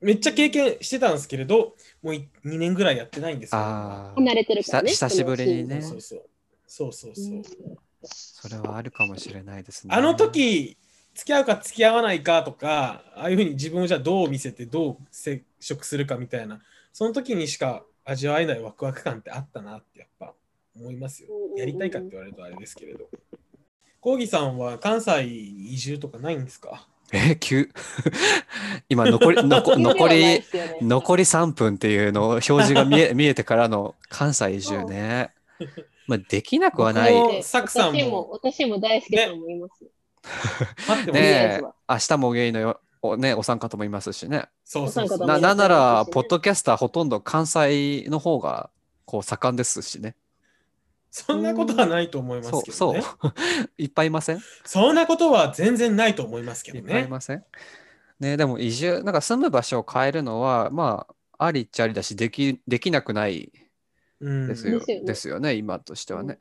Speaker 3: めっちゃ経験してたんですけれどもうい2年ぐらいやってないんですけど
Speaker 1: あ
Speaker 2: 慣
Speaker 1: あ、
Speaker 2: れてるからね。
Speaker 1: 久久しぶりにね
Speaker 3: そうそうそうそうそうそう
Speaker 1: それはあるかもしれないですね。
Speaker 3: あの時付き合うか付き合わないかとかああいうふうに自分をじゃあどう見せてどう接触するかみたいなその時にしか味わえないワクワク感ってあったなってやっぱ思いますよやりたいかって言われるとあれですけれどコーギさんは関西に移住とかないんですか
Speaker 1: え、急。 *laughs* 今残り、
Speaker 3: *laughs*
Speaker 1: 残残り、残
Speaker 2: り。
Speaker 1: り3分っていうのを表示が見え見えてからの関西移住ね。まあ、できなくはない。
Speaker 3: 僕
Speaker 1: ね
Speaker 3: もサクさんも
Speaker 2: 私も、私も大好きだと思います。
Speaker 3: 待ってもいい、
Speaker 1: え、
Speaker 2: ね
Speaker 1: 明日もゲイのよお,、ね、お三方もいますしね。
Speaker 3: そうそう
Speaker 2: お
Speaker 3: そ
Speaker 2: 三
Speaker 3: う
Speaker 2: 方も
Speaker 1: ななんな
Speaker 2: そうで
Speaker 1: ら
Speaker 2: す、ね
Speaker 1: ポッドキャスターほとんど関西の方がこう盛んですしね。
Speaker 3: そんなことはないと思いますけど
Speaker 1: そ
Speaker 3: ね
Speaker 1: う、そう。 *laughs* いっぱいいません
Speaker 3: そんなことは全然ないと思いますけ
Speaker 1: い
Speaker 3: ど
Speaker 1: っぱいい
Speaker 3: ね
Speaker 1: ませんね、でも移住、なんか住む場所を変えるのは、まあ、ありっちゃありだし、でき、できなくない
Speaker 3: うん
Speaker 1: ですよ。
Speaker 2: ですよね
Speaker 1: ですよね、今としてはね。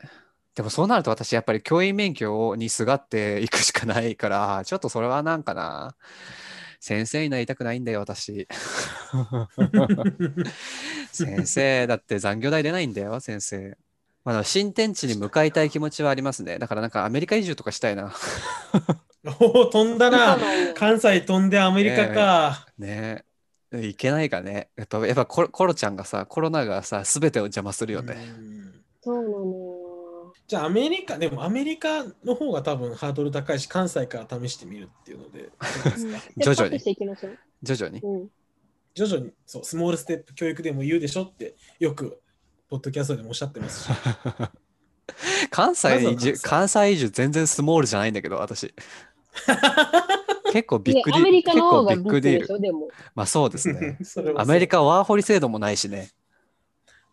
Speaker 1: でもそうなると私、やっぱり教員免許にすがっていくしかないから、 *laughs* ちょっとそれはなんかな。先生になりたくないんだよ、私。 *laughs* 先生、だって残業代出ないんだよ、先生。まあ、でも新天地に向かいたい気持ちはありますね。だからなんかアメリカ移住とかしたいな。
Speaker 3: *laughs*
Speaker 1: *laughs*
Speaker 3: おお飛んだな
Speaker 2: あ
Speaker 3: 関西飛んでアメリカか、
Speaker 1: ねえ。いけないかね。やっぱやっぱコロコロちゃんがさ、コロナがさ、すべてを邪魔するよね。
Speaker 3: うん
Speaker 2: そうなの。
Speaker 3: じゃあアメリカ、でもアメリカの方が多分ハードル高いし、関西から試してみるっていうの
Speaker 1: *laughs*
Speaker 3: で、どうですか
Speaker 1: 徐々に
Speaker 2: ステップアップしていきましょう。
Speaker 1: 徐々に。
Speaker 2: うん。
Speaker 3: 徐々にそうスモールステップ教育でも言うでしょって、よくポッドキャストでもおっしゃってますし、
Speaker 1: 関西移
Speaker 3: ま
Speaker 1: 住、
Speaker 3: ずは。
Speaker 1: 関西移住全然スモールじゃないんだけど、 *laughs* 私。結構ビッグデ
Speaker 2: でア
Speaker 1: ィー
Speaker 2: メ
Speaker 1: ル。
Speaker 2: リカの方が
Speaker 1: 結構ビッグディー
Speaker 2: でし
Speaker 1: ル。
Speaker 2: ょ、でも。
Speaker 1: まあそうですね *laughs*
Speaker 3: *laughs* それはそう
Speaker 1: アメリカワーホリ制度もないしね。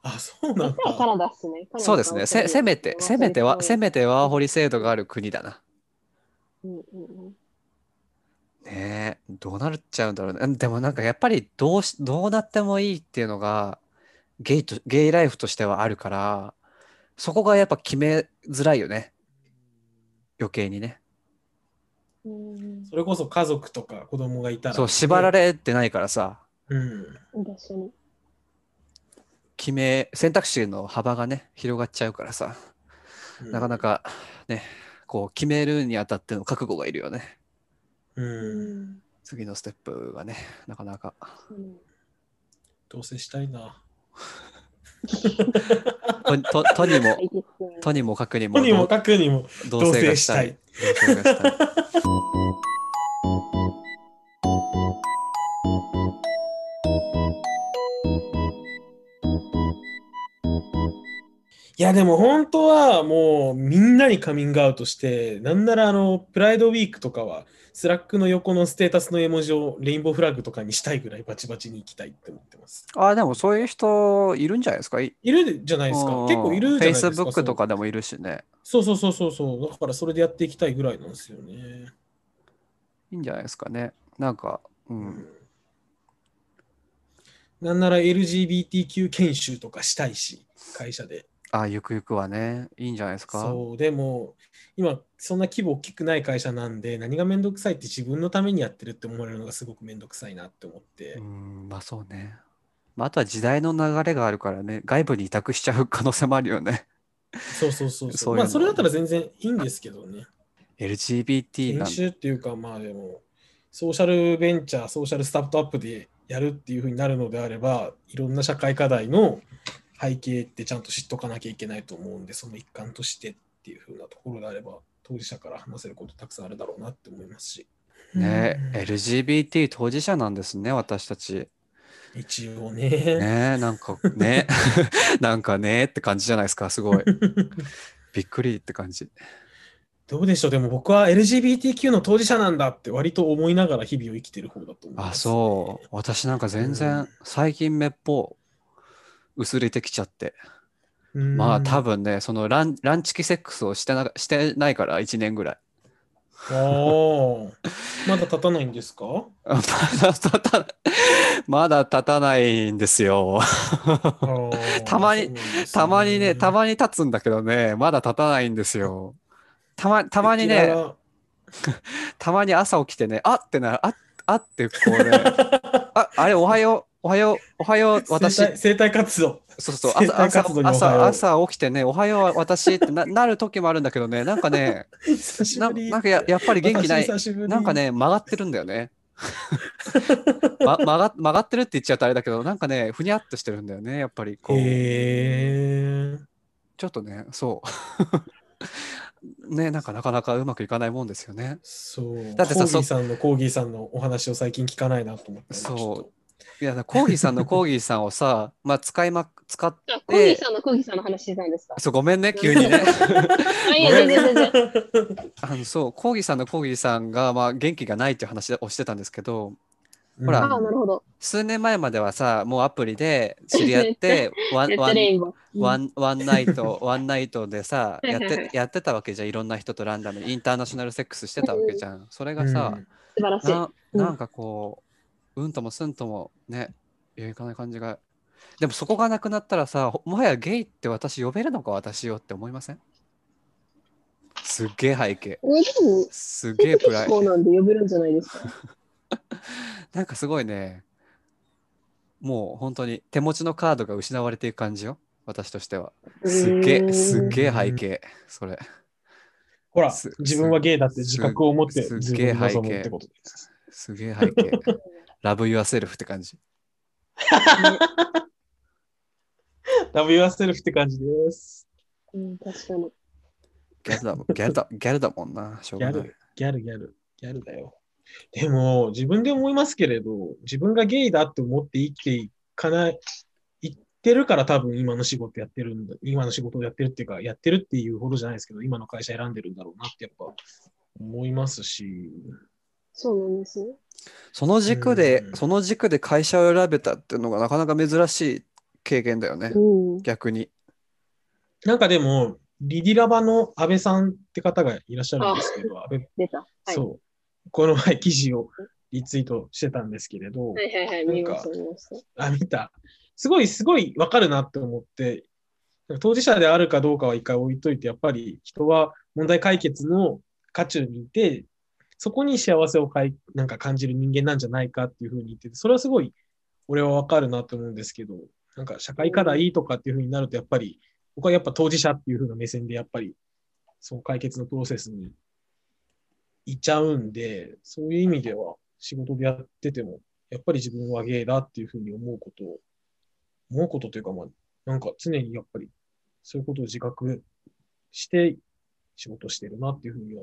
Speaker 3: あ、そう
Speaker 2: そ
Speaker 3: なん
Speaker 2: したら
Speaker 3: だ。
Speaker 2: カナダっすね。カナダか
Speaker 1: そうですね。せせめて、せめては、せめてワーホリ制度がある国だな。
Speaker 2: うんうんうん
Speaker 1: ねえ、どうなっちゃうんだろうね。うんでもなんかやっぱりどうし、どうなってもいいっていうのがゲイと、ゲイライフとしてはあるから、そこがやっぱ決めづらいよね。余計にね。
Speaker 2: うん
Speaker 3: それこそ家族とか子供がいたら、
Speaker 1: そう、縛られてないからさ、
Speaker 3: うん。
Speaker 2: 確かに。
Speaker 1: 決め、選択肢の幅がね、広がっちゃうからさ、
Speaker 3: うん
Speaker 1: なかな。かね、こう決めるにあたっての覚悟がいるよね。
Speaker 3: うん。
Speaker 1: 次のステップがね、なかなか。
Speaker 2: うん
Speaker 3: 同棲したいな。
Speaker 1: と、と、とにも
Speaker 3: *laughs*
Speaker 2: い、いですね
Speaker 1: とにもかくにも、
Speaker 3: とにもかくにも、
Speaker 1: 同棲
Speaker 3: 同
Speaker 1: が
Speaker 3: 棲
Speaker 1: し
Speaker 3: したた
Speaker 1: い
Speaker 3: い。
Speaker 1: 同棲がしたい。 *laughs*
Speaker 3: いや、でも本当はもうみんなにカミングアウトして、なんならあの、プライドウィークとかは、スラックの横のステータスの絵文字をレインボーフラッグとかにしたいぐらいバチバチに行きたいって思ってます。
Speaker 1: あ、でもそういう人いるんじゃないですかい
Speaker 3: いるじゃないですか。結構いるじゃないですか。
Speaker 1: Facebook とかでもいるしね。
Speaker 3: そうそうそうそうそう。だからそれでやっていきたいぐらいなんですよね。
Speaker 1: いいんじゃないですかね。なんか、う。
Speaker 3: うんんなんなら LGBTQ 研修とかしたいし、会社で。
Speaker 1: あ、ゆくゆくはね、いいんじゃないですか。
Speaker 3: そう、でも、今、そんな規模大きくない会社なんで、何がめんどくさいって自分のためにやってるって思われるのがすごくめんどくさいなって思って。
Speaker 1: うん、まあそうね。まあ、あとは時代の流れがあるからね、外部に委託しちゃう可能性もあるよね。
Speaker 3: そうそうそうそう。
Speaker 1: そういうの
Speaker 3: まあ、それだったら全然いいんですけどね。
Speaker 1: LGBT な
Speaker 3: 研
Speaker 1: ん
Speaker 3: 修っていうか、まあでも、ソーシャルベンチャー、ソーシャルスタートアップでやるっていうふうになるのであれば、いろんな社会課題の背景ってちゃんと知っとかなきゃいけないと思うんで、その一環としてっていうふうなところであれば、当事者から話せることたくさんあるだろうなって思いますし。
Speaker 1: ね、
Speaker 3: うん
Speaker 1: LGBT 当事者なんですね、私た
Speaker 3: *laughs*
Speaker 1: ち。
Speaker 3: 一応
Speaker 1: ね、なんかね、 *laughs* なんかねって感じじゃないですか、す
Speaker 3: *laughs*
Speaker 1: ごい。びっくりって感じ。
Speaker 3: どうでしょう、でも僕は LGBTQ の当事者なんだって割と思いながら日々を生きてる方だと思います、
Speaker 1: あ、そう。私なんか全
Speaker 3: う
Speaker 1: 然
Speaker 3: ん、
Speaker 1: 最近めっぽう、薄れてきちゃって。
Speaker 3: うーん。
Speaker 1: まあ多分ね、そのランランチキセックスをしてなしてないから1年ぐらい。 *laughs*
Speaker 3: あーまだ立たないんですか
Speaker 1: *laughs* あまだ立た、まだ立たないんですよ。
Speaker 3: あー
Speaker 1: たまに
Speaker 3: そうなんですね
Speaker 1: たまにね、たまに立つんだけどね、まだ立たないんですよ。たま、たまに
Speaker 3: テキ
Speaker 1: ね
Speaker 3: ラ、が
Speaker 1: たまに朝起きてね、あってなる、ああってこう
Speaker 3: *laughs*
Speaker 1: ね、ああれ、おはよう、おはよう、おはよう、私、
Speaker 3: 生態生態活動。
Speaker 1: そうそう、
Speaker 3: 生
Speaker 1: 朝、
Speaker 3: 体
Speaker 1: 朝
Speaker 3: 活動、におはよう
Speaker 1: 朝、朝起きてね、おはよう、私って
Speaker 3: *laughs*
Speaker 1: ななる時もあるんだけどね、なんかね、
Speaker 3: 久し
Speaker 1: な
Speaker 3: ぶり。
Speaker 1: なんかややっぱり元気ない
Speaker 3: 私、久しぶり
Speaker 1: なんか、ね、曲がってるんだよ
Speaker 3: *laughs*
Speaker 1: ね。ま、曲が曲がってるって言っちゃうとあれだけど、なんかね、ふにゃっとしてるんだよね、やっぱりこう。
Speaker 3: へー
Speaker 1: ちょっとね、そう。 *laughs* ね、なんかなかなかうまくいかないもんですよね。
Speaker 3: そう。
Speaker 1: だってさ
Speaker 3: コーギ
Speaker 1: そ
Speaker 3: ーさんのコーギーさんのお話を最近聞かないなと思って。
Speaker 1: そう
Speaker 3: ちょっと
Speaker 1: いや、コーギー
Speaker 2: *laughs*
Speaker 1: さんのコーギーさんをさ、まあ、使いま、使っ
Speaker 2: あコギーさんのコギーさんの話してたんですか
Speaker 1: そう、ごめん
Speaker 2: *laughs*
Speaker 1: ね、急にね。
Speaker 2: あ、いや全然全然。
Speaker 1: あの、そう、コーギーさんのコーギーさんが、まあ、元気がないっていう話をしてたんですけど、ほら
Speaker 2: ああ、なるほど。
Speaker 1: 数年前まではさ、もうアプリで知り合
Speaker 2: *laughs*
Speaker 1: って、ワン、
Speaker 2: レッ
Speaker 1: ワ
Speaker 2: ド
Speaker 1: ン、
Speaker 2: レインボー。
Speaker 1: ワンワンナイト、ワンナイトでさ、
Speaker 2: はい
Speaker 1: や
Speaker 2: は
Speaker 1: っ
Speaker 2: いはい
Speaker 1: てやってたわけじゃん、いろんな人とランダムにインターナショナルセックスしてたわけじゃん。それがさ、
Speaker 2: 素晴らしい。
Speaker 1: ななんかこう、うんともすんともね、いかない感じが。でもそこがなくなったらさ、ほもはやゲイって私呼べるのか私よって思いませんすっげえ背景。
Speaker 2: え、でも、
Speaker 1: すっげえプライ。
Speaker 2: *laughs* そうなんで呼べるんじゃないですか。
Speaker 1: なんかすごいね、もう本当に手持ちのカードが失われていく感じよ、私としては。すっげえ、すっげえ背景、それ。
Speaker 3: ほら
Speaker 1: す、
Speaker 3: 自分はゲイだって自覚を持って
Speaker 1: す
Speaker 3: 自分に臨むってことです。
Speaker 1: すげえ背
Speaker 2: *laughs*
Speaker 1: 景。ラブユアセルフって感じ。
Speaker 3: ラブ・ユア・セルフって感じです。
Speaker 2: うん、確かに。
Speaker 1: ギャルだもん、ギャルだ、ギャルだもんな、しょうがな
Speaker 3: ギャ
Speaker 1: い
Speaker 3: ル。ギャル、ギャル、ギャルだよ。でも、自分で思いますけれど、自分がゲイだって思って生きていかない、言ってるから多分今の仕事やってるんだ、今の仕事をやってるっていうか、やってるっていうほどじゃないですけど、今の会社選んでるんだろうなってやっぱ思いますし、
Speaker 2: そうなんですね。
Speaker 1: その軸で
Speaker 3: う、ん
Speaker 1: その軸で会社を選べたっていうのがなかなか珍しい経験だよね
Speaker 2: う、ん。
Speaker 1: 逆に。
Speaker 3: なんかでも、リディラバの安倍さんって方がいらっしゃるんですけど、安倍
Speaker 2: 出た。はい。
Speaker 3: そう。この前記事をリツイートしてたんですけれど、
Speaker 2: はいはいはい、見ました、見ました。
Speaker 3: あ、見た。すごいすごいわかるなって思って、当事者であるかどうかは一回置いといて、やっぱり人は問題解決の渦中にいて、そこに幸せをかいなんか感じる人間なんじゃないかっていうふうに言ってて、それはすごい俺はわかるなって思うんですけど、なんか社会課題とかっていうふうになると、やっぱり僕はやっぱ当事者っていうふうな目線で、やっぱりその解決のプロセスにいっちゃうんで、そういう意味では仕事でやってても、やっぱり自分はゲイだっていうふうに思うことを、思うことというか、まあ、なんか常にやっぱりそういうことを自覚して仕事してるなっていうふうには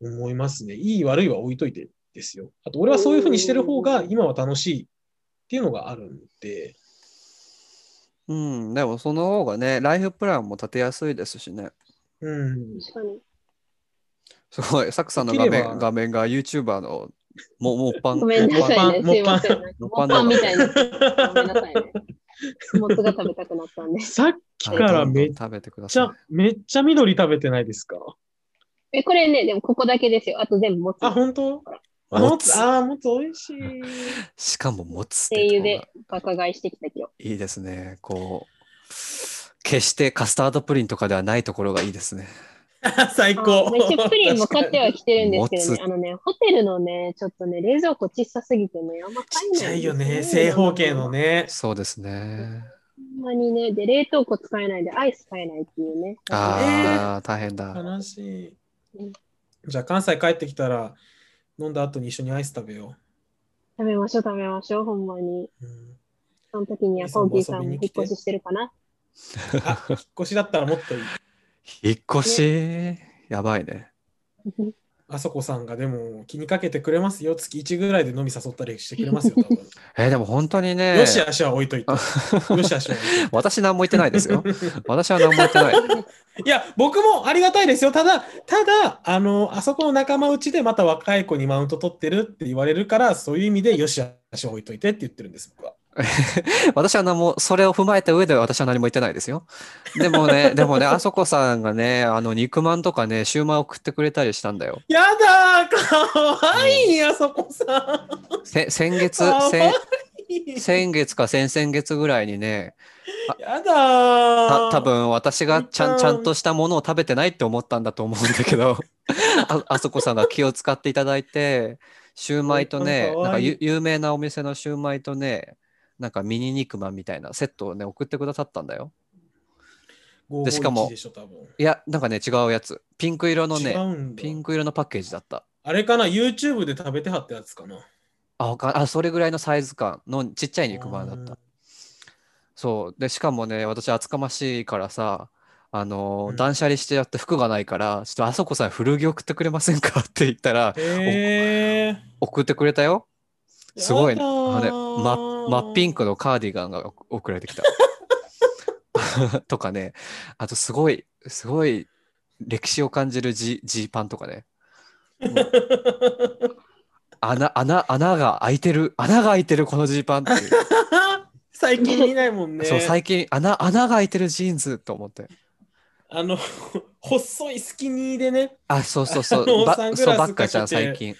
Speaker 3: 思いますね。いい悪いは置いといてですよ。あと俺はそういうふうにしてる方が今は楽しいっていうのがあるんで、
Speaker 1: うん、でもその方がね、ライフプランも立てやすいですしね。 *laughs*
Speaker 3: うん。
Speaker 2: 確かに。
Speaker 1: すごい、サクさんの
Speaker 3: で
Speaker 1: 画
Speaker 3: きれば
Speaker 1: 面、画面が YouTuber のも、もっぱん、
Speaker 2: ごめんなさいね。
Speaker 3: も
Speaker 2: すい
Speaker 3: っぱ
Speaker 2: ま
Speaker 3: ん
Speaker 2: せん。なんか
Speaker 1: もっ
Speaker 2: も
Speaker 1: ぱ
Speaker 2: っ
Speaker 1: ん
Speaker 2: ぱんみたいな。ごめんなさいね。もつが食べたくなったん
Speaker 3: *laughs*
Speaker 2: で。
Speaker 3: さっきからめっ
Speaker 1: 食べてくだ
Speaker 3: ち
Speaker 1: さい
Speaker 3: ゃ。、めっちゃ緑食べてないですか
Speaker 2: え、これね、でもここだけですよ。あと全部もつ。
Speaker 3: あ、本当あ、
Speaker 1: も
Speaker 3: も
Speaker 1: つ
Speaker 3: つ、あー、もつ美味しい。
Speaker 1: しかももつって
Speaker 2: 声
Speaker 1: いう
Speaker 2: 優
Speaker 1: ところ
Speaker 2: で爆買いしてきたけど。
Speaker 1: がいいですね。こう、決してカスタードプリンとかではないところがいいですね。
Speaker 3: *laughs* 最高。
Speaker 2: あめっちゃプリンも買ってはきてるんですけど
Speaker 1: もつ。
Speaker 2: ねあのね、ホテルのね、ちょっとね、冷蔵庫小さすぎてね、あんま買
Speaker 3: ちっ
Speaker 2: え
Speaker 3: ち
Speaker 2: な
Speaker 3: ゃ
Speaker 2: いん
Speaker 3: い
Speaker 2: です
Speaker 3: よね。正方形の。ね。
Speaker 1: そうですね。
Speaker 2: ほんまにね、で、冷凍庫使えないで、アイス買えないっていうね。
Speaker 1: ああ、大変だ。
Speaker 3: 悲し
Speaker 2: う
Speaker 3: い
Speaker 2: ん。
Speaker 3: じゃあ、関西帰ってきたら、飲んだ後に一緒にアイス食べよ
Speaker 2: 食べましょう、食べましょう、ほんまに。
Speaker 3: う。うん、
Speaker 2: その時にはコンキーさんも引っ越ししてるかな。
Speaker 3: あ、引っ越しだったらもっといい。
Speaker 1: 引っ越し、やばいね。
Speaker 2: *laughs*
Speaker 3: あそこさんがでも気にかけてくれますよ。月1ぐらいで飲み誘ったりしてくれますよ、多分。
Speaker 1: *laughs* えーでも本当にね
Speaker 3: よ、し、足は置いと
Speaker 1: *laughs*
Speaker 3: いて。よし、足は置いといて。
Speaker 1: 私何も言ってないです
Speaker 3: *laughs*
Speaker 1: よ。私は何も言ってない。
Speaker 3: いや、僕もありがたいですよ。ただ、ただ、あの、あそこの仲間内でまた若い子にマウント取ってるって言われるから、そういう意味で、よし、足を置いといてって言ってるんです、僕は。
Speaker 1: 私は何も、それを踏まえた上で私は何も言ってないですよ。でも
Speaker 3: *laughs*
Speaker 1: ね、でもね、あそこさんがね、あの、肉まんとかね、シューマイ送ってくれたりしたんだよ。
Speaker 3: やだー、かわいい、あそこさん。
Speaker 1: せ先
Speaker 3: *laughs*
Speaker 1: 月
Speaker 3: かわ、
Speaker 1: 先
Speaker 3: いい
Speaker 1: 先月か先々月ぐらいにね、
Speaker 3: やだ
Speaker 1: た
Speaker 3: ー。
Speaker 1: 多分私がちゃんちゃんとしたものを食べてないって思ったんだと思うんだけ *laughs* ど、ああそこさんが気を使っていただいて、シューマイとね、
Speaker 3: か
Speaker 1: なんか
Speaker 3: わいい
Speaker 1: ゆ有名なお店のシューマイとね、なんかミニ肉まんみたいなセットをね、送ってくださったんだよ。
Speaker 3: 551
Speaker 1: でしかも
Speaker 3: でしょ、多分。
Speaker 1: いや、なんかね、違うやつ。ピンク色の
Speaker 3: 違
Speaker 1: ね、
Speaker 3: うんだ
Speaker 1: ピンク色のパッケージだった。
Speaker 3: あれかな ?YouTube で食べてはったやつかな。
Speaker 1: あ、わかんあ、それぐらいのサイズ感のちっちゃい肉まんだった。そう。で、しかもね、私、厚かましいからさ、あのー
Speaker 3: うん
Speaker 1: 断捨離してやって服がないから、ちょっとあそこさん古着送ってくれませんかって言ったら、
Speaker 3: へえ。
Speaker 1: 送ってくれたよ。すごい、ね、
Speaker 3: やだー
Speaker 1: あれ、ま、真っピンクのカーディガンが送送られてきた。 *laughs* とかね、あとすごい、すごい歴史を感じるジジーパンとかね。もう穴、穴、穴が開いてる、穴が開いてるこのジーパンっていう。
Speaker 3: *laughs* 最近見ないも *laughs* んね。
Speaker 1: そう、最近、穴、穴が開いてるジーンズと思って。
Speaker 3: あの、細いスキニーでね、
Speaker 1: あ、そうそうそ
Speaker 3: あの
Speaker 1: う。ば
Speaker 3: サング
Speaker 1: そう
Speaker 3: ラス
Speaker 1: ばっかじゃん、
Speaker 3: かけて
Speaker 1: 最近。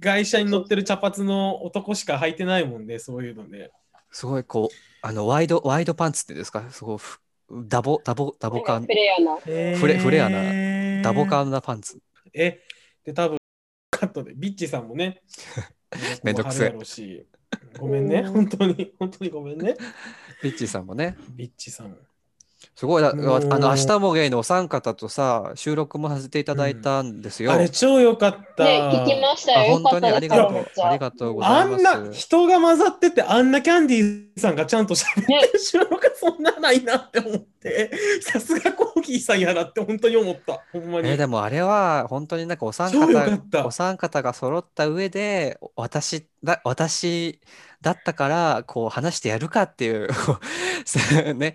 Speaker 3: 外車に乗ってる茶髪の男しか履いてないもんね、そういうのね。
Speaker 1: すごいこう、あの、ワイド、ワイドパンツっていうんですか、すごいふ、ダボ、ダボ、ダボ
Speaker 2: なん
Speaker 1: 感
Speaker 2: か、プレイヤーな。
Speaker 1: フ
Speaker 3: フ
Speaker 1: レフレア
Speaker 3: な
Speaker 1: ダボ。感なパンツ。
Speaker 3: え、で、多分カットで、ビッチさんもね、
Speaker 1: *laughs* めんどくせえ
Speaker 3: 僕も貼るだろうしごめ
Speaker 1: *laughs*
Speaker 3: んね、本当に、本当にごめんね。
Speaker 1: ピッチーさんもね。
Speaker 3: ビッチさんも。
Speaker 1: すごい、だあ
Speaker 3: もう
Speaker 1: の、明日もゲイのお三方とさ、収録もさせていただいたんですよ。
Speaker 3: あれ、超良かった。
Speaker 2: ね、聞きました
Speaker 1: あ
Speaker 2: よ。よ
Speaker 1: 本
Speaker 2: か
Speaker 1: 当
Speaker 2: っ
Speaker 1: にあ
Speaker 2: た
Speaker 1: り
Speaker 2: です
Speaker 1: が
Speaker 2: よ。
Speaker 1: とう
Speaker 2: めっちゃ
Speaker 1: ありがとうございます
Speaker 3: あんな人が混ざっててあんなキャンディーさんがちゃんと喋ってる収録そんなないなって思って *laughs* さすがコーギーさんやなって本当に思ったほんまに、
Speaker 1: えーでもあれは本当になんかお三
Speaker 3: 超良かっ
Speaker 1: 方
Speaker 3: た
Speaker 1: お三方が揃った上でお私だ私だったからこう話してやるかっていう *laughs* こうそうね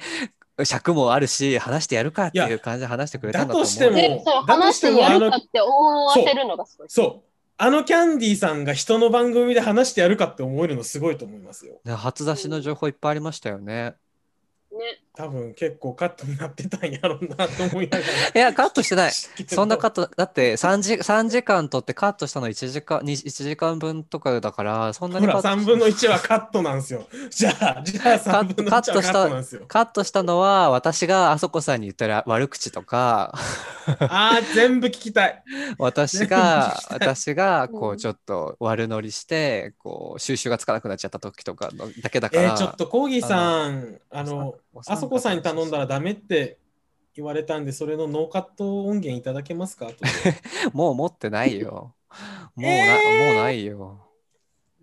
Speaker 1: 尺もあるし話してやるかって
Speaker 3: い
Speaker 1: いう
Speaker 3: や
Speaker 1: 感じで話してくれたんだと
Speaker 3: だ
Speaker 1: 思
Speaker 3: と
Speaker 1: う
Speaker 3: しても
Speaker 2: で、そう、
Speaker 3: だと
Speaker 2: 話
Speaker 3: し
Speaker 2: してて
Speaker 3: も
Speaker 2: や
Speaker 3: あ
Speaker 2: る
Speaker 3: の
Speaker 2: かって思わせるのがすごい。
Speaker 3: そうあのキャンディーさんが人の番組で話してやるかって思えるのすごいと思いますよ
Speaker 1: ね初出しの情報いっぱいありましたよね
Speaker 2: ね。
Speaker 3: 多分結構カットになってたんやろうなと思いなが
Speaker 1: いやカットしてな
Speaker 3: *laughs* ら
Speaker 1: いそんなカ
Speaker 3: ッ
Speaker 1: ットだって3時 ,3 時間取ってカットしたの1時間に一時間分とかだからそんな
Speaker 3: ほ
Speaker 1: にカ
Speaker 3: ら
Speaker 1: ット
Speaker 3: 3分の1はカットなんですよじゃあじゃあ3分の1はカットなんですよ
Speaker 1: カットしたのは私があそこさんに言ったら悪口とか
Speaker 3: ああ全部聞きたい
Speaker 1: 私
Speaker 3: *laughs*
Speaker 1: が
Speaker 3: 全部聞
Speaker 1: 私がこ
Speaker 2: う
Speaker 1: うんちょっと悪乗りしてこう収集がつかなくなっちゃった時とかのだけだか
Speaker 3: え
Speaker 1: ら、
Speaker 3: ー、ちょっとコーギーさんあの
Speaker 1: お三
Speaker 3: あ
Speaker 1: 方
Speaker 3: そこさんに頼んだらダメって言われたんで、それのノーカット音源いただけ
Speaker 1: *laughs*
Speaker 3: ますかと。
Speaker 1: もう持ってないよもうな、
Speaker 3: え
Speaker 1: もうないよ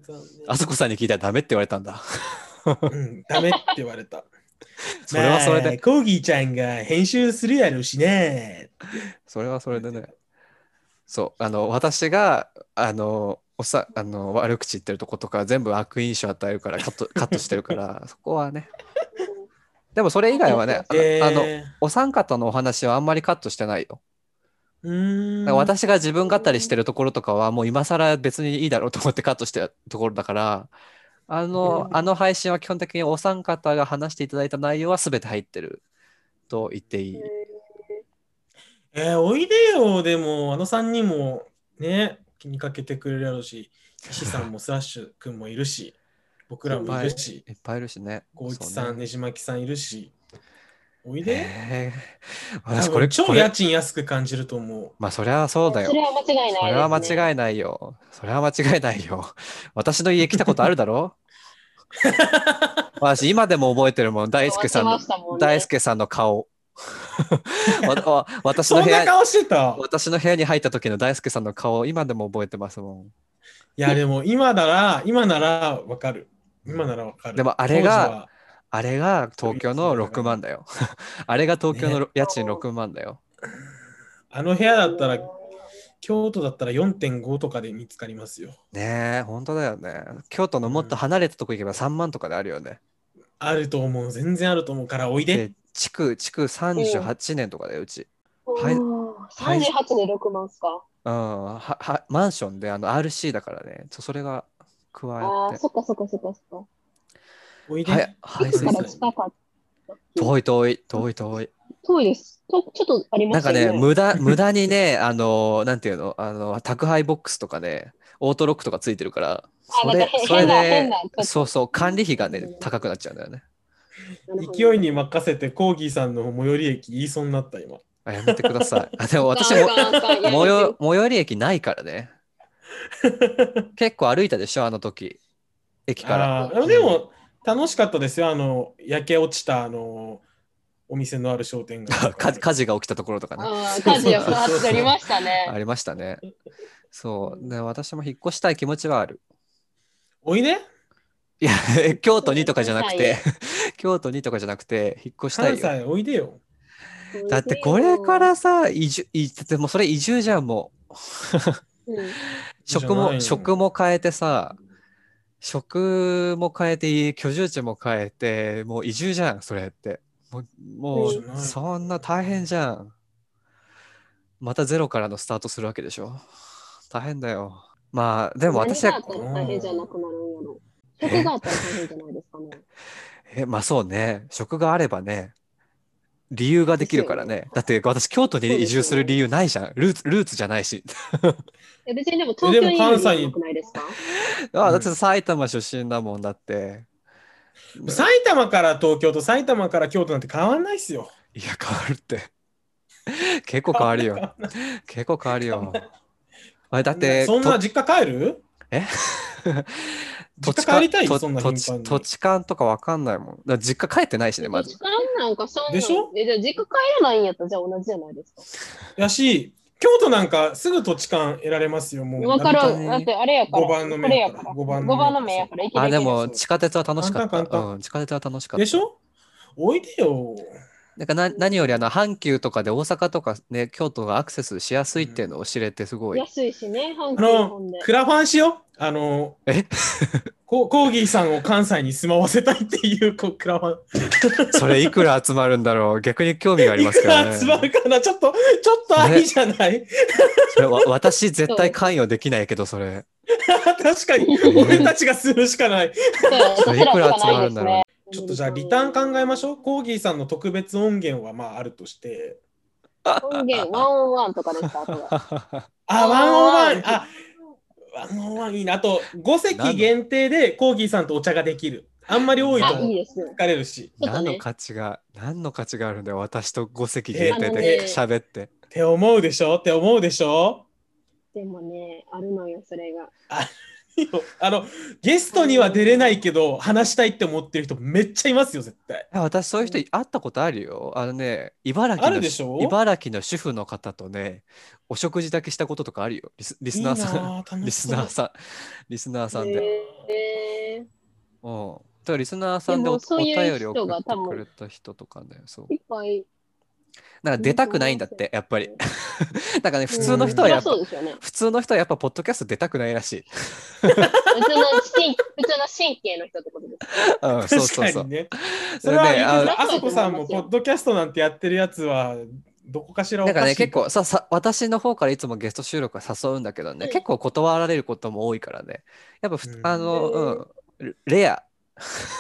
Speaker 3: 残念
Speaker 1: あそこさんに聞いたらダメって言われたん
Speaker 3: *laughs*
Speaker 1: だ
Speaker 3: うん、ダメって言われた。
Speaker 1: *laughs* それはそれで
Speaker 3: まあコーギーちゃんが編集するやろうしね。
Speaker 1: それはそれでねそうあの私があのおさあの悪口
Speaker 3: *laughs*
Speaker 1: 言ってるとことか全部悪印象与えるからカットカットしてるからそこはねでもそれ以外は
Speaker 3: *laughs*
Speaker 1: ね、あの
Speaker 3: えー、
Speaker 1: あの、お三方のお話はあんまりカットしてないよ。
Speaker 3: うーん。
Speaker 1: だから私が自分語りしてるところとかはもう今更別にいいだろうと思ってカットしてるところだから、あの、
Speaker 3: うん
Speaker 1: あの配信は基本的にお三方が話していただいた内容は全て入ってると言っていい。
Speaker 3: えーおいでよ、でも、あの3人もね、気にかけてくれるやろうし、岸さんもスラッシュ君もいるし、僕らもいるし、
Speaker 1: いっぱいいるしね。
Speaker 3: 光一
Speaker 1: そう
Speaker 3: さ、
Speaker 1: んね
Speaker 3: ねじまきさんいるし、おいで。
Speaker 1: えー私
Speaker 3: 多
Speaker 1: これ、
Speaker 3: 分
Speaker 1: こ
Speaker 3: 超
Speaker 1: れ
Speaker 3: 家賃安く感じる
Speaker 1: *laughs*
Speaker 3: と思
Speaker 1: まあそりゃそうだよ
Speaker 2: そ。れは間違いないです、
Speaker 1: そ
Speaker 2: ね。
Speaker 1: れは間違いないよ。それは間違いないよ。私の家来たことあるだ
Speaker 3: *laughs*
Speaker 1: ろ私今でも覚えてるもん。大輔さんの、大輔さんの顔。 *laughs* わわ
Speaker 3: う。
Speaker 1: 私
Speaker 3: そ
Speaker 1: の
Speaker 3: ん
Speaker 1: 部
Speaker 3: な
Speaker 1: 屋
Speaker 3: 顔してた。
Speaker 1: *laughs* 私の部屋に入った時の大輔さんの顔、今でも覚えてますも
Speaker 3: いや、でも今なら、今ならわかる。今ならわかる。
Speaker 1: でもあれが
Speaker 3: 当時は、
Speaker 1: ん。あれが東京の6万だよ。 *laughs* あれが東京のろ家賃6万だよ。
Speaker 3: あの部屋だったら、京都だったら4.5とかで見つかりますよ。
Speaker 1: ねえ、本当だよね。京都のもっと離れたとこ行けば3万とかであるよね。
Speaker 3: あると思う。全然あると思うから、おいで。
Speaker 1: で、築、築38年とかだよ、うち。はい
Speaker 2: 三十八で六万っすか。
Speaker 1: うん、ははマンションであの RC だからね、そそれが加
Speaker 2: あ
Speaker 1: わ
Speaker 2: あ、
Speaker 1: って、
Speaker 2: そっかそっかそっかそっ
Speaker 3: おいで。
Speaker 1: はい、排
Speaker 2: か。
Speaker 1: 水
Speaker 2: 駅か
Speaker 1: さ
Speaker 2: ら
Speaker 1: ん
Speaker 2: 近かった。
Speaker 1: 遠い遠い遠い遠い。
Speaker 2: 遠いです。とちょっとありま
Speaker 1: なん
Speaker 2: す
Speaker 1: か
Speaker 2: よね。
Speaker 1: ね、無駄、無駄にね、 *laughs* あの、なんていうの、あの、宅配ボックスとかね、オートロックとかついてるから、そ
Speaker 2: な
Speaker 1: れ
Speaker 2: んか変、
Speaker 1: それ
Speaker 2: 変な変
Speaker 1: で
Speaker 2: なちょっ、と
Speaker 1: そうそう、管理費がね、高くなっちゃうんだよね。
Speaker 2: なるほど
Speaker 3: 勢いに任せてコーギーさんの最寄り駅言いそうになった今。
Speaker 1: あやめてくだ
Speaker 2: *laughs*
Speaker 1: さい。あでも私
Speaker 2: あ
Speaker 1: も、
Speaker 2: かんあかんいや
Speaker 1: 最寄最寄り駅ないから
Speaker 2: *laughs*
Speaker 1: ね。結構歩いたでしょ、あの時。駅から。
Speaker 3: あーでも楽しかったですよ。あの焼け落ちたあのお店のある商
Speaker 1: *laughs*
Speaker 3: 店街。
Speaker 1: 火火事が起きたところとかね。
Speaker 2: ああ、火事が二つありました
Speaker 1: あ
Speaker 2: ね。
Speaker 1: りましたね。そう。で、私も引っ越したい気持ちはある。
Speaker 3: おいで
Speaker 1: いや、 *laughs* 京都にとかじゃなく
Speaker 2: 関西
Speaker 1: て、 *laughs* 京都にとかじゃなくて、引っ越した
Speaker 3: 関
Speaker 1: いよ。
Speaker 3: 西おいでよ。
Speaker 1: だってこれからさ、移住、移でもそれ移住じゃん、もう。
Speaker 2: う
Speaker 1: 職
Speaker 3: い
Speaker 2: ん、
Speaker 3: いじゃない
Speaker 1: も、
Speaker 3: の
Speaker 1: 職も変えてさ、職も変えて、居住地も変えて、もう移住じゃん、それって。もう、も
Speaker 2: いいじ
Speaker 3: ゃな
Speaker 1: う
Speaker 3: い
Speaker 1: そんな大変じゃん。またゼロからのスタートするわけでしょ。大変だよ。まあ、で
Speaker 2: で
Speaker 1: も私は
Speaker 2: 何があ、ったら大変じゃなくなるんやろ。食があったら大変じゃないですかね。
Speaker 1: え、まあそうね。職があればね、理由ができるからね。だって私、京都に移住する理由ないじゃん。ルーツ、ルーツじゃないし。
Speaker 2: え別にでも東京にいる
Speaker 3: でも関西に
Speaker 2: よくないですか
Speaker 1: あ、だって埼玉出身だもんだって。
Speaker 3: 埼玉から東京と埼玉から京都なんて変わんないっすよ。
Speaker 1: いや、変わるって。 *laughs* 結構変わる
Speaker 3: 変
Speaker 1: よ。結構変わるよ。あれだっ
Speaker 3: な
Speaker 1: て、
Speaker 3: そんな *laughs*
Speaker 1: と
Speaker 3: 実家帰る
Speaker 1: え土地
Speaker 3: 実家帰りたい
Speaker 1: と
Speaker 3: そんな
Speaker 1: 土
Speaker 3: 頻
Speaker 1: 地
Speaker 3: 繁に
Speaker 1: 土地勘とかわかんないもん。だから実家帰ってないしね、ま
Speaker 2: 時
Speaker 1: ず。
Speaker 2: 間なんかそんなん
Speaker 3: でしょ
Speaker 2: えじゃあ実家帰らないんやったらじゃあ同じじゃないですか。
Speaker 3: やし、京都なんかすぐ土地勘得られますよ。もう
Speaker 2: わかる。
Speaker 1: 本当に
Speaker 2: だってあれやから。
Speaker 3: 五番の目
Speaker 2: これやから。
Speaker 3: 五
Speaker 2: 五
Speaker 3: 番の目
Speaker 2: 番の目やから。
Speaker 1: あ、で
Speaker 3: そ
Speaker 1: も
Speaker 3: う
Speaker 1: 地下鉄は楽しかった。
Speaker 3: 簡単簡単
Speaker 1: うん、地下鉄は楽しかった。
Speaker 3: でしょおいでよ。
Speaker 1: なんかな何よりあの阪急とかで大阪とかね、京都がアクセスしやすいっていうのを知れてすごい。
Speaker 2: 安いしね、阪
Speaker 3: あ
Speaker 2: 急日
Speaker 3: の
Speaker 2: 本で、。
Speaker 3: クラファンしよう。あの、
Speaker 1: え
Speaker 3: ココーギーさんを関西に住まわせたいっていうこうクラファン。
Speaker 1: それいくら集まるんだろう逆に興味があります
Speaker 3: いく
Speaker 1: けど
Speaker 3: ら集ま
Speaker 1: ね。
Speaker 3: るかなちょっと、ちょっとありじゃない
Speaker 1: *laughs* それわ私絶対関与できないけど、そ
Speaker 3: *laughs*
Speaker 1: れ。
Speaker 3: 確かに、俺たちがするしかない。
Speaker 1: それいくら集まるんだろうね。
Speaker 3: ちょっとじゃあ、リターン考えましょう。コーギーさんの特別音源はまああるとして。
Speaker 2: う。音源、ワンオンワンとかですかあと
Speaker 1: *laughs*
Speaker 2: は
Speaker 3: あ、
Speaker 2: あー
Speaker 3: ワンオンワン、あ、ワンオンワンいいな。あと、5席限定でコーギーさんとお茶ができる。あんまり多いと
Speaker 2: あ、いい
Speaker 3: 疲
Speaker 2: ですね。
Speaker 3: れるし。
Speaker 2: ちょっと
Speaker 1: 何
Speaker 2: ね
Speaker 1: の価値が、何の価値があるんだよ、私と五席限定
Speaker 2: え
Speaker 1: で
Speaker 2: ーあ
Speaker 1: 喋って。
Speaker 3: って思うでしょって思うでしょ *laughs*
Speaker 2: でもね、あるのよ、それが。
Speaker 3: あの、ゲストには出れないけど、話したいって思ってる人めっちゃいますよ、絶対。
Speaker 1: え私、そういう人会ったことあるよ。あのね、茨城
Speaker 3: ある
Speaker 1: の
Speaker 3: でしょ
Speaker 1: 茨城の主婦の方とね、お食事だけしたこととかあるよ。リスリスナーさ
Speaker 3: いい
Speaker 1: ん。
Speaker 3: な楽
Speaker 1: *laughs* リ
Speaker 3: し
Speaker 1: ス
Speaker 3: そう
Speaker 1: ナーさん。リスナーさんで。
Speaker 2: え
Speaker 1: うん。だからリスナーさんで
Speaker 2: で
Speaker 1: お
Speaker 2: もそういう
Speaker 1: お便り
Speaker 2: 人
Speaker 1: 送っ
Speaker 2: が
Speaker 1: て
Speaker 2: 多分
Speaker 1: くれた人とかね、そう
Speaker 2: ー、い。っぱい
Speaker 1: なんか出たくないんだって、やっぱり。 *laughs* なんかね、普通の人
Speaker 2: そ
Speaker 1: は
Speaker 2: り
Speaker 1: や
Speaker 2: ゃ
Speaker 1: っぱ
Speaker 2: そう、ですよね。
Speaker 1: 普通の人はやっぱポッドキャスト出たくないらしい。
Speaker 2: 普通の神、 *laughs* 普通の神経の人ってことですか
Speaker 1: うん、そう
Speaker 3: *laughs* 確
Speaker 1: そうそ
Speaker 3: か
Speaker 1: う
Speaker 3: に。ね。それは言うけど、
Speaker 1: でね
Speaker 2: あ
Speaker 3: あそこさんもポッドキャストなんてやってるやつは、どこかしらお
Speaker 1: だ
Speaker 3: かしい
Speaker 1: からね、結
Speaker 3: と
Speaker 1: 構ささ、私の方からいつもゲスト収録は誘うんだけどね、
Speaker 2: うん
Speaker 1: 結構断られることも多いからね。やっぱふ、
Speaker 3: うん
Speaker 1: あの、うん、レア。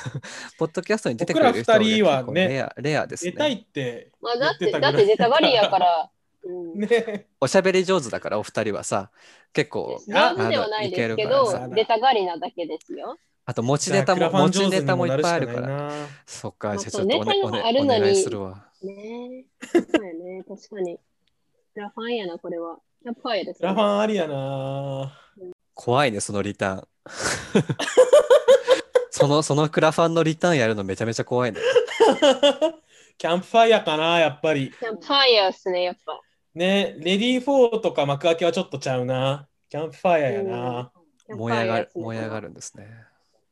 Speaker 1: *laughs* ポッドキャストに出てくれる人
Speaker 3: 僕ら二人はね
Speaker 1: 結構レアレアです
Speaker 3: 出たい
Speaker 1: ね。
Speaker 3: って、
Speaker 2: まあ、だって、
Speaker 3: 言って
Speaker 2: だ
Speaker 3: た
Speaker 2: っ
Speaker 3: ぐら
Speaker 2: て
Speaker 3: い
Speaker 2: 出たがりやから、うん。
Speaker 3: ね。
Speaker 1: おしゃべり上手だから、お二人はさ、結構、
Speaker 2: 上手ではないですけ
Speaker 1: あのいける
Speaker 3: から
Speaker 2: ど
Speaker 3: さ、
Speaker 2: 出たがりなだけですよ。
Speaker 1: あと持ちネタ
Speaker 3: じ
Speaker 1: も、
Speaker 3: ゃあクラファ
Speaker 1: 持
Speaker 3: ン上
Speaker 1: ち
Speaker 3: 手
Speaker 1: ネ
Speaker 3: に
Speaker 1: タもいっぱいあ
Speaker 3: な
Speaker 1: る
Speaker 3: し
Speaker 1: か
Speaker 3: かない
Speaker 1: ら。
Speaker 3: な。
Speaker 1: そっか、
Speaker 2: まあ
Speaker 1: じゃあちょっとお,、ね
Speaker 2: そう
Speaker 1: おね
Speaker 2: ネタがある
Speaker 1: お
Speaker 2: のに
Speaker 1: 願いするわ。
Speaker 2: ねえ。そうやね。確かに。クラファンやな、これは。キャッパーやです、
Speaker 3: クラファンありやな。
Speaker 1: 怖いね、そのリターン。
Speaker 3: *laughs*
Speaker 1: その、そのクラファンのリターンやるのめちゃめちゃ怖いね。
Speaker 3: *laughs* キャンプファイヤーかな、やっぱり。
Speaker 2: キャンプファイヤーっすね、やっぱ。
Speaker 3: ね、レディー4とか幕開けはちょっとちゃうな。キャンプファイヤーやな。
Speaker 2: うん
Speaker 1: 燃え上がる、
Speaker 2: キャンプファ
Speaker 1: 燃
Speaker 2: イ
Speaker 1: え
Speaker 2: ヤー
Speaker 1: 上
Speaker 2: っ
Speaker 1: がるんですね。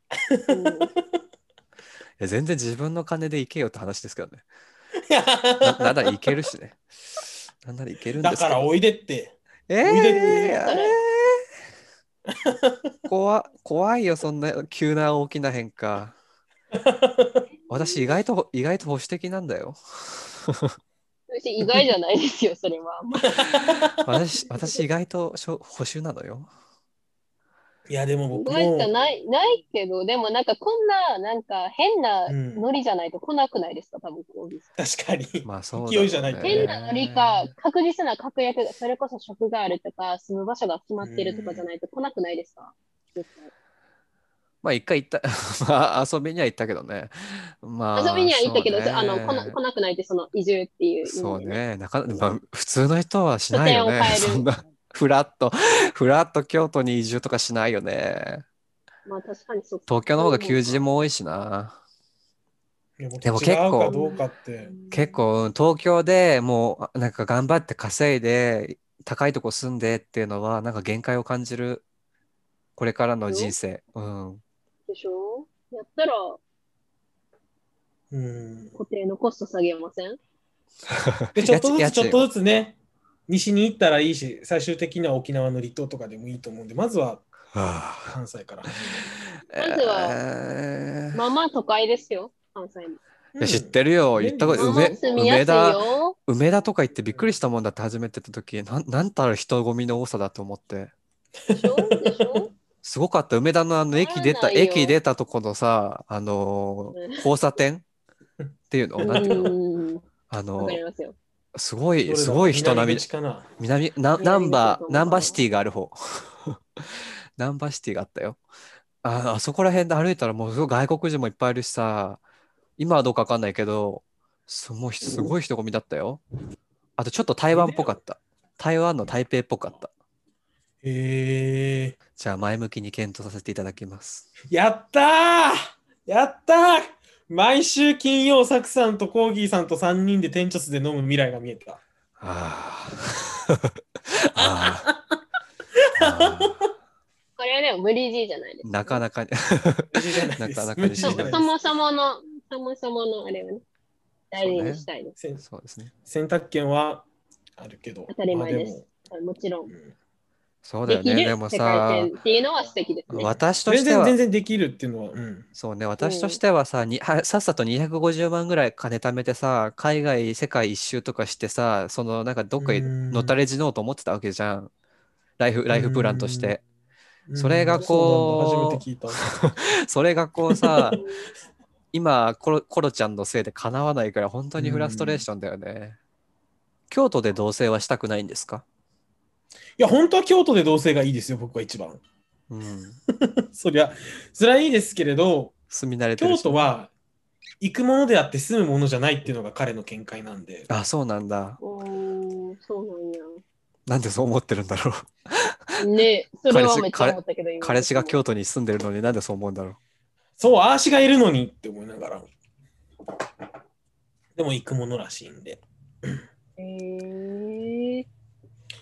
Speaker 2: すねこれは
Speaker 1: いや全然自分の金で行けよって話ですけど
Speaker 3: *laughs*
Speaker 1: ね。な
Speaker 3: だ
Speaker 1: なんなら行けるしね。なんなら行けるんですけど
Speaker 3: からおいでって。
Speaker 1: え
Speaker 3: おいでって
Speaker 1: ー、
Speaker 2: 言うから
Speaker 1: えー怖怖いよ、そんな急な大きな変化。私、意外と、意外と保守的なんだよ。
Speaker 2: うん私意外じゃないですよ、それは。
Speaker 1: 私、私意外としょ保守なのよ。
Speaker 3: いや、でも僕
Speaker 2: 意外じゃ
Speaker 3: も。
Speaker 2: ないないけど、でもなんかこんな、なんか変なノリじゃないと来なくないですか、多分こういう人
Speaker 3: 確かに。
Speaker 1: まあそうだろうね
Speaker 3: 勢いじゃないとね
Speaker 2: 変なノリか、確実な確約が、それこそ職があるとか、住む場所が決まってるとかじゃないと来なくないですか、絶対
Speaker 1: まあ一回行った、 *laughs* まあ遊びには行ったけどね。まあ、
Speaker 2: 遊びには行ったけど、
Speaker 1: そうね
Speaker 2: あの来な来なくないって、その移住っていう意味で。
Speaker 1: そうね、なかなか、まあ、普通の人はしないよね。
Speaker 2: 拠点を変える
Speaker 1: そんな、フラット、フラット京都に移住とかしないよね。
Speaker 2: まあ確かにそう。
Speaker 1: 東京の方が求人も多いしな。でも結構
Speaker 3: 違うかどうかって。
Speaker 1: 結構、うん東京でもう、なんか頑張って稼いで、高いとこ住んでっていうのは、なんか限界を感じる。これからの人生。うん。
Speaker 2: でしょやったら
Speaker 3: うん。
Speaker 2: 固定のコスト下げません
Speaker 3: で、ちょっとず
Speaker 1: 家
Speaker 3: つ、ち
Speaker 1: 賃
Speaker 3: ょっとずつね、西に行ったらいいし、最終的には沖縄の離島とかでもいいと思うんで、まずは
Speaker 1: は
Speaker 3: 関西から。
Speaker 1: あ
Speaker 2: まずは
Speaker 1: えー
Speaker 2: まあまあ都会ですよ、関西も。
Speaker 1: いや知ってるよ。
Speaker 3: うん
Speaker 1: 行ったこ
Speaker 3: え
Speaker 1: と、
Speaker 2: まあまあ
Speaker 1: 梅
Speaker 2: 住みやす
Speaker 1: 梅
Speaker 2: い
Speaker 1: 田、
Speaker 2: よ。
Speaker 1: 梅田とか行ってびっくりしたもんだって初めて行った時、なん、なんたる人混みの多さだと思って。
Speaker 2: でしょでしょ
Speaker 1: すごかった。梅田のあの駅出た、
Speaker 2: わからないよ
Speaker 1: 駅出たとこのさ、あのー
Speaker 2: うん
Speaker 1: 交差点っていうの、なんていうの、 *laughs*
Speaker 2: うん
Speaker 1: あ
Speaker 2: わ
Speaker 1: の
Speaker 2: かりますよ。
Speaker 1: すごい、すごい人並み
Speaker 3: 南、口かな。
Speaker 1: 南、な、
Speaker 2: 南口
Speaker 1: ナン
Speaker 2: だ
Speaker 1: バ
Speaker 2: と
Speaker 1: ー、
Speaker 2: 思う
Speaker 1: ナンバーシティがある方。 *laughs* ナンバーシティがあったよ。あ、あそこら辺で歩いたらもうすごい外国人もいっぱいいるしさ、今はどうかわかんないけど、すもうひすごい人混みだったよ。あとちょっと台湾っぽかった。台湾の台北っぽかった。
Speaker 3: へえ。
Speaker 1: じゃあ前向きに検討させていただきます。
Speaker 3: やったーやったー毎週金曜、サクさんとコーギーさんと3人で店長室で飲む未来が見え
Speaker 1: *laughs*
Speaker 3: た。
Speaker 1: あーあー。あー
Speaker 2: これはでも無理強いじゃないですか。
Speaker 1: なかなかに。 *laughs* なかなかに
Speaker 2: そ
Speaker 1: しない
Speaker 2: そもそもの、そもそものあれはね、大事にしたいです。
Speaker 3: せん
Speaker 1: そうですね。
Speaker 3: 選択権はあるけど。
Speaker 2: 当たり前ですもちろ
Speaker 3: まあ
Speaker 2: ん。
Speaker 3: でも。うん
Speaker 1: そうだ
Speaker 2: で
Speaker 1: よ
Speaker 2: き
Speaker 1: ね。
Speaker 2: る
Speaker 1: でも
Speaker 2: 世
Speaker 1: さ
Speaker 2: 界、線っていうのは素敵ですね。
Speaker 1: 私とし
Speaker 3: 全
Speaker 1: て
Speaker 3: 然
Speaker 1: は、
Speaker 3: 全然できるっていうのは、うん、
Speaker 1: そうね、私としてはさ、に *laughs* はさっさと250万ぐらい金貯めてさ、海外、世界一周とかしてさ、そのなんかどっかに
Speaker 3: うん
Speaker 1: のたれ死のうと思ってたわけじゃん。ライフ、ライフプランとして。 *laughs* それ
Speaker 3: う
Speaker 1: がこ
Speaker 3: ん
Speaker 1: う
Speaker 3: そうなんだ初
Speaker 1: それがこう
Speaker 3: *laughs*
Speaker 1: さ、今コロ、コロちゃんのせいで叶わないから、本当にフラストレーションだよね。京都で同棲はしたくないんですか
Speaker 3: めて聞いた。いや、本当は京都で同棲がいいですよ、僕は一番。 *laughs*
Speaker 1: うん。
Speaker 3: そりゃ、それはいいですけれど、
Speaker 1: 住み慣れてる
Speaker 3: 京
Speaker 1: し
Speaker 3: 都は行くものであって住むものじゃないっていうのが彼の見解なんで。
Speaker 1: あ、そうなんだ。
Speaker 2: おーそう
Speaker 1: なんでそう思ってるんだろう。
Speaker 3: *laughs*
Speaker 2: なんや。ねそれはめっちゃ思ったけど、今
Speaker 1: 彼氏が京都に住んでるのになんでそう思うんだろう。
Speaker 3: そう、あーしがいるのにって思いながら。でも行くものらしいんで。
Speaker 2: えー、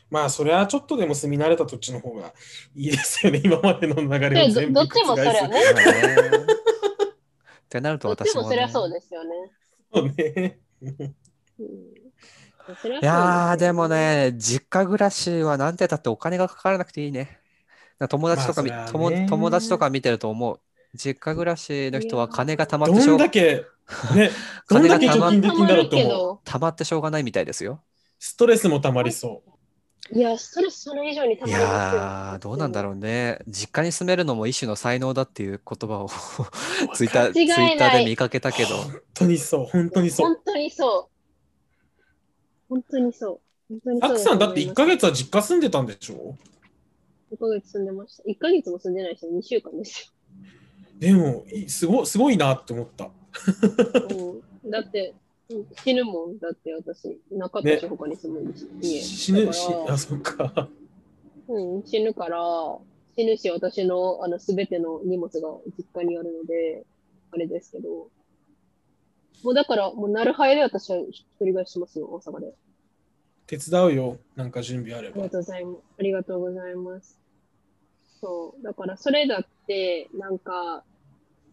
Speaker 3: まあ、それはちょっとでも住み慣れた土地の方がいいですよね、 *laughs* 今までの流れを
Speaker 2: で
Speaker 3: 全
Speaker 2: ど
Speaker 3: 部
Speaker 2: どっちもそれは
Speaker 3: 覆 *laughs*
Speaker 2: ね。
Speaker 1: まあねってなると
Speaker 2: どっ
Speaker 1: 私
Speaker 2: ち
Speaker 1: も、
Speaker 2: も
Speaker 1: ね、
Speaker 2: そりゃそうですよね。
Speaker 3: すそうね。
Speaker 2: うんそれはそうです
Speaker 1: いやー、でも。ね、実家暮らしはなんてだってお金がかからなくていいね。なんか友達とかみ、
Speaker 3: まあそり
Speaker 1: 友
Speaker 3: ゃね
Speaker 1: 友達とか見てると思う。実家暮らしの人は金が貯まってしょ
Speaker 3: どん
Speaker 1: う
Speaker 3: だけ、ね、ど
Speaker 1: 金
Speaker 3: んだ
Speaker 1: が
Speaker 3: け
Speaker 1: た
Speaker 3: 貯
Speaker 1: ま
Speaker 3: 金で
Speaker 2: た
Speaker 3: きん
Speaker 2: ま
Speaker 3: だろう
Speaker 2: る
Speaker 3: と
Speaker 2: け
Speaker 3: 思う。
Speaker 2: ど、
Speaker 1: 溜まってしょうがないみたいですよ。
Speaker 3: ストレスもたまりそ
Speaker 2: いや、ストレスそれ以上にた
Speaker 1: い
Speaker 2: まりますよ。
Speaker 1: やー、どうなんだろうね。実家に住めるのも一種の才能だっていう言葉を
Speaker 3: う。
Speaker 1: ツイッター、ツイ
Speaker 2: 違いない
Speaker 1: ッターで見かけた
Speaker 2: *laughs*
Speaker 1: けど。
Speaker 3: 本当にそう、本当にそう
Speaker 2: 本。当にそう。本当にそう。本当にそ
Speaker 3: ア
Speaker 2: う
Speaker 3: ク
Speaker 2: だ
Speaker 3: さ
Speaker 2: と
Speaker 3: んだっ
Speaker 2: 思
Speaker 3: て1
Speaker 2: います
Speaker 3: ヶ月は実家住んでたんでしょ
Speaker 2: 1ヶ月住んでました。1ヶ月も住んでない人、2週間です
Speaker 3: でも、いすごすごいなって思った。
Speaker 2: よ。うんだって、うん死ぬもん。だって私、なかったし、
Speaker 3: ね
Speaker 2: 他に住むんです家
Speaker 3: 死
Speaker 2: だ
Speaker 3: ぬ、
Speaker 2: か
Speaker 3: 死
Speaker 2: ら
Speaker 3: あ、そっか。
Speaker 2: うん、死ぬから、死ぬし、私のあの全ての荷物が実家にあるので、あれですけど。もうだから、もう、なるはやで私は一人暮らししますよ、大阪で。
Speaker 3: 手伝うよ、なんか準備あれ
Speaker 2: あり
Speaker 3: ば
Speaker 2: が。とうございます。ありがとうございます。そう。だから、それだって、なんか、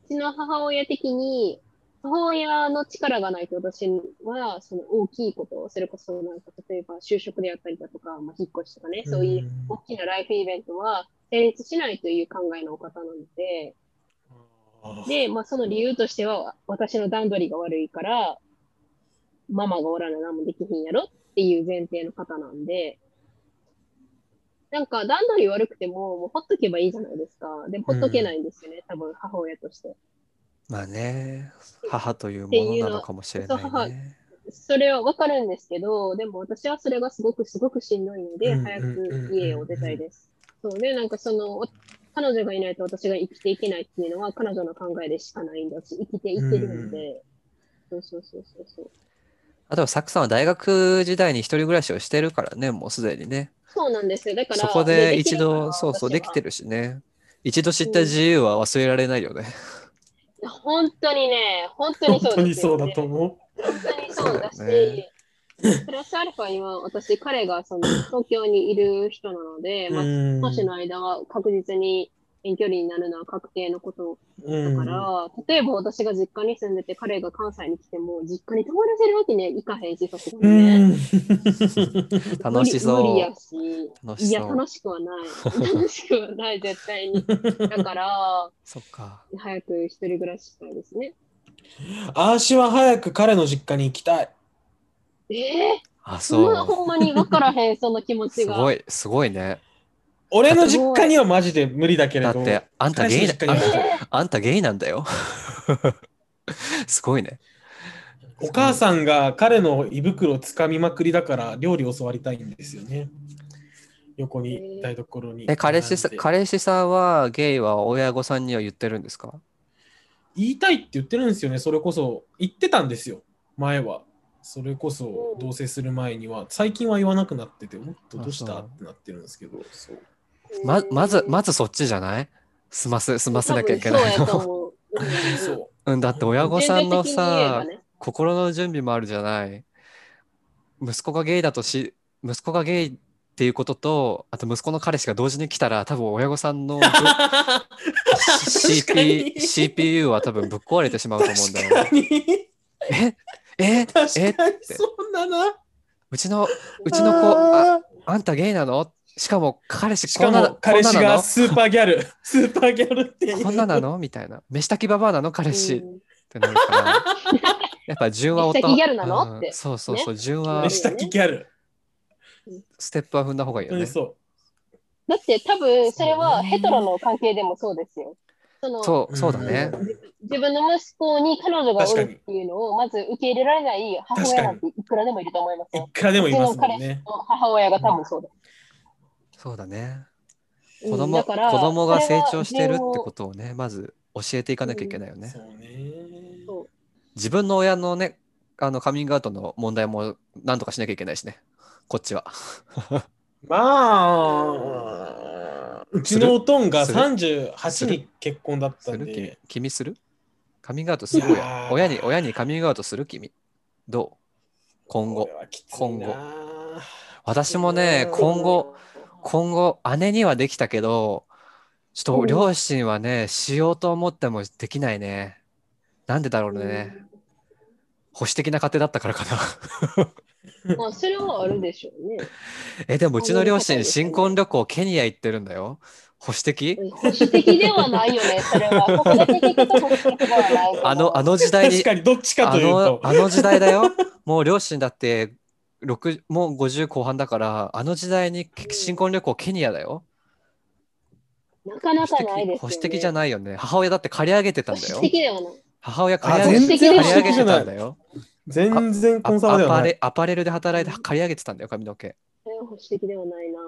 Speaker 2: うちの母親的に、母親の力がないと私は、その大きいこと、それこそなんか、例えば就職であったりだとか、まあ、引っ越しとかね、そういう大きなライフイベントは成立しないという考えのお方なので、
Speaker 3: あー
Speaker 2: で、まあ、その理由としては、私の段取りが悪いから、ママがおらな何もできひんやろっていう前提の方なんで、なんか段取り悪くても、もうほっとけばいいじゃないですか。でもほっとけないんですよね、多分母親として。
Speaker 1: まあね、母というものなのかもしれないね。
Speaker 2: それはわかるんですけど、でも私はそれがすごくすごくしんどいので、
Speaker 3: うん
Speaker 2: 早く家を出たいです。そうね、なんかその、お彼女がいないと私が生きていけないっていうのは彼女の考えでしかないんだし、生きていってるので、そうそうそうそうそう。
Speaker 1: あとは、サクさんは大学時代に一人暮らしをしてるからね、もうすでにね。
Speaker 2: そうなんですよ。だから、
Speaker 1: そこで一度、そうそう、できて
Speaker 2: る
Speaker 1: るしね。一度知った自由は忘れられないよね。
Speaker 2: から。私は本当にね、本当
Speaker 3: 本
Speaker 2: にそうです、
Speaker 3: 当にそうだと。思う。
Speaker 2: 本当にそうだし、
Speaker 1: そうだよ
Speaker 2: プラスアルファ今、私、彼がその東京にいる人なので、まあ、
Speaker 3: うん
Speaker 2: 少しの間は確実に遠距離になるのは確定のことだから、例えば私が実家に住んでて、彼が関西に来ても、実家に泊まらせるわけにはいかへんし、さすが
Speaker 3: う
Speaker 2: にね。
Speaker 3: ん。うん
Speaker 1: 楽し
Speaker 2: 無理無理
Speaker 1: そ
Speaker 2: や
Speaker 1: う。
Speaker 2: し。
Speaker 1: 楽し
Speaker 2: いや、
Speaker 1: そう。
Speaker 2: 楽しくはない。楽しくはない、絶対に。だから、
Speaker 1: そっか。
Speaker 2: 早く一人暮らししたいですね。
Speaker 3: あーしは早く彼の実家に行きたい。
Speaker 2: ええ
Speaker 1: あ、
Speaker 2: そんな
Speaker 1: そう。
Speaker 2: ほんまに分からへん、その気持
Speaker 1: す
Speaker 2: ちが。
Speaker 1: ごい、すごいね。
Speaker 3: 俺の実家にはマジで無理だけれ
Speaker 1: だっ
Speaker 3: ど。
Speaker 1: て、あんたゲイな、
Speaker 3: 彼氏
Speaker 1: あ
Speaker 3: の
Speaker 1: ん
Speaker 3: 実家
Speaker 1: た
Speaker 3: には
Speaker 1: あんたゲイなんだよ。 *laughs* すごいね。
Speaker 3: お母さんが彼の胃袋をつかみまくりだから料理を教わりたいんですよね。横に台所に。
Speaker 1: え、彼氏さ、
Speaker 3: 並んで
Speaker 1: 彼氏さんはゲイは親御さんには言ってるんですか
Speaker 3: 言いたいって言ってるんですよね。それこそ言ってたんですよ。前は。それこそ同棲する前には最近は言わなくなっててもっとどうし
Speaker 1: あ
Speaker 3: た
Speaker 1: そう
Speaker 3: ってなってるんですけど
Speaker 1: *laughs*
Speaker 3: そう
Speaker 1: ま、まず、まずそっちじゃない済ます、済ませなきゃいけない
Speaker 2: 多分そうやと
Speaker 1: の。
Speaker 2: 思う。うん
Speaker 3: そう
Speaker 1: *laughs* うん、だって *laughs* 親御さんのさ
Speaker 2: 全体的に言えば、ね
Speaker 1: 心の準備もあるじゃない。息子がゲイだとし、息子がゲイっていうことと、あと息子の彼氏が同時に来たら、多分親御さんの
Speaker 3: かに
Speaker 1: CP CPU は多分ぶっ壊れてしまうと思うんだ
Speaker 3: 確
Speaker 1: よ。
Speaker 3: かに
Speaker 1: ええ
Speaker 3: 確
Speaker 1: え
Speaker 3: かにそんなな
Speaker 1: うちの、うちの子、ああんたゲイなのしかも彼氏
Speaker 3: し
Speaker 1: こ
Speaker 3: か
Speaker 1: んな
Speaker 3: も
Speaker 1: こん
Speaker 3: 彼
Speaker 1: な
Speaker 3: 氏
Speaker 1: な
Speaker 3: が
Speaker 1: の
Speaker 3: スーパーギャルスーパーギャルっていう
Speaker 1: こんななのみたいな。飯炊きババアなの彼氏ってなる
Speaker 2: *laughs*
Speaker 1: から。やっぱ純は
Speaker 2: 飯
Speaker 1: 音。
Speaker 2: 炊きギャルなの
Speaker 1: うん
Speaker 2: って
Speaker 1: そうそうそう。純は
Speaker 3: 飯炊きギャル
Speaker 1: ステップは踏んだ方がいいよ
Speaker 3: うん
Speaker 1: ね。
Speaker 3: そ
Speaker 2: だって多分それ
Speaker 1: そう
Speaker 2: は
Speaker 1: ね
Speaker 2: ヘトロの関係でもそうですよ。その
Speaker 1: そう、そうだ
Speaker 3: う
Speaker 1: ね。
Speaker 2: 自分の息子に彼女がおるっていうのをまず受け入れられない母親なんていくらでもいると思います
Speaker 3: うい
Speaker 2: よ。
Speaker 3: くらでもいますもんね
Speaker 2: 母親が多分そうだ。
Speaker 1: そうだね。
Speaker 2: うん
Speaker 1: 子供、
Speaker 2: だ
Speaker 1: 子
Speaker 2: から
Speaker 1: 供が成長してるって
Speaker 2: それは
Speaker 1: ことをね、まず教えていかなきゃいけないよね
Speaker 3: そ。うね
Speaker 2: そう
Speaker 1: 自分の親のね、あのカミングアウトの問題も何とかしなきゃいけないしね。こっちは。
Speaker 3: まあうちのおとんが38に結婚だっ
Speaker 1: す
Speaker 3: たん
Speaker 1: る君
Speaker 3: で
Speaker 1: 君するカミングアウトする
Speaker 3: いや
Speaker 1: や
Speaker 3: ー
Speaker 1: 親に親にカミングアウトする君どう今
Speaker 3: こ
Speaker 1: 後
Speaker 3: れはきついな
Speaker 1: 私もね
Speaker 3: うん
Speaker 1: 今後今後姉にはできたけどちょっと両親はねしようと思ってもできないねなんでだろうね保守的な家庭だったからかな
Speaker 2: まあ、それはあるでしょうね。
Speaker 1: *laughs* え、でもうちの両
Speaker 2: あ
Speaker 1: 親、
Speaker 2: の
Speaker 1: 新婚旅行、ケニア行ってるんだよ。保守的
Speaker 2: うん保守的ではないよね、それは。ここだけ聞くと保守的ではないと思う。
Speaker 1: あの、あの時代
Speaker 3: 確
Speaker 1: に、
Speaker 3: かにどっちか
Speaker 1: あ
Speaker 3: という
Speaker 1: の
Speaker 3: と、
Speaker 1: あの時代だよ。 *laughs* もう両親だって、6もう50後半だから、あの時代に新婚旅行、ケニアだよ。
Speaker 2: なかな
Speaker 1: 保
Speaker 2: か
Speaker 1: 守
Speaker 2: ない
Speaker 1: 的
Speaker 2: ですよ、ね。
Speaker 1: 保守的じゃないよね。母親だって借り上げてたんだ
Speaker 2: 保
Speaker 1: よ
Speaker 2: 守。的ではない。
Speaker 1: 母親
Speaker 3: あ
Speaker 1: 借り上げ
Speaker 2: 全然
Speaker 1: 借り上げてたんだよ。
Speaker 3: 全然
Speaker 1: あ
Speaker 3: コンサバで
Speaker 1: ア
Speaker 3: は
Speaker 1: パ
Speaker 3: ない。
Speaker 1: レアパレルで働いて借り上げてたんだよ、髪の毛。
Speaker 2: それは保守的ではないな。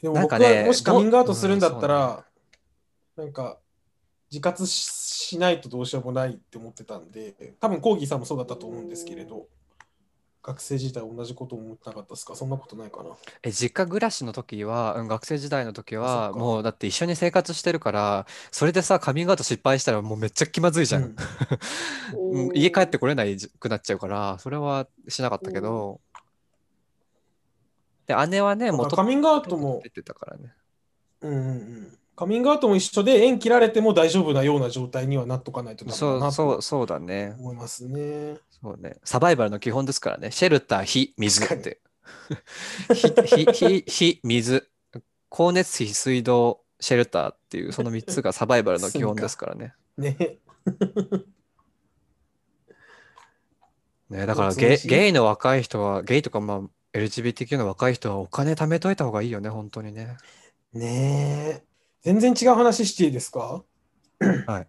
Speaker 3: でも
Speaker 1: なん
Speaker 3: 僕
Speaker 1: か
Speaker 3: は
Speaker 1: ね
Speaker 3: もしカミングアウトするんだった
Speaker 1: うん
Speaker 3: ら、なんか自活ししないとどうしようもないって思ってたんで、多分コーギーさんもそうだったと思うんですけれど、学生時代同じこと思ってなかったですかそんなことないかな。
Speaker 1: え、実家暮らしの時は、うん学生時代の時
Speaker 3: あそ
Speaker 1: は、
Speaker 3: っか
Speaker 1: もうだって一緒に生活してるから、それでさ、カミングアウト失敗したらもうめっちゃ気まずいじゃん。
Speaker 3: うん
Speaker 1: うん家帰ってこれないくなっちゃうから、それはしなかったけど、で、姉はね、
Speaker 3: だか
Speaker 1: も
Speaker 3: ら
Speaker 1: と
Speaker 3: カミングアウトも
Speaker 1: 出、てたからね。
Speaker 3: うんうんうん、カミングアウトも一緒で縁切られても大丈夫なような状態にはなっとかないとダメ
Speaker 1: そ
Speaker 3: だ
Speaker 1: う、
Speaker 3: な
Speaker 1: そう、
Speaker 3: と
Speaker 1: そうだね。
Speaker 3: 思いますね。
Speaker 1: そうね。サバイバルの基本ですからね。シェルター、火、水
Speaker 3: 確か
Speaker 1: っ
Speaker 3: に *laughs*
Speaker 1: て。火、火、火、火、水。光熱費、水道、シェルターっていう、その3つがサバイバルの基本ですからね。
Speaker 3: ね。
Speaker 1: ねだから
Speaker 3: そうで
Speaker 1: ゲ
Speaker 3: す
Speaker 1: イ、
Speaker 3: ね
Speaker 1: ゲイの若い人は、ゲイとか、まあ、LGBTQ の若い人はお金貯めといた方がいいよね、本当にね。
Speaker 3: ねえ。全然違う話していいですか
Speaker 1: はい。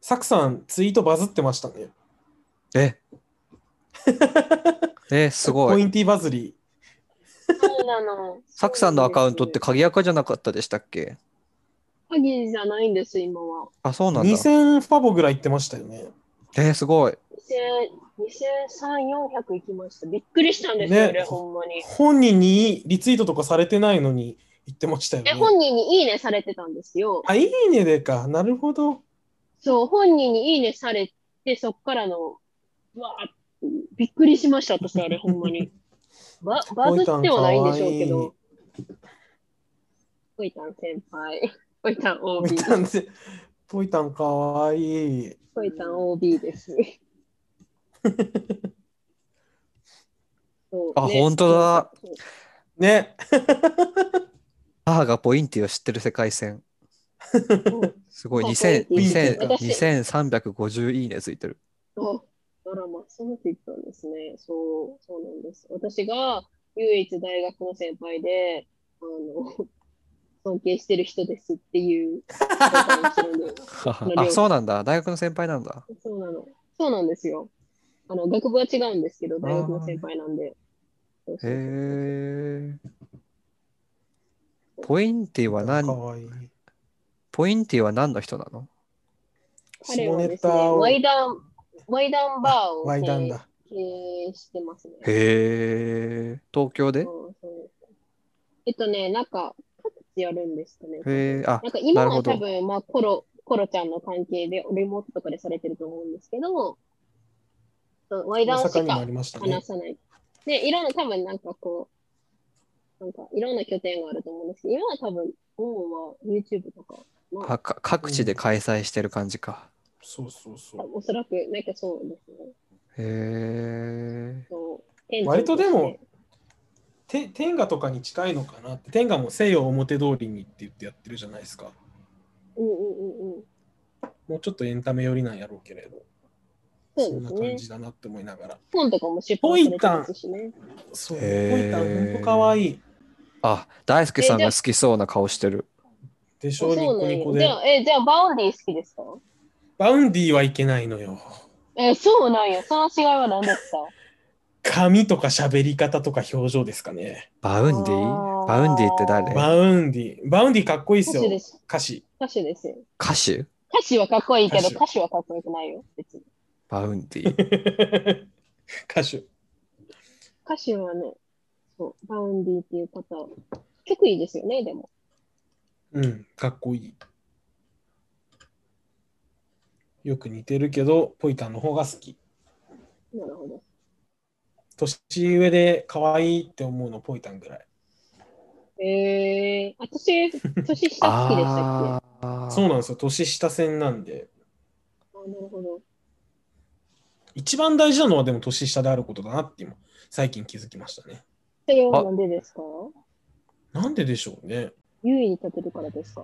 Speaker 3: サクさん、ツイートバズってましたね。
Speaker 1: え、え、すご
Speaker 3: ポイ
Speaker 1: い。
Speaker 3: ンティバズり。
Speaker 2: そうなの。
Speaker 1: サクさんのアカウントって
Speaker 2: そう
Speaker 1: 鍵アカじゃなかったでしたっけ
Speaker 2: なんです鍵じゃないんです、今は。
Speaker 1: あ、そうなんだ。
Speaker 3: 2000ファボぐらい行ってましたよね。
Speaker 1: え、すごい。
Speaker 2: 2300、400いきました。びっくりしたんですよね、
Speaker 3: ね
Speaker 2: ほんまに。
Speaker 3: 本人にリツイートとかされてないのに行ってましたよ
Speaker 2: え、
Speaker 3: ね。
Speaker 2: 本人にいいねされてたんですよ。
Speaker 3: あ、いいねでか。なるほど。
Speaker 2: そう、本人にいいねされて、そっからの、うわあびっくりしました、私、あれ、ほんま
Speaker 3: *laughs*
Speaker 2: に。ババズってはないんでしょうけど、おいたん先輩、おいたん
Speaker 3: ポイ
Speaker 2: OB、
Speaker 3: タンって、ポイタンかわいい。
Speaker 2: おいたん
Speaker 3: *laughs*
Speaker 2: OB です。そう
Speaker 1: あほんとだ。
Speaker 2: そう
Speaker 3: ね。
Speaker 1: 母がポインティを知ってる世界線。
Speaker 2: うん
Speaker 1: すごい、
Speaker 2: そう
Speaker 1: 2000
Speaker 2: ポイ
Speaker 3: ンテ
Speaker 1: 2000
Speaker 3: ィ
Speaker 1: 2350いいねついてる。
Speaker 2: あ、ドラマ、そうなっていったんですね。そう、そうなんです。私が唯一大学の先輩で、あの、 *laughs* 尊敬してる人ですっ
Speaker 3: *laughs*
Speaker 2: ていう相談をしてるんで
Speaker 1: あ、そうなんだ。大学の先輩なんだ。
Speaker 2: そうなの。そうなんですよ。あの、学部は違うんですけど、大学の先輩なんで。そ
Speaker 1: へ
Speaker 2: うそうそう
Speaker 1: え。ポインティは
Speaker 3: か
Speaker 1: 何、
Speaker 3: わいい。
Speaker 1: ポインティは何の人なの
Speaker 2: 彼は
Speaker 3: 下
Speaker 2: で
Speaker 3: ネ
Speaker 2: すね、
Speaker 3: タを
Speaker 2: ワイダン、ワイダンバーを
Speaker 3: ワイダン
Speaker 2: 経
Speaker 3: だ。
Speaker 2: 営してますね。
Speaker 1: へえ。東京で
Speaker 2: そうそうえっとね、なんか、各地やるんですかね。
Speaker 1: へえ。あ、
Speaker 2: なんか
Speaker 1: な
Speaker 2: 今
Speaker 1: るほ
Speaker 2: は
Speaker 1: ど
Speaker 2: 多分、まあ、コロ、コロちゃんの関係で、リモートとかでされてると思うんですけど、そうワイ
Speaker 3: 大
Speaker 2: ダンし
Speaker 3: 阪にもあ
Speaker 2: か
Speaker 3: りましたね
Speaker 2: 話。さない。で、いろんな、多分なんかこう、なんかいろんな拠点があると思うんですけど、今は多分、主は YouTube とか、まあ
Speaker 1: あか各地で開催してる感じか。
Speaker 3: そうそうそう。
Speaker 2: おそらく、なんかそうですね。
Speaker 1: へえ。
Speaker 2: そう
Speaker 3: 割とでも、て天下とかに近いのかなって。天下も西洋表通りにって言ってやってるじゃないですか。
Speaker 2: うんうんうんうん。
Speaker 3: もうちょっとエンタメ寄りなんやろうけれど、
Speaker 2: そ
Speaker 3: ん
Speaker 2: う
Speaker 3: な
Speaker 2: です
Speaker 3: 感
Speaker 2: ね。
Speaker 3: じだなって思いながら。
Speaker 2: 本とかも出版されてますしね。
Speaker 3: そう、ポ
Speaker 1: へー
Speaker 3: イタン、ほんとかわいい。
Speaker 1: あ、大輔さんが好きそうな顔してる。
Speaker 3: でし
Speaker 2: そ
Speaker 3: ょ、
Speaker 2: う
Speaker 3: ニコ
Speaker 2: なん
Speaker 3: ニコ
Speaker 2: や。じ
Speaker 3: で
Speaker 2: ゃ。あ、え、じゃあ、バウンディ好きですか
Speaker 3: バウンディはいけないのよ。
Speaker 2: え、そうなんや。その違いは何ですか
Speaker 3: 髪とか喋り方とか表情ですかね。
Speaker 1: バウンデ
Speaker 2: あ
Speaker 1: ィ
Speaker 2: ー
Speaker 1: バウンディって誰
Speaker 3: バウンディ。バウンディかっこいいです
Speaker 2: 歌
Speaker 3: よ
Speaker 2: 手。です。
Speaker 3: 歌詞。 *laughs*
Speaker 2: 歌手ですよ。
Speaker 1: 歌手
Speaker 2: 歌詞はかっこいいけど、
Speaker 3: 歌手
Speaker 2: 歌詞はかっこよくないよ。別に。
Speaker 1: バウン
Speaker 2: *laughs*
Speaker 1: ディ。
Speaker 3: 歌手。
Speaker 2: 歌詞はね、そう、バウンディっていう方、曲いいですよね、でも。
Speaker 3: うん、かっこいい。よく似てるけど、ポイタンの方が好き。
Speaker 2: なるほど。
Speaker 3: 年上で可愛いって思うのポイタンぐらい。
Speaker 2: えー、私、年下好きでしたっけあ
Speaker 1: ああー。
Speaker 3: そうなんですよ。年下戦なんで。
Speaker 2: なるほど。
Speaker 3: 一番大事なのはでも年下であることだなって今、最近気づきましたね。
Speaker 2: それはなんでですか
Speaker 3: なんででしょうね。
Speaker 2: 優位に立てるからですか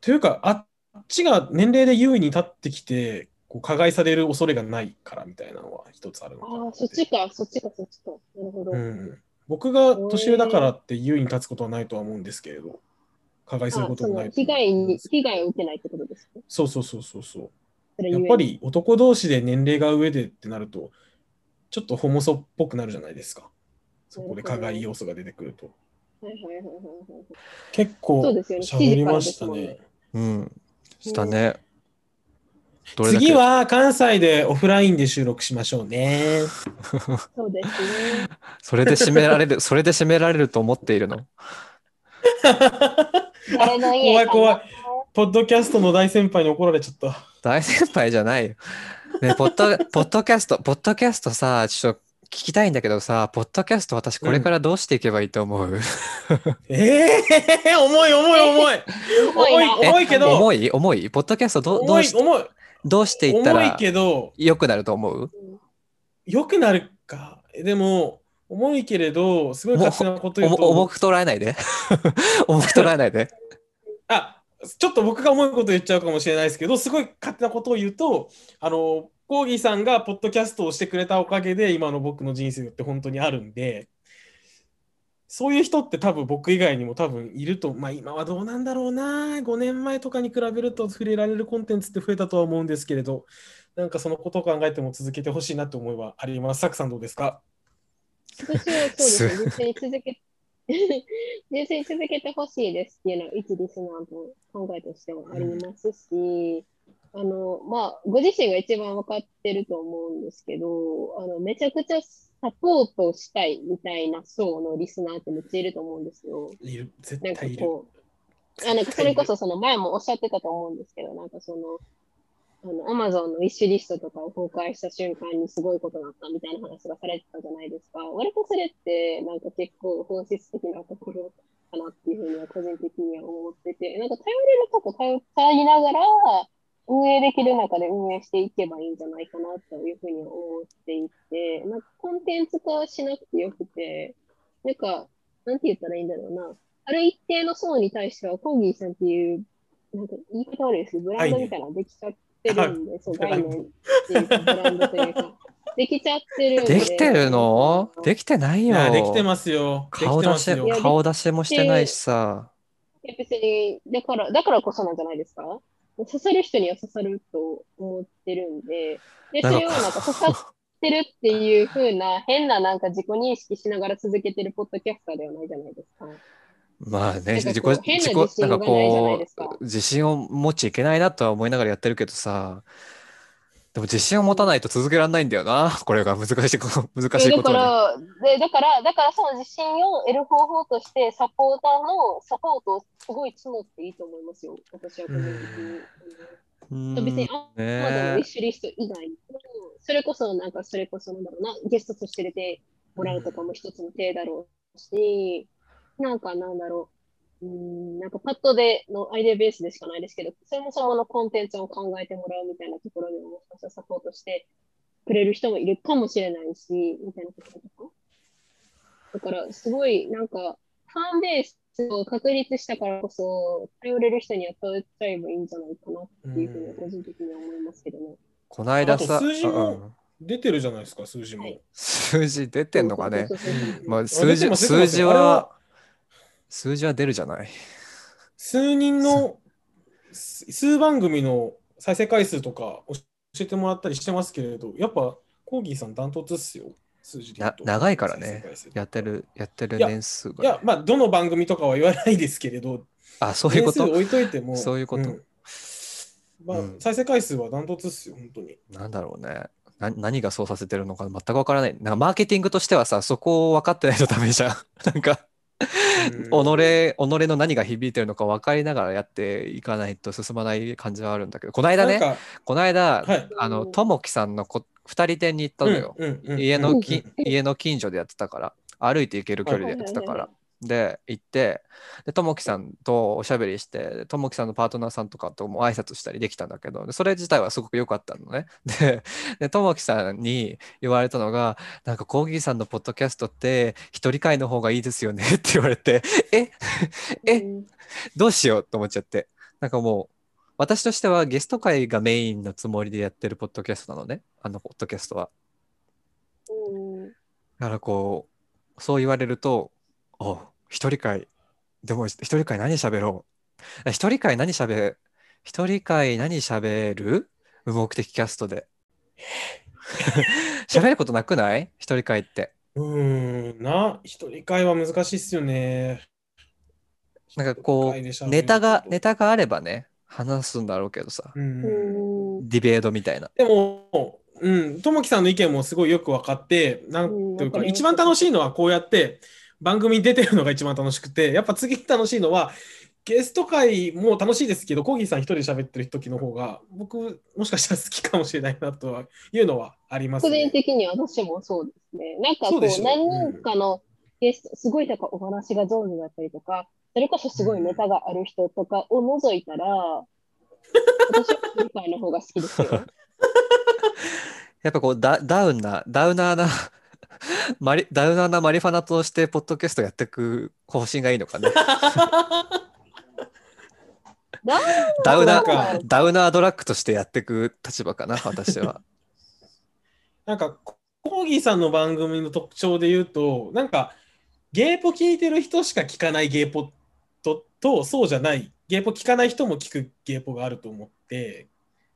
Speaker 3: というか、あっちが年齢で優位に立ってきて、こう加害される恐れがないからみたいなのは一つあるの
Speaker 2: あ
Speaker 3: かな
Speaker 2: あ、そっちか、そっちか、そっちか。なるほど。
Speaker 3: うん、僕が年上だからって優位に立つことはないとは思うんですけれど、加害する
Speaker 2: あ
Speaker 3: こと
Speaker 2: そ
Speaker 3: もな
Speaker 2: の
Speaker 3: いと
Speaker 2: 被
Speaker 3: 思
Speaker 2: 害
Speaker 3: うん
Speaker 2: に
Speaker 3: です。
Speaker 2: 被害を受けないってことですね。
Speaker 3: そうそうそうそうそう。
Speaker 2: それ
Speaker 3: やっぱり男同士で年齢が上でってなると、ちょっとホモソっぽくなるじゃないですか。そこで加害要素が出てくると。
Speaker 2: ゆえに。はいはいはいはいはいはい。
Speaker 3: 結構
Speaker 2: そうですよね
Speaker 3: 喋りました
Speaker 2: 7時から
Speaker 3: ね
Speaker 2: で。
Speaker 1: うん。したね。どれだけ
Speaker 3: 次は関西でオフラインで収録しましょうね。
Speaker 2: そうですね。
Speaker 1: それで締められる、 *laughs* それで締められると思っているの。
Speaker 2: 誰の家
Speaker 3: 怖い怖い。ポッドキャストの大先輩に怒られちゃった。
Speaker 1: 大先輩じゃないよ。ね、ポッ
Speaker 3: *laughs*
Speaker 1: ド、ポッドキャスト、ポッドキャストさ、ちょっと聞きたいんだけどさ、ポッドキャスト私これからどうしていけばいいと思う、
Speaker 3: ええー、重い重い重い。
Speaker 2: 重いな
Speaker 3: 重い重いけど、
Speaker 1: 重い重いポッドキャストどうど
Speaker 3: 重
Speaker 1: う
Speaker 3: い
Speaker 1: し
Speaker 3: 重い
Speaker 1: どうしていった
Speaker 3: 重い
Speaker 1: ら
Speaker 3: けど、
Speaker 1: 良くなると思う
Speaker 3: 良くなるか。でも、重いけれど、すごい勝手なこと
Speaker 1: お
Speaker 3: 言う
Speaker 1: も
Speaker 3: と。
Speaker 1: 重く捉えないで。 *laughs* 重く捉えないで。
Speaker 3: あちょっと僕が重いこと言っちゃうかもしれないですけど、すごい勝手なことを言うと、あの、コーギーさんがポッドキャストをしてくれたおかげで、今の僕の人生って本当にあるんで、そういう人って多分僕以外にも多分いると、まあ今はどうなんだろうな、5年前とかに比べると触れられるコンテンツって増えたとは思うんですけれど、なんかそのことを考えても続けてほしいなって思いはあります。サクさんどうですか
Speaker 2: 私はそうですね。実際に続け、 *laughs* 実際に続けてほしいですっていうのは、一リスナーと考えとしてもありますし、あの、まあ、ご自身が一番分かってると思うんですけど、あの、めちゃくちゃサポートしたいみたいな層のリスナーってめっちゃいると思うんですよ。
Speaker 3: いる、絶
Speaker 2: なんか
Speaker 3: 対いる。
Speaker 2: こう、あなんかそれこそその前もおっしゃってたと思うんですけど、なんかその、あの、アマゾンのウィッシュリストとかを公開した瞬間にすごいことだったみたいな話がされてたじゃないですか。割とそれって、なんか結構本質的なところかなっていうふうには個人的には思ってて、なんか頼れるとこ頼頼りながら、運営できる中で運営していけばいいんじゃないかなというふうに思っていて、なんかコンテンツ化しなくてよくて、なんか、なんて言ったらいいんだろうな。ある一定の層に対しては、コーギーさんっていう、なんか言い方悪いですけど、ブランドみたいなのができちゃってるんで、そう、
Speaker 3: 概
Speaker 2: 概
Speaker 3: 念
Speaker 2: 念っていうか、ブランドというか、できちゃってるんで。
Speaker 1: できてるのできてない
Speaker 3: い
Speaker 1: よ
Speaker 3: や、。できてますよ。でき
Speaker 1: 顔
Speaker 3: て
Speaker 1: 出
Speaker 3: ます
Speaker 1: し
Speaker 3: よ。
Speaker 2: や
Speaker 1: 顔出しもしてないしさ。
Speaker 2: いや別に、だから、だからこそなんじゃないですか刺さる人には刺さると思ってるんで、で、そ
Speaker 1: なん
Speaker 2: れをなんか刺さっ
Speaker 1: か、
Speaker 2: ってるっていう風な変ななんか自己認識しながら続けてるポッドキャスターではないじゃないですか。
Speaker 1: まあね、
Speaker 2: なんか
Speaker 1: 自己
Speaker 2: こう、変な
Speaker 1: 自
Speaker 2: 自
Speaker 1: 己、な
Speaker 2: 信
Speaker 1: ん
Speaker 2: が
Speaker 1: か
Speaker 2: ないじゃない
Speaker 1: こ
Speaker 2: ですか。
Speaker 1: う、自信を持っちゃいけないなとは思いながらやってるけどさ。でも自信を持たないと続けられないんだよな。これが難しいこと、難しい
Speaker 2: え
Speaker 1: こと
Speaker 2: だか
Speaker 1: に。
Speaker 2: ら、でだから、だからその自信を得る方法として、サポーターのサポートをすごい募っていいと思いますよ。私は個人的に。
Speaker 1: う
Speaker 2: あ
Speaker 1: ん
Speaker 2: の別に、あ
Speaker 1: ね
Speaker 2: まだのウィッシュリスト以外にも、それこそなんか、それこそなんだろうな、ゲストとして出てもらうとかも一つの手だろうし、なんかなんだろう、うーん、なんかパッドでのアイデアベースでしかないですけど、そもそものコンテンツを考えてもらうみたいなところでも、もしかしたらサポートしてくれる人もいるかもしれないし、みたいなところとか。だから、すごい、なんか、ファンベースを確立したからこそ、頼れる人には頼っちゃえばいいんじゃないかなっていうふうに個人的には思いますけどね。
Speaker 1: この間
Speaker 3: あ
Speaker 1: さ、
Speaker 3: と数字も
Speaker 1: うん
Speaker 3: 出てるじゃないですか、数字も。
Speaker 2: はい
Speaker 1: 数字出てんのかね
Speaker 2: そう。そうそうそう
Speaker 1: まあ、
Speaker 3: あ
Speaker 1: 数
Speaker 3: 出て
Speaker 1: 字、
Speaker 3: ます出てま
Speaker 1: 数
Speaker 3: す
Speaker 1: 字
Speaker 3: あれ
Speaker 1: は、数字は出るじゃない。
Speaker 3: 数人のす数番組の再生回数とか教えてもらったりしてますけれど、やっぱコーギーさんダントツっすよ、数字で言うと
Speaker 1: な長いからね
Speaker 3: 再生回数とか
Speaker 1: やってる、やってる
Speaker 3: いや
Speaker 1: 年数が。
Speaker 3: いや、まあ、どの番組とかは言わないですけれど、
Speaker 1: あ、そういうこ
Speaker 3: 年数
Speaker 1: と
Speaker 3: 置いといても、
Speaker 1: そういうこと
Speaker 3: んまあ
Speaker 1: うん
Speaker 3: 再生回数はダントツっすよ、本当に。
Speaker 1: なんだろうね。な何がそうさせてるのか全くわからない。なんかマーケティングとしてはさ、そこを分かってないとダメじゃん。 *laughs* なんか、
Speaker 3: うん
Speaker 1: 己、己の何が響いてるのか分かりながらやっていかないと進まない感じはあるんだけど、この間
Speaker 3: なん
Speaker 1: ね、
Speaker 3: か、
Speaker 1: この間、
Speaker 3: はい。
Speaker 1: あの、ともきさんのこ二人店に行ったのよ。
Speaker 3: うんうんうん
Speaker 1: 家
Speaker 2: う
Speaker 1: の
Speaker 2: ん
Speaker 1: き、家の近所でやってたから、歩いて行ける距離でやってたから。で、行って、で、ともきさんとおしゃべりして、でともきさんのパートナーさんとかとも挨拶したりできたんだけど、でそれ自体はすごく良かったのね。 *laughs* で、でともきさんに言われたのが、なんかコーギーさんのポッドキャストって、一人会の方がいいですよねって言われて、 *laughs* ええ
Speaker 2: うん
Speaker 1: どうしようと思っちゃって。なんかもう、私としてはゲスト会がメインのつもりでやってるポッドキャストなのね、あのポッドキャストは。
Speaker 2: うん
Speaker 1: だからこう、そう言われると、お一人会、でも一人会何喋ろう一人会何喋、一人会何喋る無目的キャストで。 *laughs* 喋ることなくない一人会って。
Speaker 3: うーん、な、一人会は難しいっすよね。
Speaker 1: なんかこう
Speaker 3: 一人会で喋る
Speaker 1: ネタが
Speaker 3: こ、と
Speaker 1: ネタがあればね、話すんだろうけどさ、
Speaker 3: うん。
Speaker 2: うん
Speaker 1: ディベートみたいな。
Speaker 3: でも、うん、ともきさんの意見もすごいよく分かって、なんという
Speaker 2: う
Speaker 3: か、
Speaker 2: ん
Speaker 3: 一番楽しいのはこうやって、番組に出てるのが一番楽しくて、やっぱ次に楽しいのは、ゲスト会も楽しいですけど、コーギーさん一人で喋ってる時の方が、僕、もしかしたら好きかもしれないなとはいうのはあります
Speaker 2: 個人
Speaker 3: ね。
Speaker 2: 的には私もそうですね。なんか
Speaker 3: そ
Speaker 2: こ
Speaker 3: う
Speaker 2: う、
Speaker 3: でしょ
Speaker 2: 何人かのゲスト、すごいなんかお話が上手だったりとか、それこそすごいネタがある人とかを除いたら、私は理解の方が好き
Speaker 1: *laughs*
Speaker 2: ですよ。
Speaker 1: やっぱこうダ、ダウンな、ダウナーな *laughs* マリ、ダウナーなマリファナとして、ポッドキャストやっていく方針がいいのかね。
Speaker 2: ダウ
Speaker 1: ダウナ
Speaker 3: そうな
Speaker 1: ー
Speaker 3: ん、
Speaker 1: ダウナードラッグとしてやっていく立場かな、私は。
Speaker 3: なんか、コーギーさんの番組の特徴で言うと、なんか、ゲーポ聞いてる人しか聞かないゲーポと、とそうじゃない、ゲーポ聞かない人も聞くゲーポがあると思って、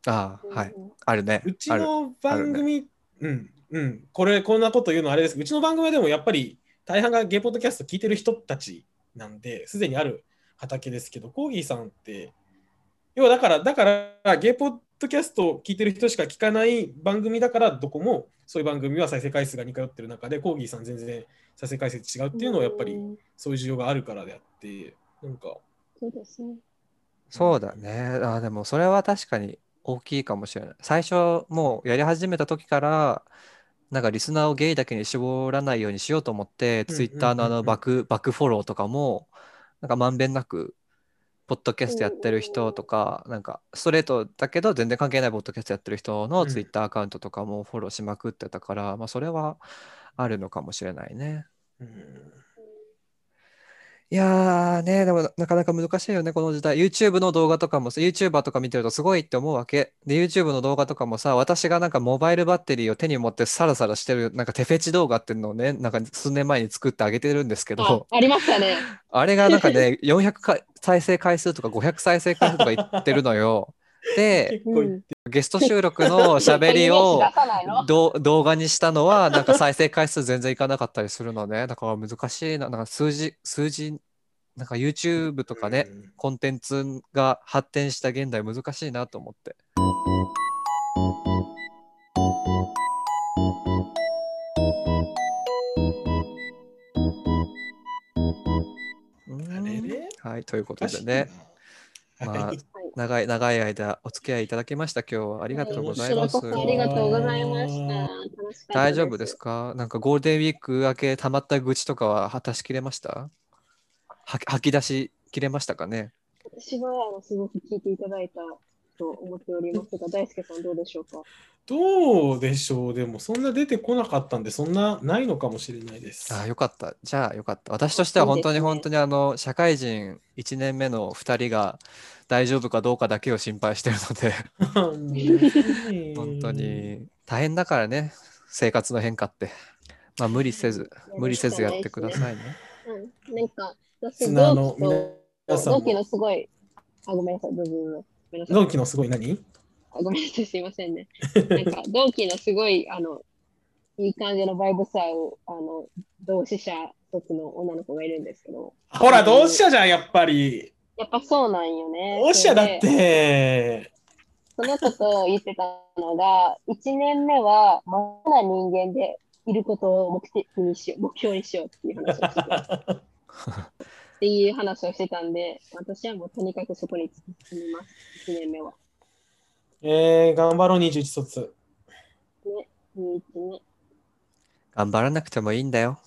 Speaker 1: ああ、はい。あるね
Speaker 3: う。ち
Speaker 1: ある。
Speaker 3: の
Speaker 1: ある
Speaker 3: 番組、うん、うん、これ、こんなこと言うのあれですけど、うちの番組はでもやっぱり、大半がゲーポッドキャスト聞いてる人たちなんで、すでにある畑ですけど、コーギーさんって、要はだから、だから、ゲーポッドキャストを聞いてる人しか聞かない番組だから、どこもそういう番組は再生回数が似通ってる中で、コーギーさん全然再生回数違うっていうのは、やっぱり。そういう需要があるからであって、なんか、
Speaker 2: そうですね。
Speaker 1: そうだね。ああ、でもそれは確かに大きいかもしれない。最初、もうやり始めた時から、なんかリスナーをゲイだけに絞らないようにしようと思って、
Speaker 3: うんうんうんうん
Speaker 1: Twitter のあのバク、バクフォローとかも、なんかまんべんなく、ポッドキャストやってる人とか、なんかストレートだけど全然関係ないポッドキャストやってる人
Speaker 3: う
Speaker 1: の
Speaker 3: ん
Speaker 1: Twitter アカウントとかもフォローしまくってたから、まあそれはあるのかもしれないね。
Speaker 3: うん
Speaker 1: いやーね、でもなかなか難しいよね、この時代。YouTube の動画とかもさ、YouTuber とか見てるとすごいって思うわけ。で、YouTube の動画とかもさ、私がなんかモバイルバッテリーを手に持ってサラサラしてる、なんか手フェチ動画っていうのをね、なんか数年前に作ってあげてるんですけ
Speaker 2: あ
Speaker 1: ど、
Speaker 2: ありましたね。
Speaker 1: あれがなんかね、400回再生回数とか500再生回数とかいってるのよ。で、
Speaker 3: 結構い、
Speaker 2: うん
Speaker 1: ゲスト収録の喋りを、
Speaker 2: 出さないの
Speaker 1: どう動画にしたのは、なんか再生回数全然いかなかったりするのね。だ *laughs* から難しいな。なんか数字、数字、なんか YouTube とかね、
Speaker 3: うん
Speaker 1: コンテンツが発展した現代難しいなと思って。
Speaker 3: あれれ
Speaker 1: うんはい、ということでね、
Speaker 3: 確かにな
Speaker 1: まあ
Speaker 3: はい
Speaker 1: 長い長い間お付き合いいただきました。今日はありがとうございます。
Speaker 2: こちらこそありがとうございました。楽しかった
Speaker 1: 大丈夫ですかなんかゴールデンウィーク明けたまった愚痴とかは果たしきれましたは吐き出しきれましたかね
Speaker 2: 私はあのすごく聞いていただいたと思っておりますが、大輔さんどうでしょうか。
Speaker 3: どうでしょうでもそんな出てこなかったんでそんなないのかもしれないです。 *laughs*
Speaker 1: ああよかった。じゃあよかった。私としては本当に本当にあの社会人1年目の2人が大丈夫かどうかだけを心配してるので本
Speaker 3: 本
Speaker 1: 当。に大変だからね生活の変化って。まあ無理せず無理せずやってくださいね。
Speaker 2: うん、なんか私
Speaker 3: 砂
Speaker 2: 同
Speaker 3: の
Speaker 2: 期と
Speaker 3: 皆さん
Speaker 2: 同期
Speaker 3: も
Speaker 2: のすごいあごめんなさいどうぞどうぞごめんなさい
Speaker 3: 同期のすごい何
Speaker 2: あごめんなさいすいませんね。
Speaker 3: *laughs*
Speaker 2: なんか同期のすごいあのいい感じのバイブさをあの同志社一つの女の子がいるんですけど、
Speaker 3: ほら同志社じゃんやっぱり。
Speaker 2: やっぱそうなんよね。
Speaker 3: 同志社だっ
Speaker 2: それで。
Speaker 3: て。
Speaker 2: その子と言ってたのが、1年目はまだ人間でいることを目的にしよう、目標にしようっていう話をしてた。っていう話をしてたんで、私はもうとにかくそこに進みます、1年目は。
Speaker 3: えー、頑張ろう21卒。
Speaker 2: ね、2、1ね。 *laughs*
Speaker 1: 頑張らなくてもいいんだよ。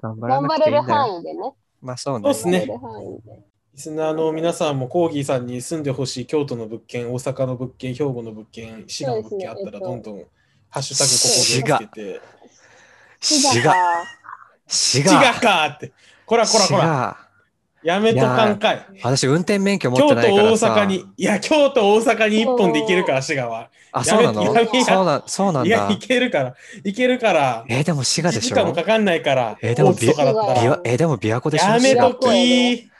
Speaker 1: 頑張ら
Speaker 2: 頑
Speaker 1: な
Speaker 2: 張
Speaker 1: くて
Speaker 2: れ
Speaker 1: いい
Speaker 2: る
Speaker 1: んだよ。
Speaker 2: 範囲でね。
Speaker 1: まあそうね。
Speaker 3: そうっすね
Speaker 2: 頑張れる範囲で。
Speaker 3: リスナーの皆さんもコーギーさんに住んでほしい京都の物件、大阪の物件、兵庫の物件、滋賀の物件あったらどんどんハッシュタグここでつけて、
Speaker 1: 滋賀。
Speaker 2: 賀。
Speaker 1: 滋
Speaker 3: 滋賀
Speaker 1: 賀。
Speaker 3: かーって、こらこらこら、
Speaker 1: 賀。
Speaker 3: やめとかんかい。
Speaker 1: 私、運転免許持って
Speaker 3: 京都、
Speaker 1: ないか
Speaker 3: 大
Speaker 1: らさ。
Speaker 3: 阪に、いや、京都、大阪に一本で行けるから、滋賀は。
Speaker 1: あ、そうなの
Speaker 2: やめやめ
Speaker 1: そうなそうなん
Speaker 3: いや、
Speaker 1: だ
Speaker 3: 行。けるから、行けるから、
Speaker 1: えー、でも滋賀
Speaker 3: 1
Speaker 1: でし
Speaker 3: 時
Speaker 1: ょ
Speaker 3: 間もかかんないから、
Speaker 1: えでも
Speaker 3: 大津とかだった
Speaker 1: 琵琶
Speaker 3: ら、
Speaker 1: えー、でも琵琶湖でしょ
Speaker 3: やめ
Speaker 1: 滋賀
Speaker 3: と
Speaker 1: っ
Speaker 3: き
Speaker 1: て。
Speaker 3: ー。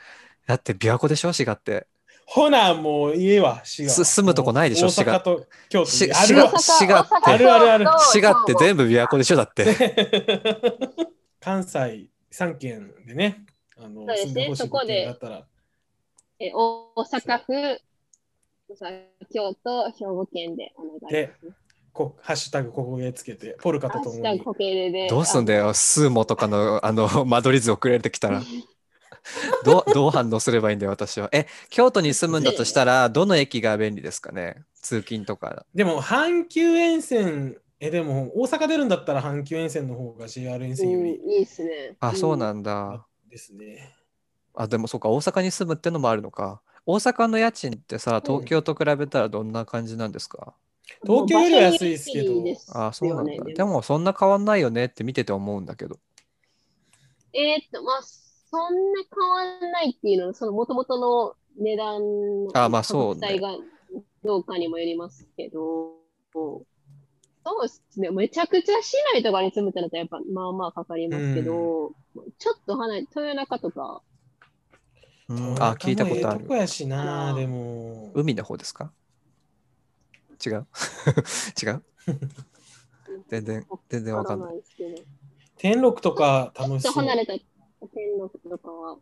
Speaker 1: だって琵琶湖でしょ滋賀って。
Speaker 3: ほな、もう家は滋賀。
Speaker 1: す住むとこないでしょ
Speaker 3: 大
Speaker 1: 滋賀
Speaker 3: 阪と京都
Speaker 1: し
Speaker 3: に。ある
Speaker 1: 滋賀
Speaker 3: わ
Speaker 2: 大。阪
Speaker 1: 滋賀って
Speaker 2: 大阪
Speaker 3: あるあるある
Speaker 2: そうそう
Speaker 1: 滋賀って全部琵琶湖でしょだって。
Speaker 3: *laughs* 関西3県でね、あの
Speaker 2: そうですね
Speaker 3: 住んでほしい物件だったら、
Speaker 2: え大阪府、京都、兵庫県でお願いします。
Speaker 3: でこハッシュタグここへつけて、ポルカと
Speaker 2: ハッ
Speaker 3: と
Speaker 2: シ
Speaker 3: も
Speaker 2: ュタグ
Speaker 3: に。
Speaker 2: 固形でで。
Speaker 1: どうすんだよ、スーモとかのあの間取り図送られてき
Speaker 2: *laughs*
Speaker 1: たら。どうどう反応すればいいんだよ、私は。え、京都に住むんだとしたら、どの駅が便利ですかね通勤とか。
Speaker 3: でも、阪急沿線、え、でも、大阪出るんだったら阪急沿線の方が JR 沿
Speaker 2: う
Speaker 3: 線よ
Speaker 2: ん、い
Speaker 3: り
Speaker 2: いですね。
Speaker 1: あ、そうなんんだ。
Speaker 3: ですね。
Speaker 1: あ、でもそうか、大阪に住むってのもあるのか。大阪の家賃ってさ、東京と比べたらどんな感じなんですか、
Speaker 3: 東京よりは安いですけど
Speaker 1: あ、そうなんだ。
Speaker 2: で
Speaker 1: で
Speaker 2: も
Speaker 1: も、そんな変わんないよねって見てて思うんだけど。
Speaker 2: えーっと、まあ、そんな変わんないっていうのは、その元々の値段の
Speaker 1: あまあそうね
Speaker 2: 価格帯がどうかにもよりますけど、そうですね、めちゃくちゃ市内とかに住むってなったら、やっぱまあまあかかりますけど、ちょっと離れ、豊中とか、
Speaker 1: うん、あ、聞いたことあ
Speaker 3: ええ
Speaker 1: る
Speaker 3: とこ。やしな、
Speaker 2: あー
Speaker 3: でも。
Speaker 1: 海の方ですか違う *laughs* 違う全然、全然わかんない。
Speaker 2: いですけど、ち
Speaker 3: 天禄とか
Speaker 2: ょ
Speaker 3: 楽
Speaker 2: っ
Speaker 3: し
Speaker 2: と
Speaker 3: そう。
Speaker 2: 離れた天国とかは、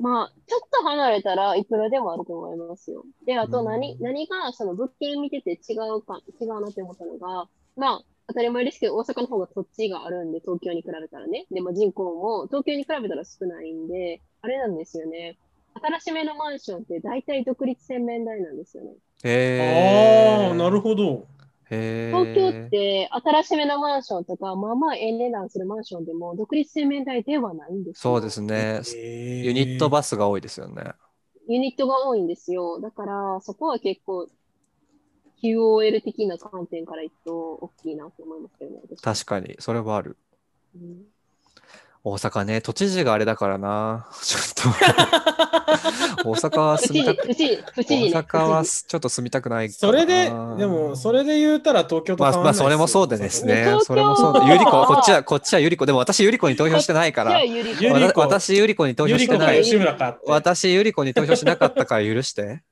Speaker 2: まあ、ちょっと離れたらいくらでもあると思いますよ。で、あと何、
Speaker 1: うん
Speaker 2: 何がその物件見てて違うか、違うなって思ったのが、まあ、当たり前ですけど、大阪の方が土地があるんで、東京に比べたらね。でも人口も東京に比べたら少ないんで、あれなんですよね。新しめのマンションって大体独立洗面台なんですよね。
Speaker 1: へ
Speaker 3: ああ、なるほど。
Speaker 1: へー
Speaker 2: 東京って新しめのマンションとか、まあまあええ値段するマンションでも独立洗面台ではないんですよ
Speaker 1: そうですね。ユ
Speaker 3: ユ
Speaker 1: ニットバスが多いですよね。
Speaker 2: ユニットが多いんですよ。だから、そこは結構、QOL 的な観点から言うと、大きいなと思いますけどね。
Speaker 1: 確
Speaker 2: 私
Speaker 1: かに、それはある。
Speaker 2: うん
Speaker 1: 大阪ね、都知事があれだからな。 *laughs* ちょっ *laughs* と。大阪は
Speaker 2: 不知
Speaker 1: 住み
Speaker 2: 事
Speaker 1: たく、
Speaker 2: 不知事、不知
Speaker 1: 大
Speaker 2: 事ね。
Speaker 1: 阪は
Speaker 2: 不知
Speaker 1: ちょっと住みたくない
Speaker 3: それで、で
Speaker 1: かな
Speaker 3: も、それで言うたら東京と
Speaker 1: まあ、まあ、
Speaker 3: 変わんないっすよ
Speaker 1: それもそうでですね
Speaker 2: 東。京
Speaker 1: それもそうで。ゆりこ、こっちは、こっちはゆりこ。でも私、ゆりこに投票してないか
Speaker 2: 事。じゃあ、
Speaker 1: ら。
Speaker 2: ゆり
Speaker 3: ゆ
Speaker 2: こ。
Speaker 3: り
Speaker 1: わ
Speaker 3: こ
Speaker 1: た私、ゆりこに投
Speaker 3: ゆ
Speaker 1: 票
Speaker 3: り
Speaker 1: して
Speaker 3: こ
Speaker 1: な
Speaker 3: か
Speaker 1: い。
Speaker 3: 吉村かって。
Speaker 1: 私、ゆりこに投票しなかったから許して。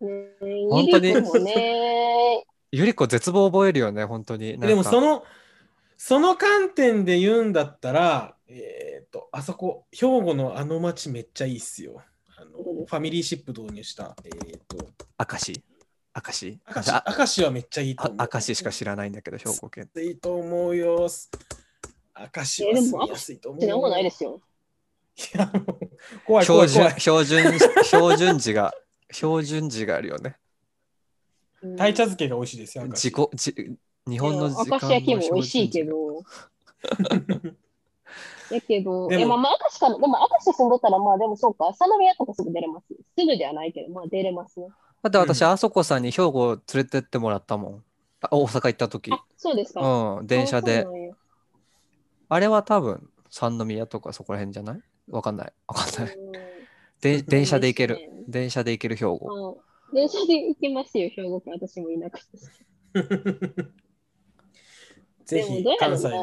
Speaker 2: ね
Speaker 1: 本当に
Speaker 2: ゆりこもね、
Speaker 1: ゆりこ絶望覚えるよね、本当に。なんか
Speaker 3: でも、その、その観点で言うんだったら、えっ、と、あそこ、兵庫のあの町めっちゃいいっすよ。あのファミリーシップ導入した、えっ、と、
Speaker 1: 明石。明石。
Speaker 3: 明
Speaker 1: あ
Speaker 3: 石、明石はめっちゃいいと
Speaker 1: あ
Speaker 3: 思う。
Speaker 1: 明石しか知らないんだけど、兵庫県。
Speaker 3: いいと思うよ。明石は住みやすいと思う。
Speaker 2: ってなんもないですよ。
Speaker 3: いやもう怖い怖
Speaker 1: 標
Speaker 3: い怖
Speaker 1: 準、標
Speaker 3: い。
Speaker 1: 準、標準時が、標準時があるよね。
Speaker 2: うん *laughs*
Speaker 3: 鯛茶漬けが美味しいですよ。明石
Speaker 1: 自己、じ日本の時間
Speaker 2: 明石焼きも美味しいけ
Speaker 1: の標準時が。 *laughs*
Speaker 2: ど。やけど、
Speaker 3: でも
Speaker 2: え、まあまあ、明石かな。でも、明石住んどったら、まあでもそうか、佐宮とかすぐ出れます。すぐではないけど、まあ出れますね。
Speaker 1: だって私、
Speaker 3: うん
Speaker 1: あそこさんに兵庫連れてってもらったもん。あ大阪行った時。
Speaker 2: あ、そうですか。
Speaker 1: うん、電車
Speaker 2: あ
Speaker 1: で
Speaker 2: そ。うなんや
Speaker 1: あれは多分、三宮とかそこら辺じゃないわかんない。わかんない。
Speaker 2: う
Speaker 1: で電車で行け
Speaker 2: いい
Speaker 1: る
Speaker 2: ですね。
Speaker 1: 電車で行ける兵庫。
Speaker 2: んあ電車で行きますよ、兵庫県。私もいなくて。
Speaker 3: *laughs* ぜ
Speaker 2: でも
Speaker 3: ひ
Speaker 2: どうやろ
Speaker 3: 関
Speaker 2: う
Speaker 3: 西
Speaker 2: な
Speaker 3: で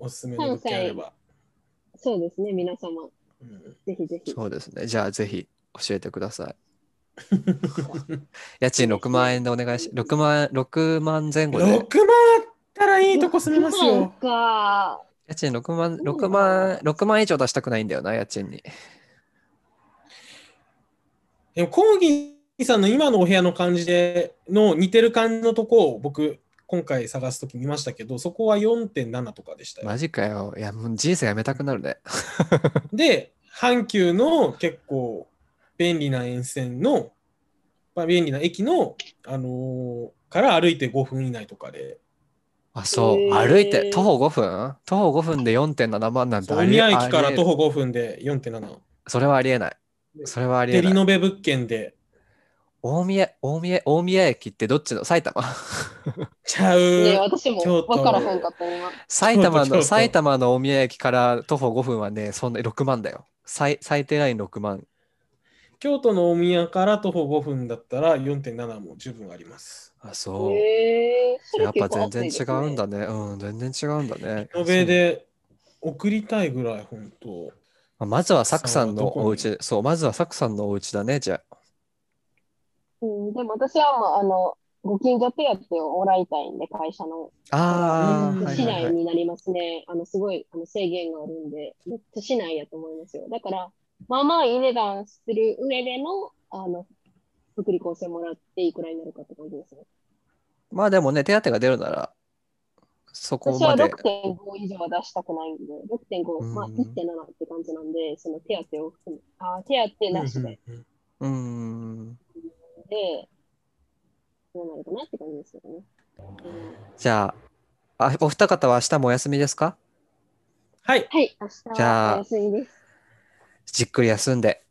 Speaker 3: おすすめの物件あれば。
Speaker 2: そうですね、皆様。
Speaker 3: うん
Speaker 2: ぜひぜひ。
Speaker 1: そうですね。じゃあぜひ教えてくだ
Speaker 2: *laughs*
Speaker 1: さい。家賃6万円でお願いし、6万、6万前後
Speaker 3: 6万あ
Speaker 1: で
Speaker 3: っ。たらいいとこ住めます
Speaker 2: なん
Speaker 3: よ。
Speaker 2: か、
Speaker 1: 家賃6万、
Speaker 2: そう
Speaker 1: 6万、6万以上出したくないんだよな、家賃に。
Speaker 3: でもコーギーさんの今のお部屋の感じでの似てる感じのとこを僕今回探すとき見ましたけどそこは4.7とかでしたよ。
Speaker 1: マジかよ。いや、もう人生やめたくなるね。
Speaker 3: で阪急の結構便利な沿線の、まあ、便利な駅の、あのーから歩いて5分以内とかで
Speaker 1: あ、そう、
Speaker 2: へー
Speaker 1: 歩いて徒歩5分徒歩5分で4.7万なんてあり
Speaker 3: 宮駅か
Speaker 1: あ
Speaker 3: ら
Speaker 1: り
Speaker 3: 徒歩5分で4.7。
Speaker 1: それはありえない。それはありえ
Speaker 3: デ
Speaker 1: ない。
Speaker 3: リノベ物件で。
Speaker 1: 大宮、大宮、大宮駅ってどっちの埼
Speaker 3: *laughs*
Speaker 1: 玉
Speaker 3: ちゃう。
Speaker 2: ね私も
Speaker 3: 京都
Speaker 2: 分からへんかった今。
Speaker 1: 埼玉
Speaker 3: 京都
Speaker 1: の、埼玉の大宮駅から徒歩5分はね、そんな6万だよ。最最低ライン6万。
Speaker 3: 京都の大宮から徒歩5分だったら4.7も十分あります。
Speaker 1: あ、そう。
Speaker 2: へえ。それ
Speaker 1: やっぱ
Speaker 2: 結構
Speaker 1: 全
Speaker 2: 熱
Speaker 1: 然違
Speaker 2: いですね
Speaker 1: うんだね。うん、全然違うんだね。
Speaker 3: 延べで送りたいぐらい、本当。
Speaker 1: まあまずはサクさん
Speaker 3: さんはど
Speaker 1: の
Speaker 3: こに
Speaker 1: お家、そう、まずはサクさんのお家だね、じゃあ。
Speaker 2: うん、でも私はもうあのご近所手当をもらいたいんで会社の
Speaker 1: あ
Speaker 3: うん
Speaker 1: あ、はい
Speaker 2: 市
Speaker 1: はいは
Speaker 2: 内
Speaker 1: い。
Speaker 2: になりますね。あのすごいあの制限があるんで、めっちゃ市内やと思いますよ。だから、まあまあいい値段する上での、あの、福利厚生もらっていくらになるかって感じですね。
Speaker 1: まあでもね、手当が出るなら、そこ
Speaker 2: 私は
Speaker 1: まで。
Speaker 2: 6.5以上は出したくないんで、6.5、まあ
Speaker 1: うん
Speaker 2: 1.7って感じなんで、その手当を含む。あー手当なしで、
Speaker 3: うんう
Speaker 1: う
Speaker 3: ん
Speaker 1: ーん。
Speaker 2: で、どうなるかなって感じですよね。うん
Speaker 1: じゃあ、あお二方は明日もお休みですか
Speaker 3: はい。
Speaker 2: はい、明日
Speaker 1: じゃ
Speaker 2: は
Speaker 1: あ
Speaker 2: お休みです。
Speaker 1: じっくり休んで、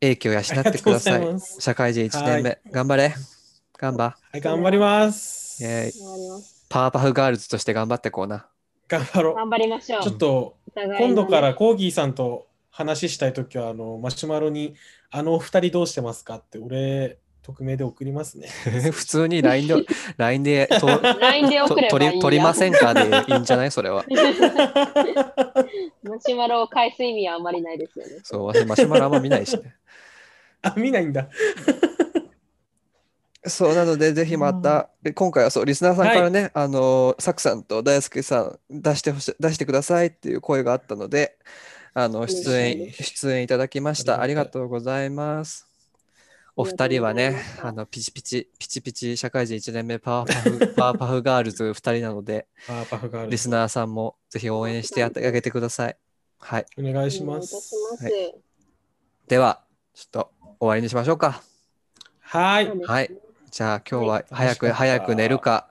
Speaker 1: 英気を養っ
Speaker 3: ありが
Speaker 1: て
Speaker 3: とう
Speaker 1: く
Speaker 3: ご
Speaker 1: だ
Speaker 3: ざ
Speaker 1: さ
Speaker 3: い
Speaker 1: い。
Speaker 3: ます。
Speaker 1: 社会人1年目、頑張れ。頑張。
Speaker 3: はい、頑張ります。
Speaker 1: イェイ
Speaker 2: 終わります。
Speaker 1: パワーパフガールズとして頑張ってこうな。 *laughs*
Speaker 3: 頑張ろ
Speaker 2: 頑張りましょう
Speaker 3: う。ち。ょっと、
Speaker 2: お互いのね
Speaker 3: 今度からコーギーさんと話したいときは、あの、マシュマロに、あのお二人どうしてますかって、俺、匿名で送りますね。
Speaker 1: 普通に LINE で、
Speaker 3: *laughs*
Speaker 1: LINE でと
Speaker 2: LINE で
Speaker 1: と
Speaker 2: 送ればい
Speaker 1: 取
Speaker 2: い
Speaker 1: り取りませ
Speaker 2: ん。
Speaker 1: んかでいいんじゃないそれは。
Speaker 2: マシュマロを返す意味はあんまりないですよね。
Speaker 1: そう、私マシュマロあんま見ないしね。
Speaker 3: あ、見ないんだ。
Speaker 1: そうなので、ぜひまた、で今回はそう、リスナーさんからね、あのー、サクさんと大輔さん、出してほしい、出してくださいっていう声があったので、あの、
Speaker 2: 嬉しい
Speaker 1: 出演、出演いただきました。あ
Speaker 3: あ
Speaker 1: り
Speaker 3: り
Speaker 1: が
Speaker 3: が
Speaker 1: とうございます。お
Speaker 2: ありが
Speaker 1: 二
Speaker 2: とう
Speaker 1: 人は
Speaker 2: ござい
Speaker 1: ね
Speaker 2: まし、た
Speaker 1: あの、ピチピチ、ピチピチ、社会人1年目、パワーパ *laughs* フ、パワーパフガールズ二人なので、
Speaker 3: あ、パフがある
Speaker 1: リ。スナーさんもぜひ応援してあげてください。はい。
Speaker 3: お願いし
Speaker 2: お
Speaker 3: ま
Speaker 2: 願いいたし
Speaker 3: す。
Speaker 2: ます。
Speaker 1: では、ちょっと終わりにしましょうか。
Speaker 3: はい
Speaker 2: そう。ですね
Speaker 1: はい。じゃあ今日は早く
Speaker 3: 楽しかった
Speaker 1: 早く寝るか、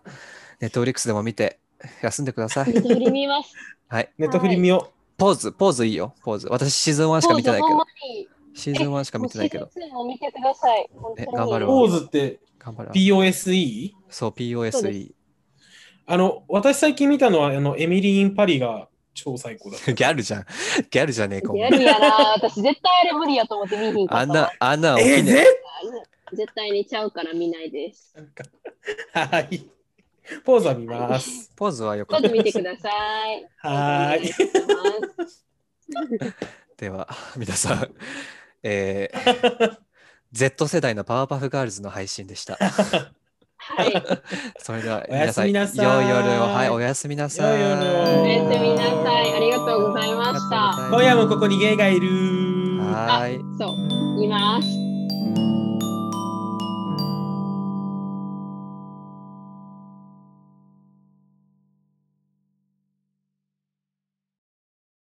Speaker 1: ネットフリックスでも見て休んでください。
Speaker 2: 見て振り見ます。
Speaker 1: はい。
Speaker 3: ネットフリ見よ
Speaker 1: ポーズ、ポーズいいよ、ポーズ。私シーズン1しか見てないけ
Speaker 2: ほ
Speaker 1: ど
Speaker 2: んま、に
Speaker 1: シーズン1しか見てないけど
Speaker 2: もう、シーズン2も見てください。本当に
Speaker 1: え頑張
Speaker 3: う。
Speaker 1: るわ
Speaker 3: ポーズって
Speaker 1: 頑張ろう。
Speaker 3: POSE?
Speaker 1: そう、
Speaker 2: そう
Speaker 1: POSE
Speaker 2: で。
Speaker 3: あの、私最近見たのは、あの、エミリー・イン・パリが超最高だった。
Speaker 1: ギャルじゃん。ギャルじゃねえか、お
Speaker 2: や
Speaker 1: 前
Speaker 2: るやな。私絶対あれ無理やと思って見に行か
Speaker 1: あ
Speaker 2: った
Speaker 1: ん
Speaker 2: わ
Speaker 1: な、あんな起きねえ。
Speaker 3: ぜ
Speaker 2: 絶対にちゃうから見ないです。
Speaker 3: なんかはい。ポーズは見ます。
Speaker 1: ポーズはよか
Speaker 2: ま
Speaker 1: った
Speaker 2: ず。見てください。
Speaker 3: はーい。
Speaker 2: お願いします。
Speaker 1: では、 *laughs* 皆さん、えー、Z 世代のパワーパフガールズの配信でした。
Speaker 2: はい。
Speaker 1: それでは、
Speaker 3: おや
Speaker 1: 皆
Speaker 3: す
Speaker 1: さん、
Speaker 3: み
Speaker 1: 良
Speaker 3: ないさい
Speaker 1: 夜を、はい、おやすみなさい。
Speaker 3: 良い夜を
Speaker 2: おやすみなさい。ありがとうございま
Speaker 1: あ
Speaker 2: した。
Speaker 1: りがとうございます
Speaker 3: 今夜もここにゲイがいる。
Speaker 1: はーい。
Speaker 2: そう、います。